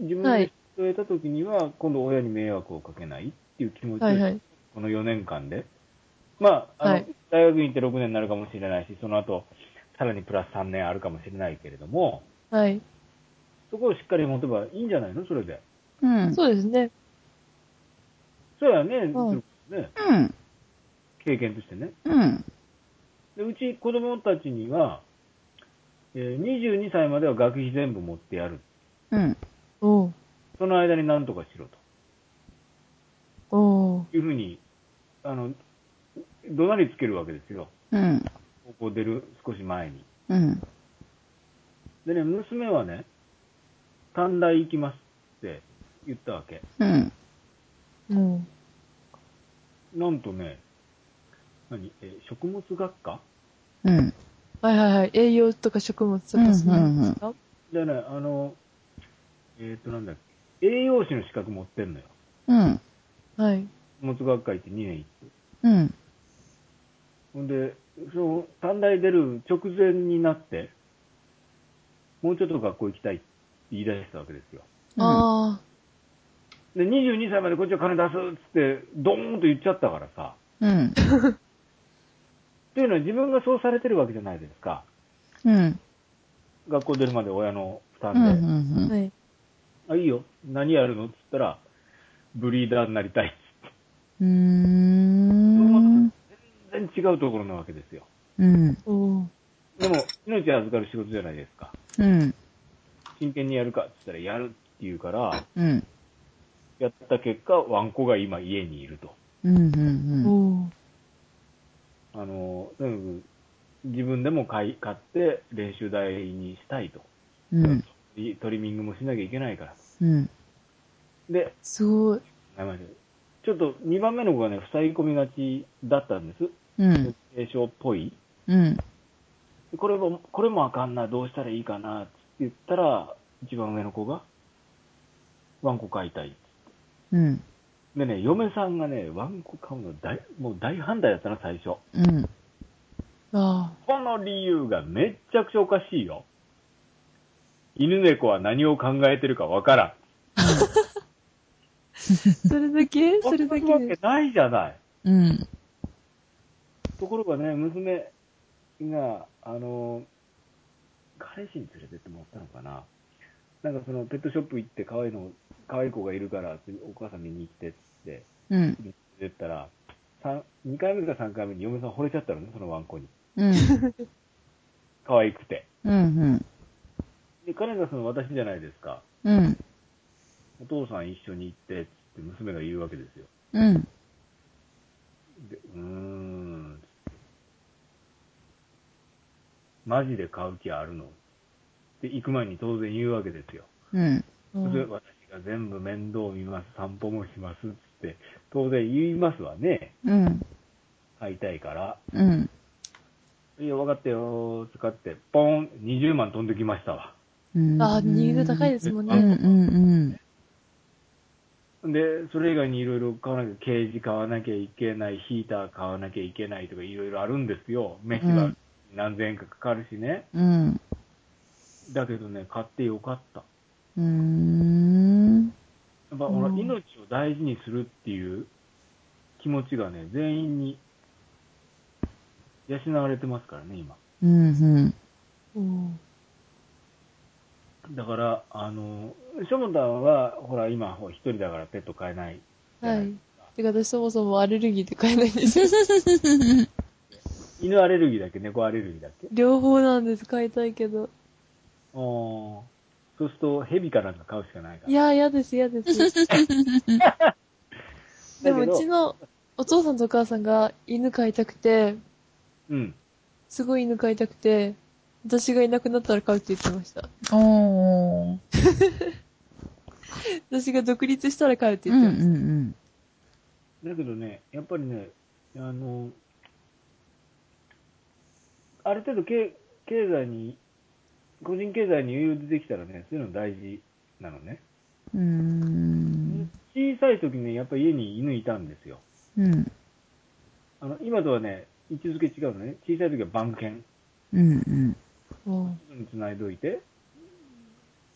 Speaker 3: 自分
Speaker 2: は
Speaker 3: で
Speaker 2: い
Speaker 3: 得た時には、今度親に迷惑をかけないっていう気持ちで、
Speaker 2: はいはい。
Speaker 3: この4年間で。まあ、あの、
Speaker 2: はい
Speaker 3: 大学院って6年になるかもしれないし、その後、さらにプラス3年あるかもしれないけれども、
Speaker 2: はい。
Speaker 3: そこをしっかり持てばいいんじゃないのそれで。
Speaker 1: うん。
Speaker 2: そうですね。
Speaker 3: そうやね、
Speaker 2: うん
Speaker 3: ね、
Speaker 1: うん。
Speaker 3: 経験としてね。
Speaker 1: うん。
Speaker 3: で、うち子供たちには、えー22歳までは学費全部持ってやる。
Speaker 1: うん。
Speaker 2: おう。
Speaker 3: その間に何とかしろ
Speaker 2: おう。
Speaker 3: というふうに、あの、怒鳴りつけるわけですよ。
Speaker 1: うん。
Speaker 3: 高校出る少し前に。
Speaker 1: うん。
Speaker 3: でね、娘はね、短大行きますって言ったわけ。
Speaker 1: うん。
Speaker 2: おう。
Speaker 3: なんとね、何えー食物学科
Speaker 1: うん。
Speaker 2: はいはいはい。栄養とか食物とかその辺ですか、
Speaker 3: でね、あの、えっ、となんだっけ、栄養士の資格持ってんのよ。
Speaker 1: うん。
Speaker 2: はい。
Speaker 3: 食物学会って2年行って。
Speaker 1: うん。
Speaker 3: ほんで、その、短大出る直前になって、もうちょっと学校行きたいって言い出したわけですよ。
Speaker 2: ああ。
Speaker 3: で、22歳までこっちは金出すっつって、ドーンと言っちゃったからさ。
Speaker 1: うん。
Speaker 3: っていうのは自分がそうされてるわけじゃないですか。
Speaker 1: うん。
Speaker 3: 学校出るまで親の負
Speaker 1: うん。う
Speaker 3: 担
Speaker 1: ん。
Speaker 3: で。
Speaker 2: はい。
Speaker 3: あ、いいよ。何やるのっつったら、ブリーダーになりたいっつって。
Speaker 1: うん。
Speaker 3: 全然違うところなわけですよ。
Speaker 1: うん。
Speaker 2: おう。
Speaker 3: でも、命預かる仕事じゃないですか。
Speaker 1: うん。
Speaker 3: 真剣にやるかって言ったら、やるって言うから、
Speaker 1: うん。
Speaker 3: やった結果、ワンコが今家にいると。
Speaker 1: うん。
Speaker 2: お
Speaker 1: うん。
Speaker 2: う。
Speaker 3: あの、とにかく、自分でも買い、買って練習台にしたいと。
Speaker 1: うん。
Speaker 3: リトリミングもしなきゃいけないから。
Speaker 1: うん。
Speaker 3: で、
Speaker 2: すごい。
Speaker 3: 名前でちょっと2番目の子がね、塞ぎ込みがちだったんです。
Speaker 1: うん。
Speaker 3: 軽症っぽい。
Speaker 1: うん。
Speaker 3: これも、これもあかんな、どうしたらいいかな、って言ったら、一番上の子が、ワンコ飼いたい。
Speaker 1: うん。
Speaker 3: でね、嫁さんがね、ワンコ飼うの大、もう大反対だったな、最初。
Speaker 1: うん。
Speaker 2: あ
Speaker 3: この理由がめっちゃくちゃおかしいよ。犬猫は何を考えてるかわからん。
Speaker 2: あ。それだけそれだ
Speaker 3: わ
Speaker 2: け
Speaker 3: け
Speaker 2: で。
Speaker 3: ないじゃない。
Speaker 1: うん。
Speaker 3: ところがね、娘が、あの、彼氏に連れてってもらったのかな。なんかそのペットショップ行って可愛いの、可愛い子がいるから、お母さん見に行ってって
Speaker 1: うん。
Speaker 3: 連れてったら、2回目か3回目に嫁さん惚れちゃったのね、そのワンコに。
Speaker 1: うん。
Speaker 3: 可愛くて。
Speaker 1: うん。
Speaker 3: で、彼がその私じゃないですか。
Speaker 1: うん。
Speaker 3: お父さん一緒に行って、つって娘が言うわけですよ。
Speaker 1: うん。
Speaker 3: で、うーん。マジで買う気あるのって行く前に当然言うわけですよ。
Speaker 1: うん。
Speaker 2: うん
Speaker 3: で私が全部面倒見ます、散歩もしますって、当然言いますわね。
Speaker 1: うん。
Speaker 3: 買いたいから。
Speaker 1: うん。
Speaker 3: いや、分かったよー、使って、ポーン、20万飛んできましたわ。
Speaker 1: うん。
Speaker 2: ああ、ニーズ高いですもん
Speaker 1: うん。
Speaker 2: ね。
Speaker 1: うん。
Speaker 3: で、それ以外にいろいろ買わなきゃ、ケージ買わなきゃいけない、ヒーター買わなきゃいけないとかいろいろあるんですよ。飯
Speaker 1: う
Speaker 3: が
Speaker 1: ん
Speaker 3: 何千円かかかるしね。
Speaker 1: うん。
Speaker 3: だけどね、買ってよかった。
Speaker 1: うん。
Speaker 3: やっぱほら、
Speaker 2: うん
Speaker 3: 命を大事にするっていう気持ちがね、全員に養われてますからね、今。
Speaker 1: うん。
Speaker 2: うん。
Speaker 3: だから、あの、ショモタンは、ほら、今、ほら一人だからペット飼えない。
Speaker 2: はい。てか私そもそもアレルギーで買えないんです よ。
Speaker 3: 犬アレルギーだっけ猫アレルギーだっけ
Speaker 2: 両方なんです、買いたいけど。
Speaker 3: あーそうすると、ヘビかなんか買うしかないから。
Speaker 2: いやー、嫌です、嫌です。でも、うちのお父さんとお母さんが犬飼いたくて、
Speaker 3: うん。
Speaker 2: すごい犬飼いたくて、私がいなくなったら飼うって言ってました。
Speaker 1: おー。
Speaker 2: 私が独立したら飼うって
Speaker 1: うん
Speaker 2: 言
Speaker 1: う
Speaker 2: っ
Speaker 1: ん
Speaker 2: てまし
Speaker 1: うん。
Speaker 3: だけどね、やっぱりね、あの、ある程度経、経済に、個人経済に余裕でできたらね、そういうの大事なのね。
Speaker 1: うーん。
Speaker 3: 小さい時ね、やっぱ家に犬いたんですよ。
Speaker 1: うん。
Speaker 3: あの、今とはね、位置づけ違うのね。小さい時は番犬。
Speaker 1: うんうん。
Speaker 2: た。も
Speaker 3: に繋いどいて、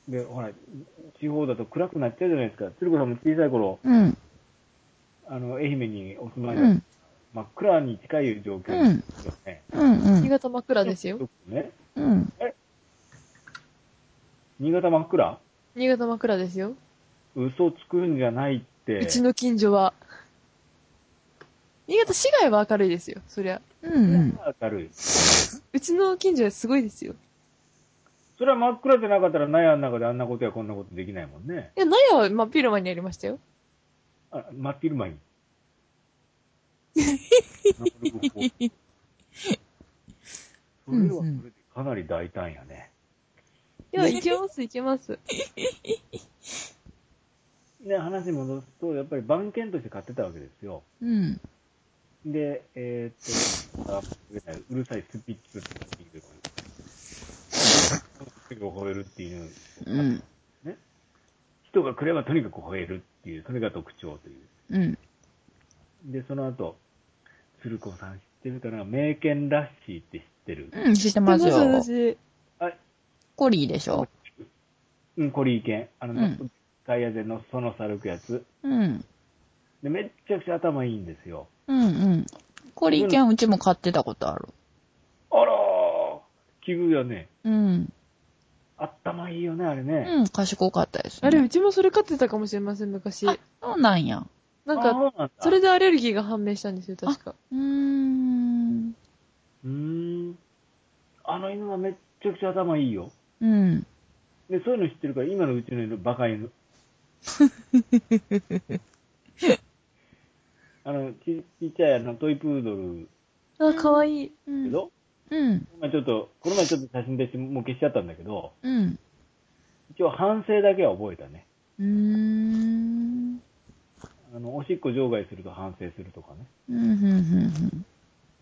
Speaker 3: で、ほら、地方だと暗くなっちゃうじゃないですか。鶴子さんも小さい頃、
Speaker 1: うん。
Speaker 3: あの、愛媛にお住
Speaker 1: う
Speaker 3: まいだった
Speaker 1: ん。
Speaker 3: 真っ暗に近い状況ですよね。
Speaker 1: うん
Speaker 2: う
Speaker 1: う
Speaker 2: 新
Speaker 1: ん。
Speaker 2: 潟真っ暗ですよ。
Speaker 3: よくね。
Speaker 1: うん。
Speaker 3: 新潟真っ暗
Speaker 2: 新潟真っ暗ですよ。
Speaker 3: 嘘つくんじゃないって。
Speaker 2: うちの近所は。新潟市街は明るいですよ、そりゃ。
Speaker 1: うんうん。
Speaker 3: 明るい。
Speaker 2: うちの近所はすごいですよ。
Speaker 3: それは真っ暗じゃなかったら、納屋の中であんなことやこんなことできないもんね。
Speaker 2: いや、納屋は真っ昼間にやりましたよ。
Speaker 3: あ、真っ昼間に。 それはそれでかなり大胆やね。
Speaker 2: いや、行けます、行けます。
Speaker 3: で、話戻すと、やっぱり番犬として買ってたわけですよ。
Speaker 1: うん。
Speaker 3: で、えーっと、あうるさいスピッツっていう のを吠えるっていう、
Speaker 1: うん。
Speaker 3: 人が来ればとにかく吠えるっていう、それが特徴という。
Speaker 1: うん。
Speaker 3: で、その後、鶴子さん知ってるかな名犬ラッシーって知ってる。
Speaker 1: うん。知ってますよ。
Speaker 2: 私。
Speaker 1: コリーでしょ。
Speaker 3: うん、コリー犬。あの、
Speaker 1: うん
Speaker 3: ガイアでのそのさ歩くやつ。
Speaker 1: うん。
Speaker 3: で、めっちゃくちゃ頭いいんですよ。
Speaker 1: うんうん。コリー犬うちも買ってたことある。
Speaker 3: あらー奇遇やね。
Speaker 1: うん。
Speaker 3: 頭いいよね、あれね。
Speaker 1: うん。賢かったです、ね。
Speaker 2: あれ、うちもそれ飼ってたかもしれません、昔。
Speaker 1: あ、そうなんや。
Speaker 2: なん
Speaker 3: あ
Speaker 2: か、
Speaker 3: そうなんだ
Speaker 2: それでアレルギーが判明したんですよ、確か。
Speaker 1: うーん。
Speaker 3: うーん。あの犬はめっちゃくちゃ頭いいよ。
Speaker 1: うん。
Speaker 3: で、そういうの知ってるから、今のうちの犬、バカ 犬。あの、ちちっちゃいあのトイプードル
Speaker 2: あ、かわいい。
Speaker 1: う
Speaker 3: け
Speaker 1: ん。
Speaker 3: ど、
Speaker 1: うん。
Speaker 3: まあちょっと、この前ちょっと写真でもう消しちゃったんだけど、
Speaker 1: うん。
Speaker 3: 一応反省だけは覚えたね。
Speaker 1: うーん。
Speaker 3: あの、おしっこ場外すると反省するとかね。
Speaker 1: うん。うん。うん。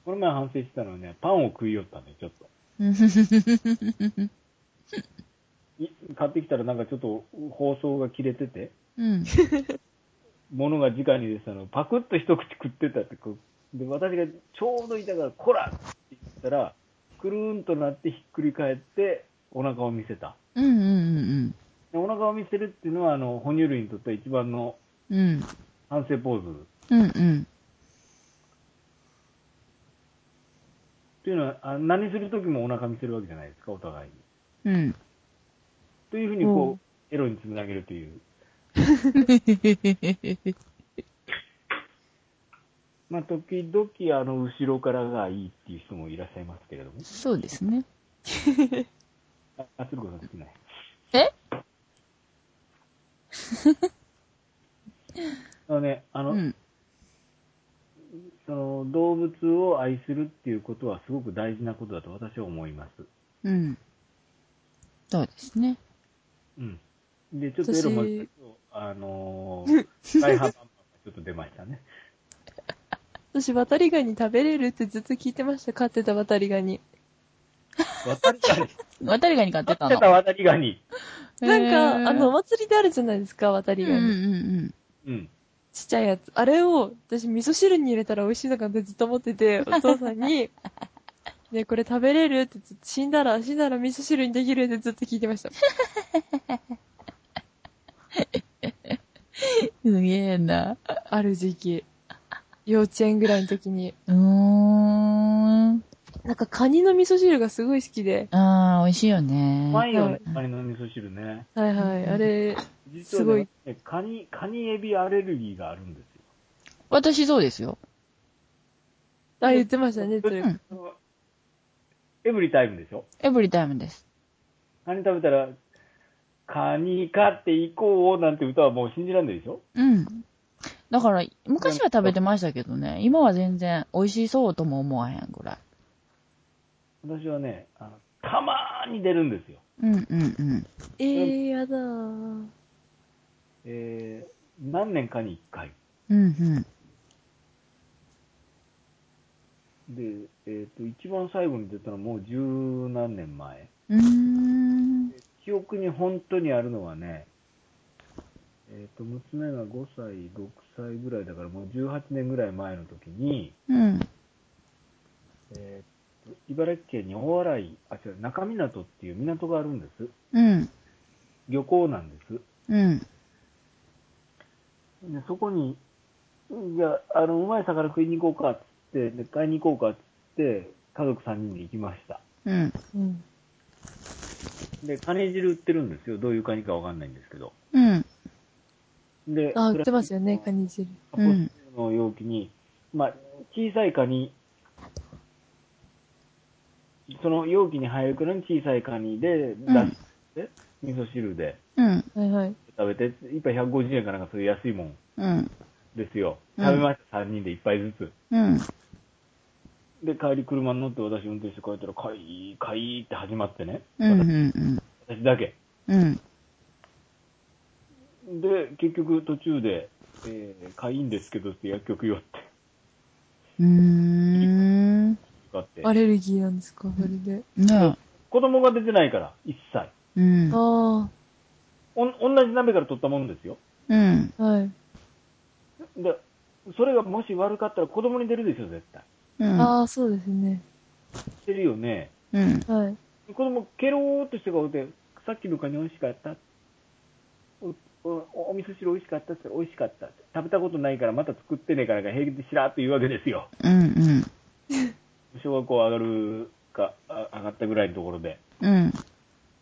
Speaker 3: この前反省したのはね、パンを食いよったね、ちょっと。
Speaker 1: うん。
Speaker 3: い買ってきたらなんかちょっと包装が切れてて、
Speaker 1: うん。
Speaker 3: 物が直に出てたのをパクッと一口食ってたってこうで私がちょうどいたから「こら!」って言ったらくるーんとなってひっくり返ってお腹を見せた
Speaker 1: うん。うん。
Speaker 3: でお腹を見せるっていうのはあの哺乳類にとっては一番の
Speaker 1: うん。
Speaker 3: 反省ポーズっ
Speaker 1: うん。うん。
Speaker 3: ていうのはあ何する時もお腹見せるわけじゃないですかお互いに
Speaker 1: うん。
Speaker 3: というふうにこう、
Speaker 2: うん
Speaker 3: エロにつなげるというまあ時々あの後ろからがいいっていう人もいらっしゃいますけれども
Speaker 1: そうですね。
Speaker 3: ああ鶴子さん好きない
Speaker 1: え
Speaker 3: あのねあの、
Speaker 1: うん。
Speaker 3: その動物を愛するっていうことはすごく大事なことだと私は思います。
Speaker 1: うん。そうですね。
Speaker 3: うん。で、ちょっとエロもあったけど
Speaker 2: 私
Speaker 3: あの ー、大半がちょっと出ましたね。
Speaker 2: 私、渡りガニ食べれるってずっと聞いてました、飼ってた渡りガニ。
Speaker 3: 渡りガニ。
Speaker 1: 渡りガニ買 ってた
Speaker 3: 勝って
Speaker 1: の。
Speaker 3: た渡りガニ。
Speaker 2: なん
Speaker 1: へ
Speaker 2: か、
Speaker 1: ー
Speaker 2: あの、お、祭りであるじゃないですか、渡
Speaker 1: う
Speaker 2: り
Speaker 1: ん
Speaker 2: ガ
Speaker 1: う
Speaker 2: ニ。
Speaker 1: ん
Speaker 3: うん。
Speaker 2: ちっちゃいやつ。あれを、私、味噌汁に入れたら美味しいのかなってずっと思って て、お父さんに、ね、これ食べれるってずっと、死んだら、死んだら味噌汁にできるってずっと聞いてました。
Speaker 1: うん。すげえな。
Speaker 2: ある時期。幼稚園ぐらいの時に。
Speaker 1: うーん。
Speaker 2: なんか、カニの味噌汁がすごい好きで。
Speaker 1: ああ、美味しいよ
Speaker 3: う
Speaker 1: ね。
Speaker 3: まいよ
Speaker 2: は
Speaker 3: ね
Speaker 2: い、
Speaker 3: カニの味噌汁ね。
Speaker 2: はいはい。あれ、
Speaker 3: 実
Speaker 2: すご
Speaker 3: は、
Speaker 2: い
Speaker 3: ね、カニ、カニエビアレルギーがあるんですよ。
Speaker 1: 私そうですよ。。
Speaker 2: あ、言ってましたね、といううん
Speaker 3: あのエブリタイムでしょ
Speaker 1: エブリタイムです。
Speaker 3: カニ食べたら、カニ買っていこうなんて歌はもう信じらんないでしょ
Speaker 1: うん。だから、昔は食べてましたけどね、今は全然美味しそうとも思わへんぐらい。
Speaker 3: 私はね、あのたまーに出るんですよ。
Speaker 1: うんうんうん。
Speaker 2: えー、やだー。
Speaker 3: えー、何年かに一回。
Speaker 1: うん
Speaker 3: で、えっ、と、一番最後に出たのはもう十何年前。
Speaker 1: うん。うーん。
Speaker 3: 記憶に本当にあるのはね、えっ、と、娘が5歳、6歳ぐらいだからもう18年ぐらい前の時に、
Speaker 1: うん。
Speaker 3: えっ、と、茨城県に大洗、あ、違う、中港っていう港があるんです。
Speaker 1: うん。
Speaker 3: 漁港なんです。
Speaker 1: うん。
Speaker 3: でそこに、じゃあ、あの、うまい魚食いに行こうかっつって、で買いに行こうかっつって、家族3人で行きました。
Speaker 1: うん。
Speaker 2: うん。
Speaker 3: で、カニ汁売ってるんですよ。どういうカニかわかんないんですけど。
Speaker 1: うん。
Speaker 3: で、
Speaker 2: あ、売ってますよね、カニ汁。
Speaker 3: プラスチックの容器に、まあ、小さいカニ、その容器に入るくらいの小さいカニで、だし、で味噌汁で
Speaker 1: うん。
Speaker 2: はいはい。
Speaker 3: 食べて、一杯150円かなんかそういう安いもん
Speaker 1: うん。
Speaker 3: ですよ。
Speaker 1: うん
Speaker 3: 食べました、3人で一杯ずつ。
Speaker 1: うん。
Speaker 3: で、帰り車に乗って私運転して帰ったら、かいー、かいーって始まってね。
Speaker 1: うん。うん。
Speaker 3: 私だけ。
Speaker 1: うん。
Speaker 3: で、結局途中で、えー、かいいんですけどって薬局寄って、
Speaker 1: うーん。ね
Speaker 3: 買って。
Speaker 2: アレルギーなんですか、それで。
Speaker 1: え。
Speaker 3: 子供が出てないから、一切。
Speaker 1: うん。
Speaker 2: あ
Speaker 3: おん、同じ鍋から取ったもんですよ。
Speaker 1: うん。
Speaker 2: あ、はい。
Speaker 3: で、それがもし悪かったら子供に出るでしょ、絶対。
Speaker 1: うん。
Speaker 2: ああ、そうですね。
Speaker 3: 出るよね。
Speaker 1: うん。
Speaker 2: はい。
Speaker 3: 子供、ケローっとして顔で、さっきのカニ美味しかった。お、お、お味噌汁美味しかったって言ったら美味しかったって。食べたことないからまた作ってねえからが平気でしらーっと言うわけですよ。
Speaker 1: うん。
Speaker 3: 小学校上がるか、あ上がったぐらいのところで。
Speaker 1: うん。
Speaker 3: で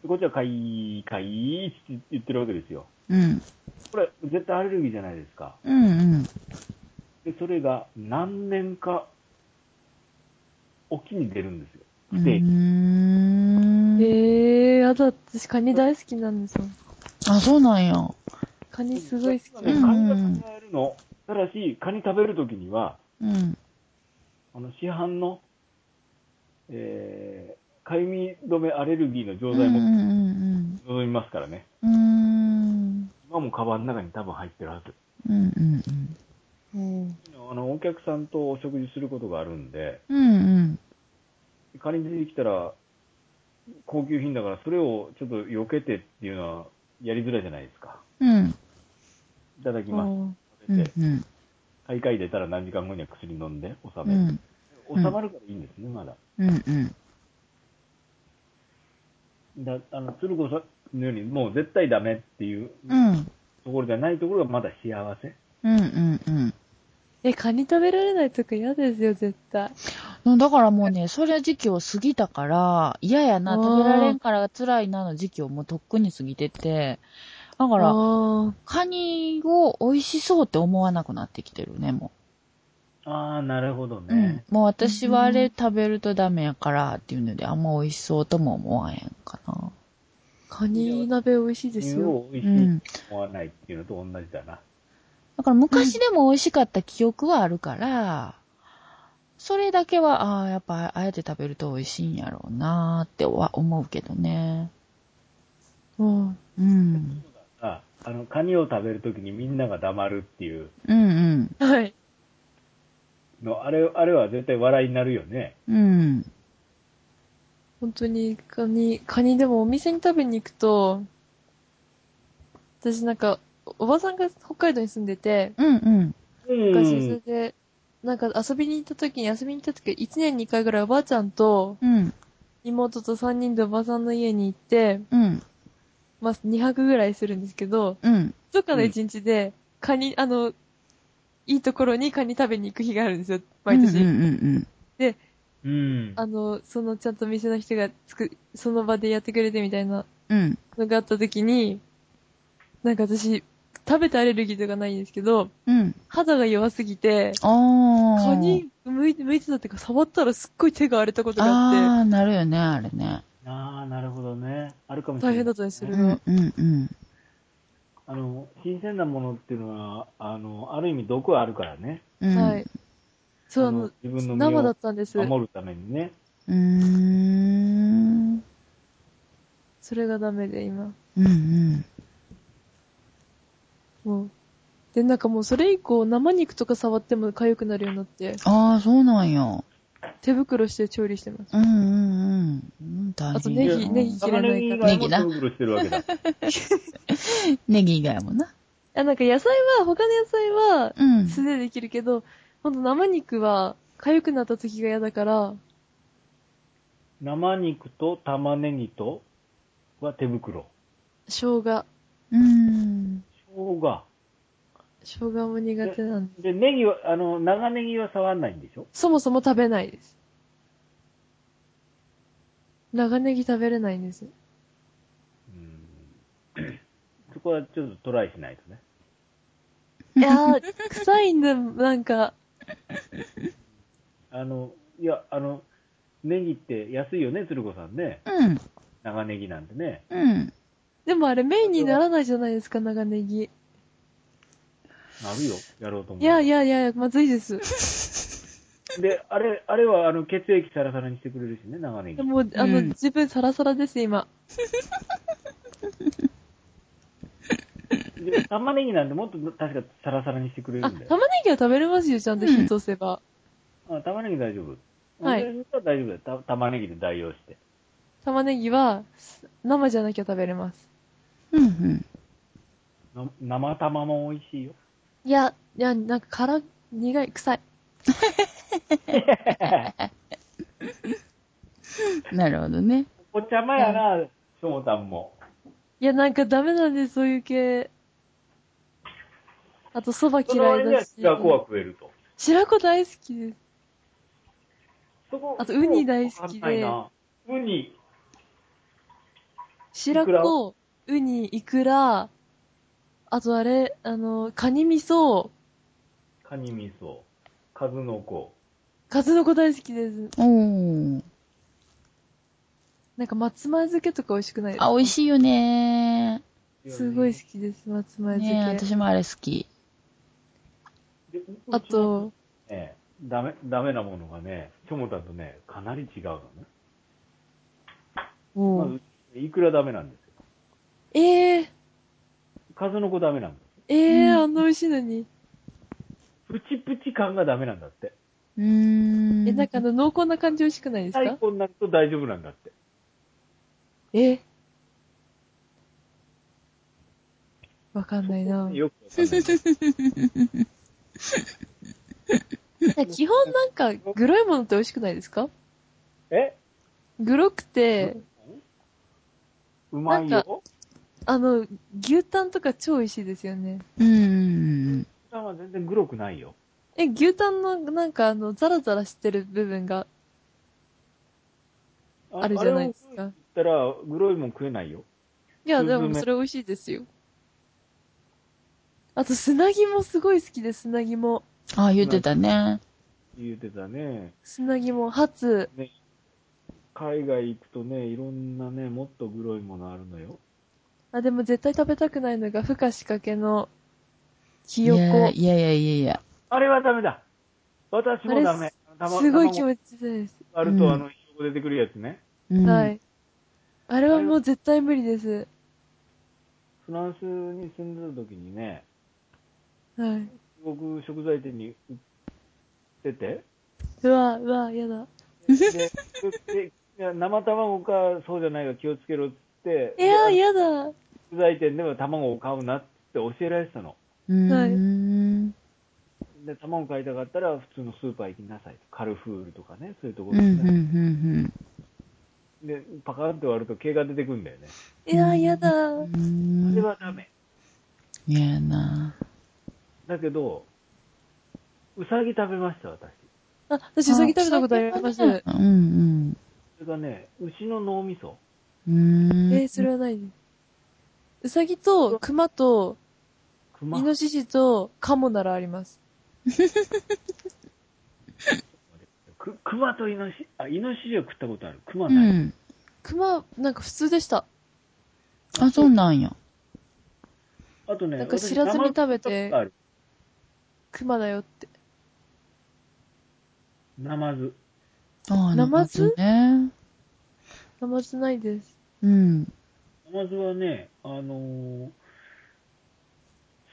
Speaker 3: こっちはかいー、かいーって言ってるわけですよ。
Speaker 1: うん。
Speaker 3: これ、絶対アレルギーじゃないですか。
Speaker 1: うん。
Speaker 3: で、それが何年か、おきに出るんですよ。
Speaker 1: う
Speaker 3: で、
Speaker 1: ん。で、
Speaker 2: えー、やだ、私カニ大好きなんですよ。
Speaker 1: あ、そうなんや。
Speaker 2: カニすごい好き
Speaker 3: ね、
Speaker 2: な
Speaker 1: うんん
Speaker 2: です。
Speaker 3: カニが食べるの。ただし、カニ食べるときには、
Speaker 1: うん。
Speaker 3: あの、市販の、えー、かゆみ止めアレルギーの錠剤も
Speaker 1: ん。
Speaker 3: 望みますからね。
Speaker 1: うん。うん。
Speaker 3: 今もカバンの中に多分入ってるはず。
Speaker 1: うん。うん。
Speaker 2: うん。
Speaker 3: あの、お客さんとお食事することがあるんで、
Speaker 1: うん
Speaker 3: カニ出てきたら、高級品だから、それをちょっと避けてっていうのは、やりづらいじゃないですか。
Speaker 1: うん。うん。
Speaker 3: いただき
Speaker 2: あ
Speaker 3: ます。
Speaker 2: ー
Speaker 3: 食
Speaker 1: う
Speaker 3: べ
Speaker 1: ん
Speaker 3: て、。
Speaker 1: うん。
Speaker 3: 大会出たら何時間後には薬飲んで、収
Speaker 1: う
Speaker 3: める。
Speaker 1: ん。うん
Speaker 3: 収まるからいいんですね、まだ。
Speaker 1: うん。
Speaker 3: だあの鶴子さんのように、もう絶対ダメっていう
Speaker 1: うん。
Speaker 3: ところじゃないところがまだ幸せ。
Speaker 1: うん。うん。
Speaker 2: え、カニ食べられないとか嫌ですよ、絶対。
Speaker 1: うん。だからもうね、それ時期を過ぎたから、嫌やな、
Speaker 2: あー
Speaker 1: 食べられんから辛いなの時期をもうとっくに過ぎてて、だか
Speaker 2: あ
Speaker 1: ら、
Speaker 2: ー
Speaker 1: カニを美味しそうって思わなくなってきてるね、も
Speaker 3: ああ、なるほど
Speaker 1: う。うん
Speaker 3: ね。。
Speaker 1: もう私はあれ食べるとダメやからっていうので、あんま美味しそうとも思わへんかな。
Speaker 2: カニ鍋美味しいです
Speaker 3: 犬
Speaker 2: よ。
Speaker 3: を美味
Speaker 1: う
Speaker 3: しい
Speaker 1: ん。
Speaker 3: と思わないっていうのと同じだな。
Speaker 1: だから昔でも美味しかった記憶はあるから、それだけは、ああ、やっぱあえて食べると美味しいんやろうなーっては思うけどね。
Speaker 2: うん。
Speaker 1: うん。
Speaker 3: ああの、カニを食べるときにみんなが黙るっていう
Speaker 1: うん
Speaker 2: はい。
Speaker 3: の、あれ、あれは絶対笑いになるよね。
Speaker 1: うん。うん。
Speaker 2: 本当にカニ、カニでもお店に食べに行くと、私なんか、おばさんが北海道に住んでて、
Speaker 1: うんうん。
Speaker 3: う
Speaker 2: 昔それ
Speaker 3: ん。
Speaker 2: で、なんか遊びに行った時に、遊びに行った時、1年に1回ぐらいおばあちゃんと
Speaker 1: うん。
Speaker 2: 妹と3人でおばさんの家に行って、
Speaker 1: うん。
Speaker 2: まあ2泊ぐらいするんですけど、
Speaker 1: うん。
Speaker 2: どっかの1日で、カニ、あの、いいところにカニ食べに行く日があるんですよ、毎年。
Speaker 1: うんうん
Speaker 3: うん。
Speaker 2: あの、そのちゃんと店の人がつく、その場でやってくれてみたいな
Speaker 1: うん。うん。
Speaker 2: のがあった時に、なんか私、食べてアレルギーとかないんですけど、
Speaker 1: うん。
Speaker 2: 肌が弱すぎて、
Speaker 1: ああ。
Speaker 2: 蚊に向いて、向いてたっていうか、触ったらすっごい手が荒れたことがあっ
Speaker 1: ああ、なるよね、あれね。
Speaker 2: て、
Speaker 3: ああ、なるほどね。あるかもしれ
Speaker 2: 大
Speaker 3: ない。
Speaker 2: 変だったりす
Speaker 1: う
Speaker 2: るの。
Speaker 1: んうんうん。
Speaker 3: あの、新鮮なものっていうのは、あの、ある意味毒はあるからね。
Speaker 1: うん。
Speaker 2: はい。そう、あ
Speaker 3: あの
Speaker 2: の、
Speaker 3: 自分の身を
Speaker 2: 生だったんです。
Speaker 3: 守るためにね。
Speaker 1: うーん。
Speaker 2: それがダメで今。
Speaker 1: うんうん。
Speaker 2: もう。で、なんかもうそれ以降生肉とか触っても痒くなるようになって、
Speaker 1: ああ、そうなんや。
Speaker 2: 手袋して調理してます。
Speaker 1: うんうんうん。大変
Speaker 2: あとネギ、
Speaker 3: や
Speaker 2: ネギ切れないか
Speaker 3: 長
Speaker 2: ら。
Speaker 1: ネ
Speaker 3: ネ
Speaker 1: ギ
Speaker 3: ギ
Speaker 1: な
Speaker 3: がもうブルブルしてるわけだ。
Speaker 1: ネギ以外もな。
Speaker 2: あ、なんか野菜は、他の野菜は
Speaker 1: うん。
Speaker 2: 素手できるけど、ほんと生肉は痒くなった時が嫌だから、
Speaker 3: 生肉と玉ねぎとは手袋。
Speaker 2: 生姜。
Speaker 1: うん。
Speaker 3: 生姜。
Speaker 2: 生姜も苦手なんで。
Speaker 3: で、ネギは、あの、長ネギは触んないんでしょ
Speaker 2: そもそも食べないです。長ネギ食べれないんです。
Speaker 3: うん。そこはちょっとトライしないとね。
Speaker 2: いやー、臭いんだ、なんか。
Speaker 3: あの、いや、あの、ネギって安いよね、鶴子さんね。
Speaker 1: うん。
Speaker 3: 長ネギなんてね。
Speaker 1: うん。
Speaker 2: でもあれメインにならないじゃないですか、長ネギ。
Speaker 3: なるよ、やろうと思う。
Speaker 2: いやいやいや、まずいです。
Speaker 3: で、あれ、あれは、あの、血液サラサラにしてくれるしね、長ネギ
Speaker 2: で。も、あの、
Speaker 1: うん
Speaker 2: 自分サラサラです、今。
Speaker 3: で玉ねぎなんてもっと確かサラサラにしてくれる
Speaker 2: あ、
Speaker 3: んだよ。
Speaker 2: 玉ねぎは食べれますよ、ちゃんと火通せば。
Speaker 3: あ玉ねぎ大丈夫。
Speaker 2: はい
Speaker 3: 俺は大丈夫だよ。た玉ねぎで代用して。
Speaker 2: 玉ねぎは、生じゃなきゃ食べれます。
Speaker 1: うんうん。
Speaker 3: な生玉も美味しいよ。
Speaker 2: いや、いや、なんか辛、苦い、臭い。
Speaker 1: なるほどね。
Speaker 3: お茶間やな、しょうたんも。
Speaker 2: いや、なんかダメなんです、そういう系。あと、蕎麦
Speaker 3: その
Speaker 2: 嫌
Speaker 3: 割
Speaker 2: い
Speaker 3: には
Speaker 2: だし。
Speaker 3: 白子は食えると。
Speaker 2: 白子大好きです。
Speaker 3: そこ
Speaker 2: あとウニ大好きで
Speaker 3: わかんないなウニ。
Speaker 2: 白子、ウニ、イクラ、あとあれ、あの、カニ味噌、
Speaker 3: カニ味噌、数の子。
Speaker 2: 数の子大好きです。
Speaker 1: おー。
Speaker 2: なんか松前漬けとか美味しくないです
Speaker 1: あ、美味しいよね
Speaker 2: すごい好きです、松前
Speaker 1: ー。
Speaker 2: 漬け。
Speaker 1: ねえ私もあれ好き。
Speaker 3: で
Speaker 2: あ、と、
Speaker 3: ね、ダメ、ダメなものがね、しょもたんとね、かなり違うのね。
Speaker 2: も
Speaker 3: ま
Speaker 2: う、
Speaker 3: ず、いくらダメなんですよ。
Speaker 2: えー、
Speaker 3: 数の子ダメなんです
Speaker 2: えー、あんな美味しいのに。
Speaker 3: プチプチ感がダメなんだって。
Speaker 1: うーん。
Speaker 2: え、なんかあの、濃厚な感じ美味しくないです
Speaker 3: 最
Speaker 2: か
Speaker 3: 高になると大丈夫なんだって。
Speaker 2: えわかんないな
Speaker 3: よくわかん ない。
Speaker 2: 基本なんか、グロいものって美味しくないですか
Speaker 3: え
Speaker 2: グロくて、
Speaker 3: うまい
Speaker 2: なん
Speaker 3: よ。
Speaker 2: あの、牛タンとか超美味しいですよね。
Speaker 1: うんうん
Speaker 3: 普段は全然グロくないよ。
Speaker 2: え、牛タンのなんかあの、ザラザラしてる部分があるじゃないです
Speaker 3: あれを
Speaker 2: か。
Speaker 3: 食ったら、グロいもん食えないよ。
Speaker 2: いや、で
Speaker 3: スズ
Speaker 2: も
Speaker 3: メ
Speaker 2: それ美味しいですよ。あと、砂肝すごい好きです、砂肝。
Speaker 1: うん。ああ、言ってたね。
Speaker 3: 言うてたね。
Speaker 2: 砂肝、ハツ。
Speaker 3: 海外行くとね、いろんなね、もっとグロいものあるのよ。
Speaker 2: あ、でも絶対食べたくないのが、孵化仕掛けの、ひ
Speaker 1: い
Speaker 2: よ
Speaker 1: や
Speaker 2: こ。
Speaker 1: いやいやいやいや。
Speaker 3: あれはダメだ。私もダメ。卵
Speaker 2: すごい気
Speaker 3: 卵
Speaker 2: 持ちいいです。
Speaker 3: 割ると、
Speaker 1: うん
Speaker 3: あの、ひよこ出てくるやつね。
Speaker 1: うん
Speaker 2: は。い。あれはもう絶対無理です。
Speaker 3: フランスに住んでた時にね、
Speaker 2: はい。
Speaker 3: 中国食材店に売っ てて、
Speaker 2: うわ、うわ、やだ。
Speaker 3: で、でいや生卵か、そうじゃないか気をつけろっつって、
Speaker 2: いや、
Speaker 3: で
Speaker 2: やだ。
Speaker 3: 食材店では卵を買うなって教えられてたの。
Speaker 1: うーん。
Speaker 3: で、卵買いたかったら普通のスーパー行きなさいと。カルフールとかね、そういうとこ
Speaker 1: うんう
Speaker 3: ろ
Speaker 1: んう
Speaker 3: で,、
Speaker 1: ん
Speaker 3: で、パカンって割ると毛が出てくるんだよね。
Speaker 2: いや、やだ。
Speaker 1: う。
Speaker 2: うん
Speaker 3: あ
Speaker 1: うー
Speaker 3: れ
Speaker 1: ん。
Speaker 3: はダメ。
Speaker 1: 嫌やな
Speaker 3: だけど、うさぎ食べました、私。
Speaker 2: あ、私、うさぎ食べたことあります。
Speaker 1: うんうん。
Speaker 3: それがね、牛の脳みそ。
Speaker 1: うーん。
Speaker 2: えー、それはないです。うさぎと、熊と、
Speaker 3: 熊
Speaker 2: イノシシと、カモならあります。
Speaker 3: く熊とイノシシ、あ、イノシシは食ったことある。熊
Speaker 1: う
Speaker 3: ない。
Speaker 1: ん。
Speaker 2: 熊、なんか普通でした。
Speaker 1: あ、そうなんや。
Speaker 3: あとね、
Speaker 2: なんか
Speaker 3: 私
Speaker 2: 知らずに食べて
Speaker 3: 生
Speaker 2: 熊だよって。
Speaker 3: ナマズ。
Speaker 1: ああ、
Speaker 2: ナマズ
Speaker 1: ね。
Speaker 2: ナマズないです。
Speaker 1: うん。。
Speaker 3: ナマズはね、あのー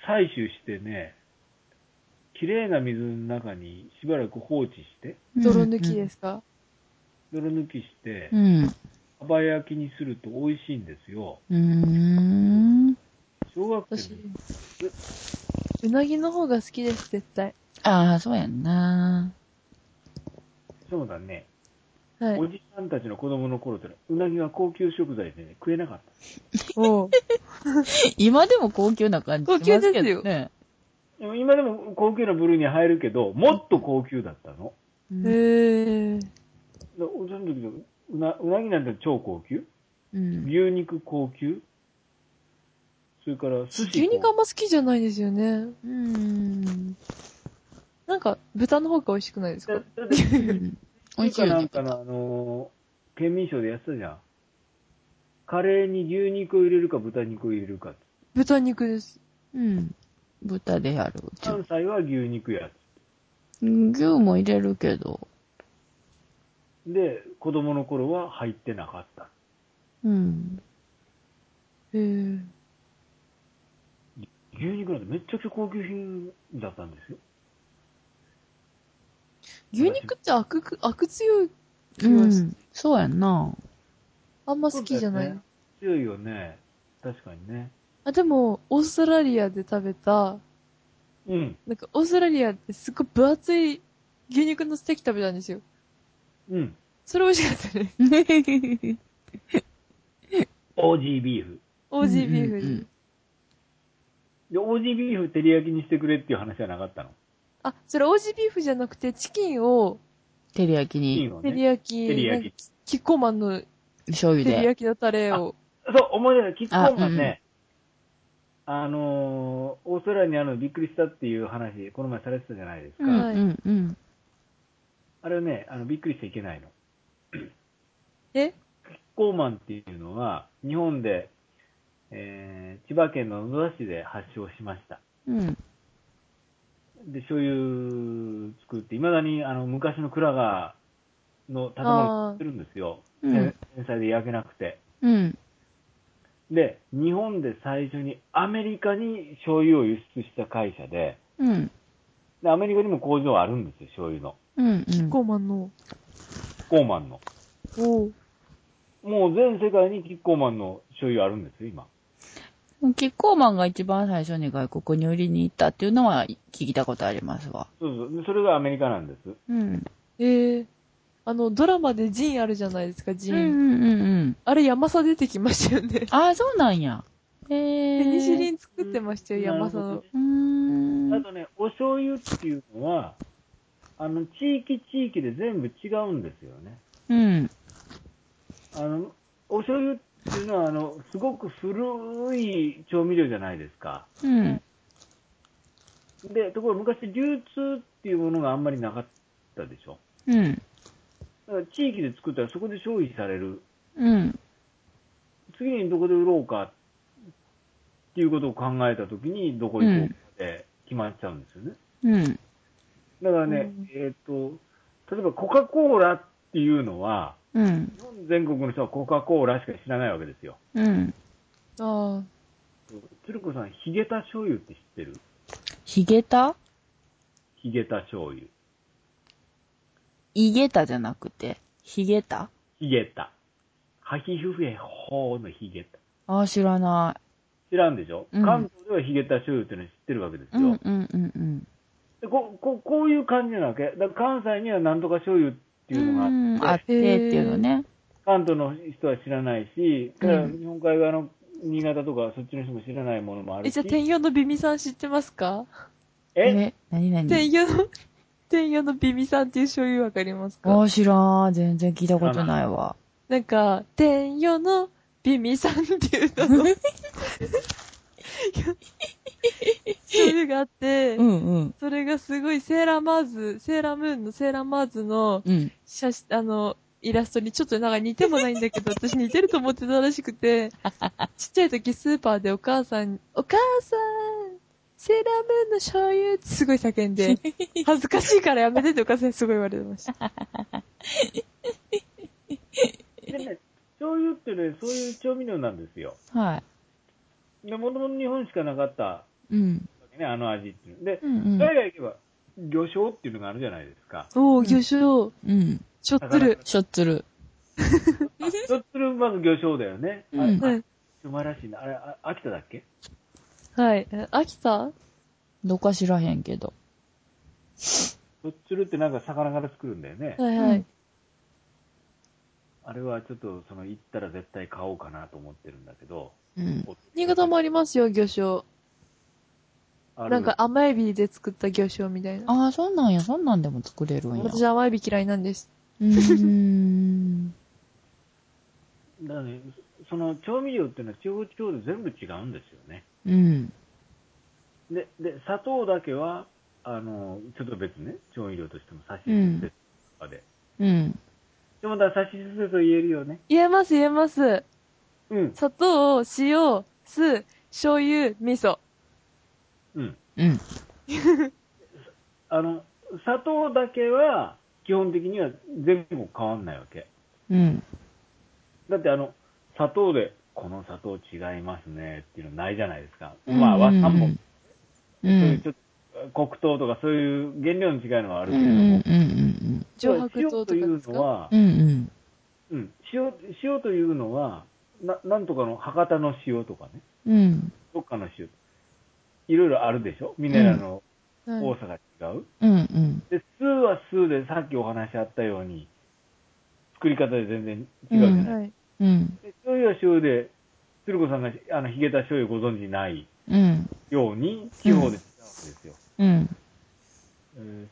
Speaker 3: 採取してね、綺麗な水の中にしばらく放置して、
Speaker 2: 泥抜きですすか、
Speaker 3: 泥抜きして
Speaker 1: う、ん。
Speaker 3: かば焼きにすると美味しいんですよ。
Speaker 1: うーん。
Speaker 3: 小学生
Speaker 2: 私、うなぎの方が好きです、絶対。
Speaker 1: ああ、そうやんな。
Speaker 3: そうだね、
Speaker 2: はい
Speaker 3: お。じさんたちの子供の頃ってのはうなぎは高級食材でね、食えなかった。
Speaker 2: おう
Speaker 1: 今でも高級な感じしますけどね。
Speaker 2: 高級ですよ
Speaker 1: ね。
Speaker 3: でも今でも高級な部類に入るけど、もっと高級だったの。
Speaker 2: へえ。
Speaker 3: だその時のうなうなぎなんて超高級
Speaker 1: うん。
Speaker 3: 牛肉高級それから寿司高級
Speaker 2: 牛肉あんま好きじゃないですよね。
Speaker 1: うん。
Speaker 2: なんか、豚の方が美味しくないです
Speaker 3: だ
Speaker 2: か
Speaker 3: だって
Speaker 1: 美味しい
Speaker 3: 中華
Speaker 1: よ
Speaker 3: な
Speaker 1: ね
Speaker 3: ん。かの、あのー県民賞でやってたじゃん。カレーに牛肉を入れるか豚肉を入れるか。
Speaker 2: 豚肉です。
Speaker 1: うん。豚でやる。うち
Speaker 3: 関西は牛肉や。
Speaker 1: 牛も入れるけど。
Speaker 3: で、子供の頃は入ってなかった。
Speaker 1: うん。
Speaker 2: へえ。
Speaker 3: 牛肉なんてめちゃくちゃ高級品だったんですよ。
Speaker 2: 牛肉って悪く、悪強い気
Speaker 1: う
Speaker 2: がし、
Speaker 1: ん。そうやんな。
Speaker 2: あんま好きじゃない。
Speaker 3: そうだよね強いよね。確かにね。
Speaker 2: あ、でも、オーストラリアで食べた、
Speaker 3: うん。
Speaker 2: なんかオーストラリアってすっごい分厚い牛肉のステーキ食べたんですよ。
Speaker 3: うん。
Speaker 2: それ美味しかったね。
Speaker 3: オージービーフ。
Speaker 2: オージービーフ
Speaker 1: うんうんうん
Speaker 2: に。
Speaker 3: で、オージービーフ照り焼きにしてくれっていう話じゃなかったの。
Speaker 2: あ、それオージービーフじゃなくて、チキンを、
Speaker 1: 照り焼き
Speaker 3: いい
Speaker 1: に
Speaker 3: よ
Speaker 2: 照り
Speaker 3: ね。
Speaker 2: 焼き、
Speaker 3: 照り焼き
Speaker 2: なんかキッコーマンの
Speaker 1: 醤油
Speaker 2: 照り
Speaker 1: で。
Speaker 2: 焼きのタレを。
Speaker 3: そう、思い出した。キッコーマンね、あ,、のー、オーストラリアにあるのびっくりしたっていう話、この前されてたじゃないですか。
Speaker 1: うんうんうん。
Speaker 3: あれはね、あの、びっくりしちゃいけないの。
Speaker 2: え
Speaker 3: キッコーマンっていうのは、日本で、えー、千葉県の野田市で発祥しました。
Speaker 1: うん。
Speaker 3: で、醤油作って、いまだにあの昔の蔵が、の建物を作ってるんですよ。
Speaker 1: うん
Speaker 3: 天才で焼けなくて。
Speaker 1: うん。
Speaker 3: で、日本で最初にアメリカに醤油を輸出した会社で、
Speaker 1: うん。
Speaker 3: でアメリカにも工場あるんですよ、醤油の。
Speaker 1: うん。
Speaker 2: キッコーマンの。
Speaker 3: キッコーマンの。
Speaker 2: おう
Speaker 3: もう全世界にキッコーマンの醤油あるんですよ、今。
Speaker 1: キッコーマンが一番最初に外国に売りに行ったっていうのは聞いたことありますわ。
Speaker 3: そうそう。でそれがアメリカなんです。
Speaker 1: うん。
Speaker 2: ええあの、ドラマでジンあるじゃないですか、ジ
Speaker 1: うんう
Speaker 2: ン。
Speaker 1: んうんうん。
Speaker 2: あれ、山さ出てきましたよね。
Speaker 1: ああ、そうなんや。へ え。
Speaker 2: ペニシリン作ってましたよ、山さ
Speaker 3: なるほ
Speaker 2: の
Speaker 3: ど。
Speaker 1: うーん。
Speaker 3: あ
Speaker 1: う
Speaker 3: とね、お醤油っていうのは、あの、地域地域で全部違うんですよね。
Speaker 1: ん。
Speaker 3: あの、お醤油っていうのは、あの、すごく古い調味料じゃないですか。
Speaker 1: うん。
Speaker 3: で、ところが昔流通っていうものがあんまりなかったでしょ。
Speaker 1: うん。
Speaker 3: だから地域で作ったらそこで消費される。
Speaker 1: うん。
Speaker 3: 次にどこで売ろうかっていうことを考えたときに、どこ行こうかで決まっちゃうんですよね。
Speaker 1: うん。
Speaker 3: だからね、
Speaker 2: うん
Speaker 3: えっ、と、例えばコカ・コーラっていうのは、
Speaker 1: うん。
Speaker 3: 日本全国の人はコカ・コーラしか知らないわけですよ。
Speaker 1: うん。
Speaker 2: ああ。
Speaker 3: 鶴子さん、ヒゲタ醤油って知ってる
Speaker 1: ヒゲタ
Speaker 3: ヒゲタ醤油。
Speaker 1: イゲタじゃなくて、ヒゲタ
Speaker 3: ヒゲタ。ハヒフヘホーのヒゲタ。
Speaker 1: ああ、知らな
Speaker 3: 知らんでしょ、
Speaker 1: うん
Speaker 3: 関東ではヒゲタ醤油っていうのは知ってるわけです
Speaker 1: い。う
Speaker 3: よ。
Speaker 1: んうんうんうん。
Speaker 3: でこここういう感じなわけ。だから関西にはなんとか醤油っていうのがあって、
Speaker 1: うんあってっていうのね。
Speaker 3: 関東の人は知らないし、だから
Speaker 1: うん
Speaker 3: 日本海側の新潟とかそっちの人も知らないものもある
Speaker 2: え、
Speaker 3: し。
Speaker 2: じゃあ、天用のビミさん知ってますか
Speaker 3: え、
Speaker 1: 何
Speaker 2: 天
Speaker 1: 何
Speaker 2: 用の、天用のビミさんっていう醤油わかります
Speaker 1: あ
Speaker 2: か
Speaker 1: あ、知らん。全然聞いたことないわ。
Speaker 2: なんか、天用のビミさんっていうのの醤油があって、
Speaker 1: うんうん。
Speaker 2: それがすごいセーラーマーズ、セーラームーンのセーラーマーズの
Speaker 1: うん。
Speaker 2: 写真、あの、イラストにちょっとなんか似てもないんだけ ど、私似てると思ってたらしくて、ちっちゃい時スーパーでお母さんに、お母さんセーラームーンの醤油ってすごい叫 んで、恥ずかしいからやめてってお母さんにすごい言われてました。
Speaker 3: でね、醤油ってね、そういう調味料なんですよ。
Speaker 1: は
Speaker 3: で、もともと日本しかなかった
Speaker 1: い。うん。
Speaker 3: ね、あの味っていうの。で
Speaker 1: う、んうん
Speaker 3: 海。外行けば、魚醤っていうのがあるじゃないですか。
Speaker 2: おー、魚醤、
Speaker 1: うん。
Speaker 2: ちょっとる。
Speaker 1: しょっつる。
Speaker 3: そっちのまず魚醤だよね。
Speaker 1: うん
Speaker 3: あれ
Speaker 2: はい。
Speaker 3: 素晴らしいな。あれ、あ秋田だっけ
Speaker 2: はい。秋田
Speaker 1: どか知らへんけど。
Speaker 3: そっちるってなんか魚から作るんだよね。
Speaker 2: はいはい。
Speaker 3: あれはちょっと、その、行ったら絶対買おうかなと思ってるんだけど。
Speaker 1: うん。
Speaker 2: 新潟もありますよ、魚醤。
Speaker 3: ある
Speaker 2: なんか、甘エビで作った魚醤みたいな。
Speaker 1: ああ、そんなんや、そんなんでも作れるんや。
Speaker 2: 私甘エビ嫌いなんです。
Speaker 1: うー ん。
Speaker 3: だからね、その調味料っていうのは地方地方で全部違うんですよね。
Speaker 1: うん。
Speaker 3: で、で、砂糖だけは、あの、ちょっと別ね、調味料としても差し
Speaker 1: うん
Speaker 3: 出とかで。
Speaker 1: うん。
Speaker 3: でもだから差し出と言えるよね。
Speaker 2: 言えます、言えます。
Speaker 3: うん。
Speaker 2: 砂糖、塩、酢、醤油、味噌。
Speaker 3: うん。
Speaker 1: うん。
Speaker 3: あの、砂糖だけは、基本的には全部変わんないわけ。
Speaker 1: うん。
Speaker 3: だってあの、砂糖で、この砂糖違いますねっていうのないじゃないですか。
Speaker 1: うん
Speaker 3: まあ、和三本。。
Speaker 1: う
Speaker 3: そういうんち。ょっと、黒糖とかそういう原料の違いのはある
Speaker 1: うんう
Speaker 3: けれども
Speaker 1: ん。うん
Speaker 2: 上白糖とか
Speaker 3: 塩とい
Speaker 2: で
Speaker 3: う
Speaker 2: す
Speaker 3: の
Speaker 2: か
Speaker 3: は
Speaker 1: うんう、ん。
Speaker 3: うん、塩、塩というのは、な、なんとかの博多の塩とかね、
Speaker 1: うん。うん。
Speaker 3: どっかの塩、いろいろあるでしょミネラルの
Speaker 2: は
Speaker 3: 多
Speaker 2: い
Speaker 3: さが違う。
Speaker 1: うんうん。
Speaker 3: で、酢は酢でさっきお話あったように、作り方で全然違うじゃない、
Speaker 1: うん
Speaker 2: はい。
Speaker 1: うん。
Speaker 3: で醤油は醤油で、鶴子さんがあのヒゲタ醤油ご存知ない
Speaker 1: うん。
Speaker 3: ように、地方で違うんですよ。
Speaker 1: うん。
Speaker 3: えー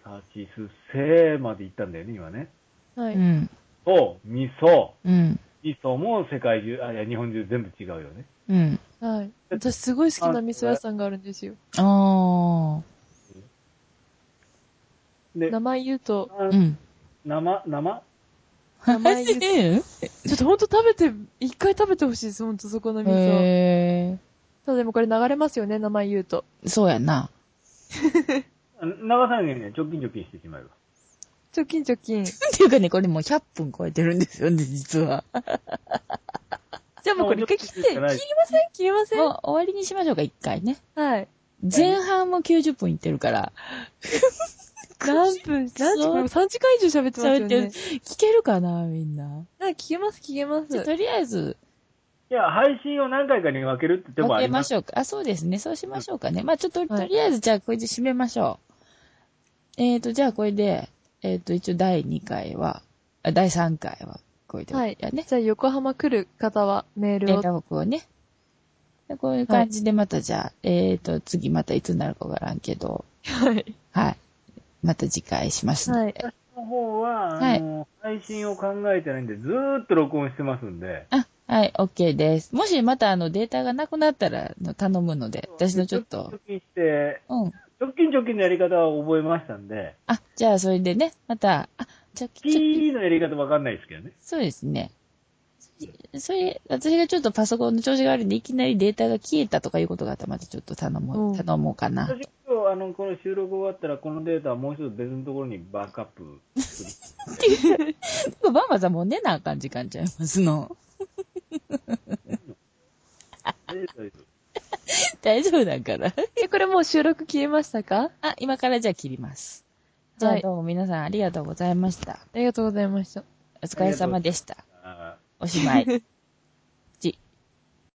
Speaker 3: サチスセまで行ったんだよね、今ね。
Speaker 2: は
Speaker 1: う
Speaker 2: い。
Speaker 1: ん。
Speaker 3: と、味噌。
Speaker 1: うん。
Speaker 3: 味噌も世界中、あ、いや、日本中全部違うよね。
Speaker 1: うん。
Speaker 2: はい。私すごい好きな味噌屋さんがあるんですよ。
Speaker 1: あ
Speaker 3: で、
Speaker 2: 名前言うと、
Speaker 1: あ。うん。
Speaker 3: 生、生
Speaker 2: 名前言うと、ち
Speaker 1: え
Speaker 2: ょっとほんと食べて、一回食べてほしいです、ほんとそこの味噌。
Speaker 1: え
Speaker 2: ただでもこれ流れますよね、名前言うと。
Speaker 1: そうやな。
Speaker 3: あ長さにね、ちょっきんちょっきんしてしまえば。
Speaker 2: ちょきんちょきん。 じ
Speaker 1: っていうかね、これもう100分超えてるんですよね、実は。
Speaker 2: ゃあもうこれ一回切って、切りません切りません
Speaker 1: もう終わりにしましょうか、一回ね。
Speaker 2: はい。
Speaker 1: 前半も90分いってるから、
Speaker 2: 何分、何時間 ?3 時間以上喋ってますよ
Speaker 1: 喋ってる
Speaker 2: ね。
Speaker 1: 聞けるかな、みんな。
Speaker 2: なんか聞けます、聞けま
Speaker 1: じゃあ
Speaker 2: す。
Speaker 1: とりあえず、
Speaker 3: いや、配信を何回かに分けるって手も
Speaker 1: 分
Speaker 3: あ
Speaker 1: け
Speaker 3: り
Speaker 1: ま
Speaker 3: ます。
Speaker 1: しょうか。あ、そうですね。そうしましょうかね。まあちょっと、
Speaker 2: はい
Speaker 1: とりあえず、じゃあ、これで締めましょう。えーと、じゃあ、これで、えーと、一応、第2回は、あ第3回は、これで、
Speaker 2: はい
Speaker 1: やね。
Speaker 2: じゃあ横浜来る方はメール
Speaker 1: 連
Speaker 2: を。
Speaker 1: 絡をね。でこういう感じで、また、じゃあ、えーと、次、またいつになるかわからんけど、
Speaker 2: はい。
Speaker 1: はい。また次回しますので。
Speaker 3: の方は、
Speaker 1: はい
Speaker 3: あの、配信を考えてないんで、ずーっと録音してますんで、
Speaker 1: あ、はい、OK です。もしまたあのデータがなくなったらあの頼むので、私のちょっと
Speaker 3: 直、近して、
Speaker 1: うん。
Speaker 3: 直近直近のやり方は覚えましたんで、
Speaker 1: あ、じゃあそれでね、また、あ、ちょ、ち
Speaker 3: ピ
Speaker 1: ょ、
Speaker 3: ーのやり方わかんないですけどね。
Speaker 1: そうですね。それ、私がちょっとパソコンの調子が悪いんで、いきなりデータが消えたとかいうことがあったら、またちょっと頼も
Speaker 2: う
Speaker 1: う、
Speaker 2: ん
Speaker 1: 頼もうかな。
Speaker 3: 私今日、あの、この収録終わったら、このデータはもう一つ別のところにバックアップ。
Speaker 1: バンバンさんもう寝なあかん時間ちゃいますの。
Speaker 3: 大丈夫大丈
Speaker 1: 大丈夫だから。
Speaker 2: え、これもう収録消えましたか
Speaker 1: あ、今からじゃあ切ります。じゃあ
Speaker 2: はい
Speaker 1: どうも皆さんありがとうございました。
Speaker 2: ありがとうございました。
Speaker 1: お疲れ様でした。
Speaker 3: 夫あー
Speaker 1: おしまい。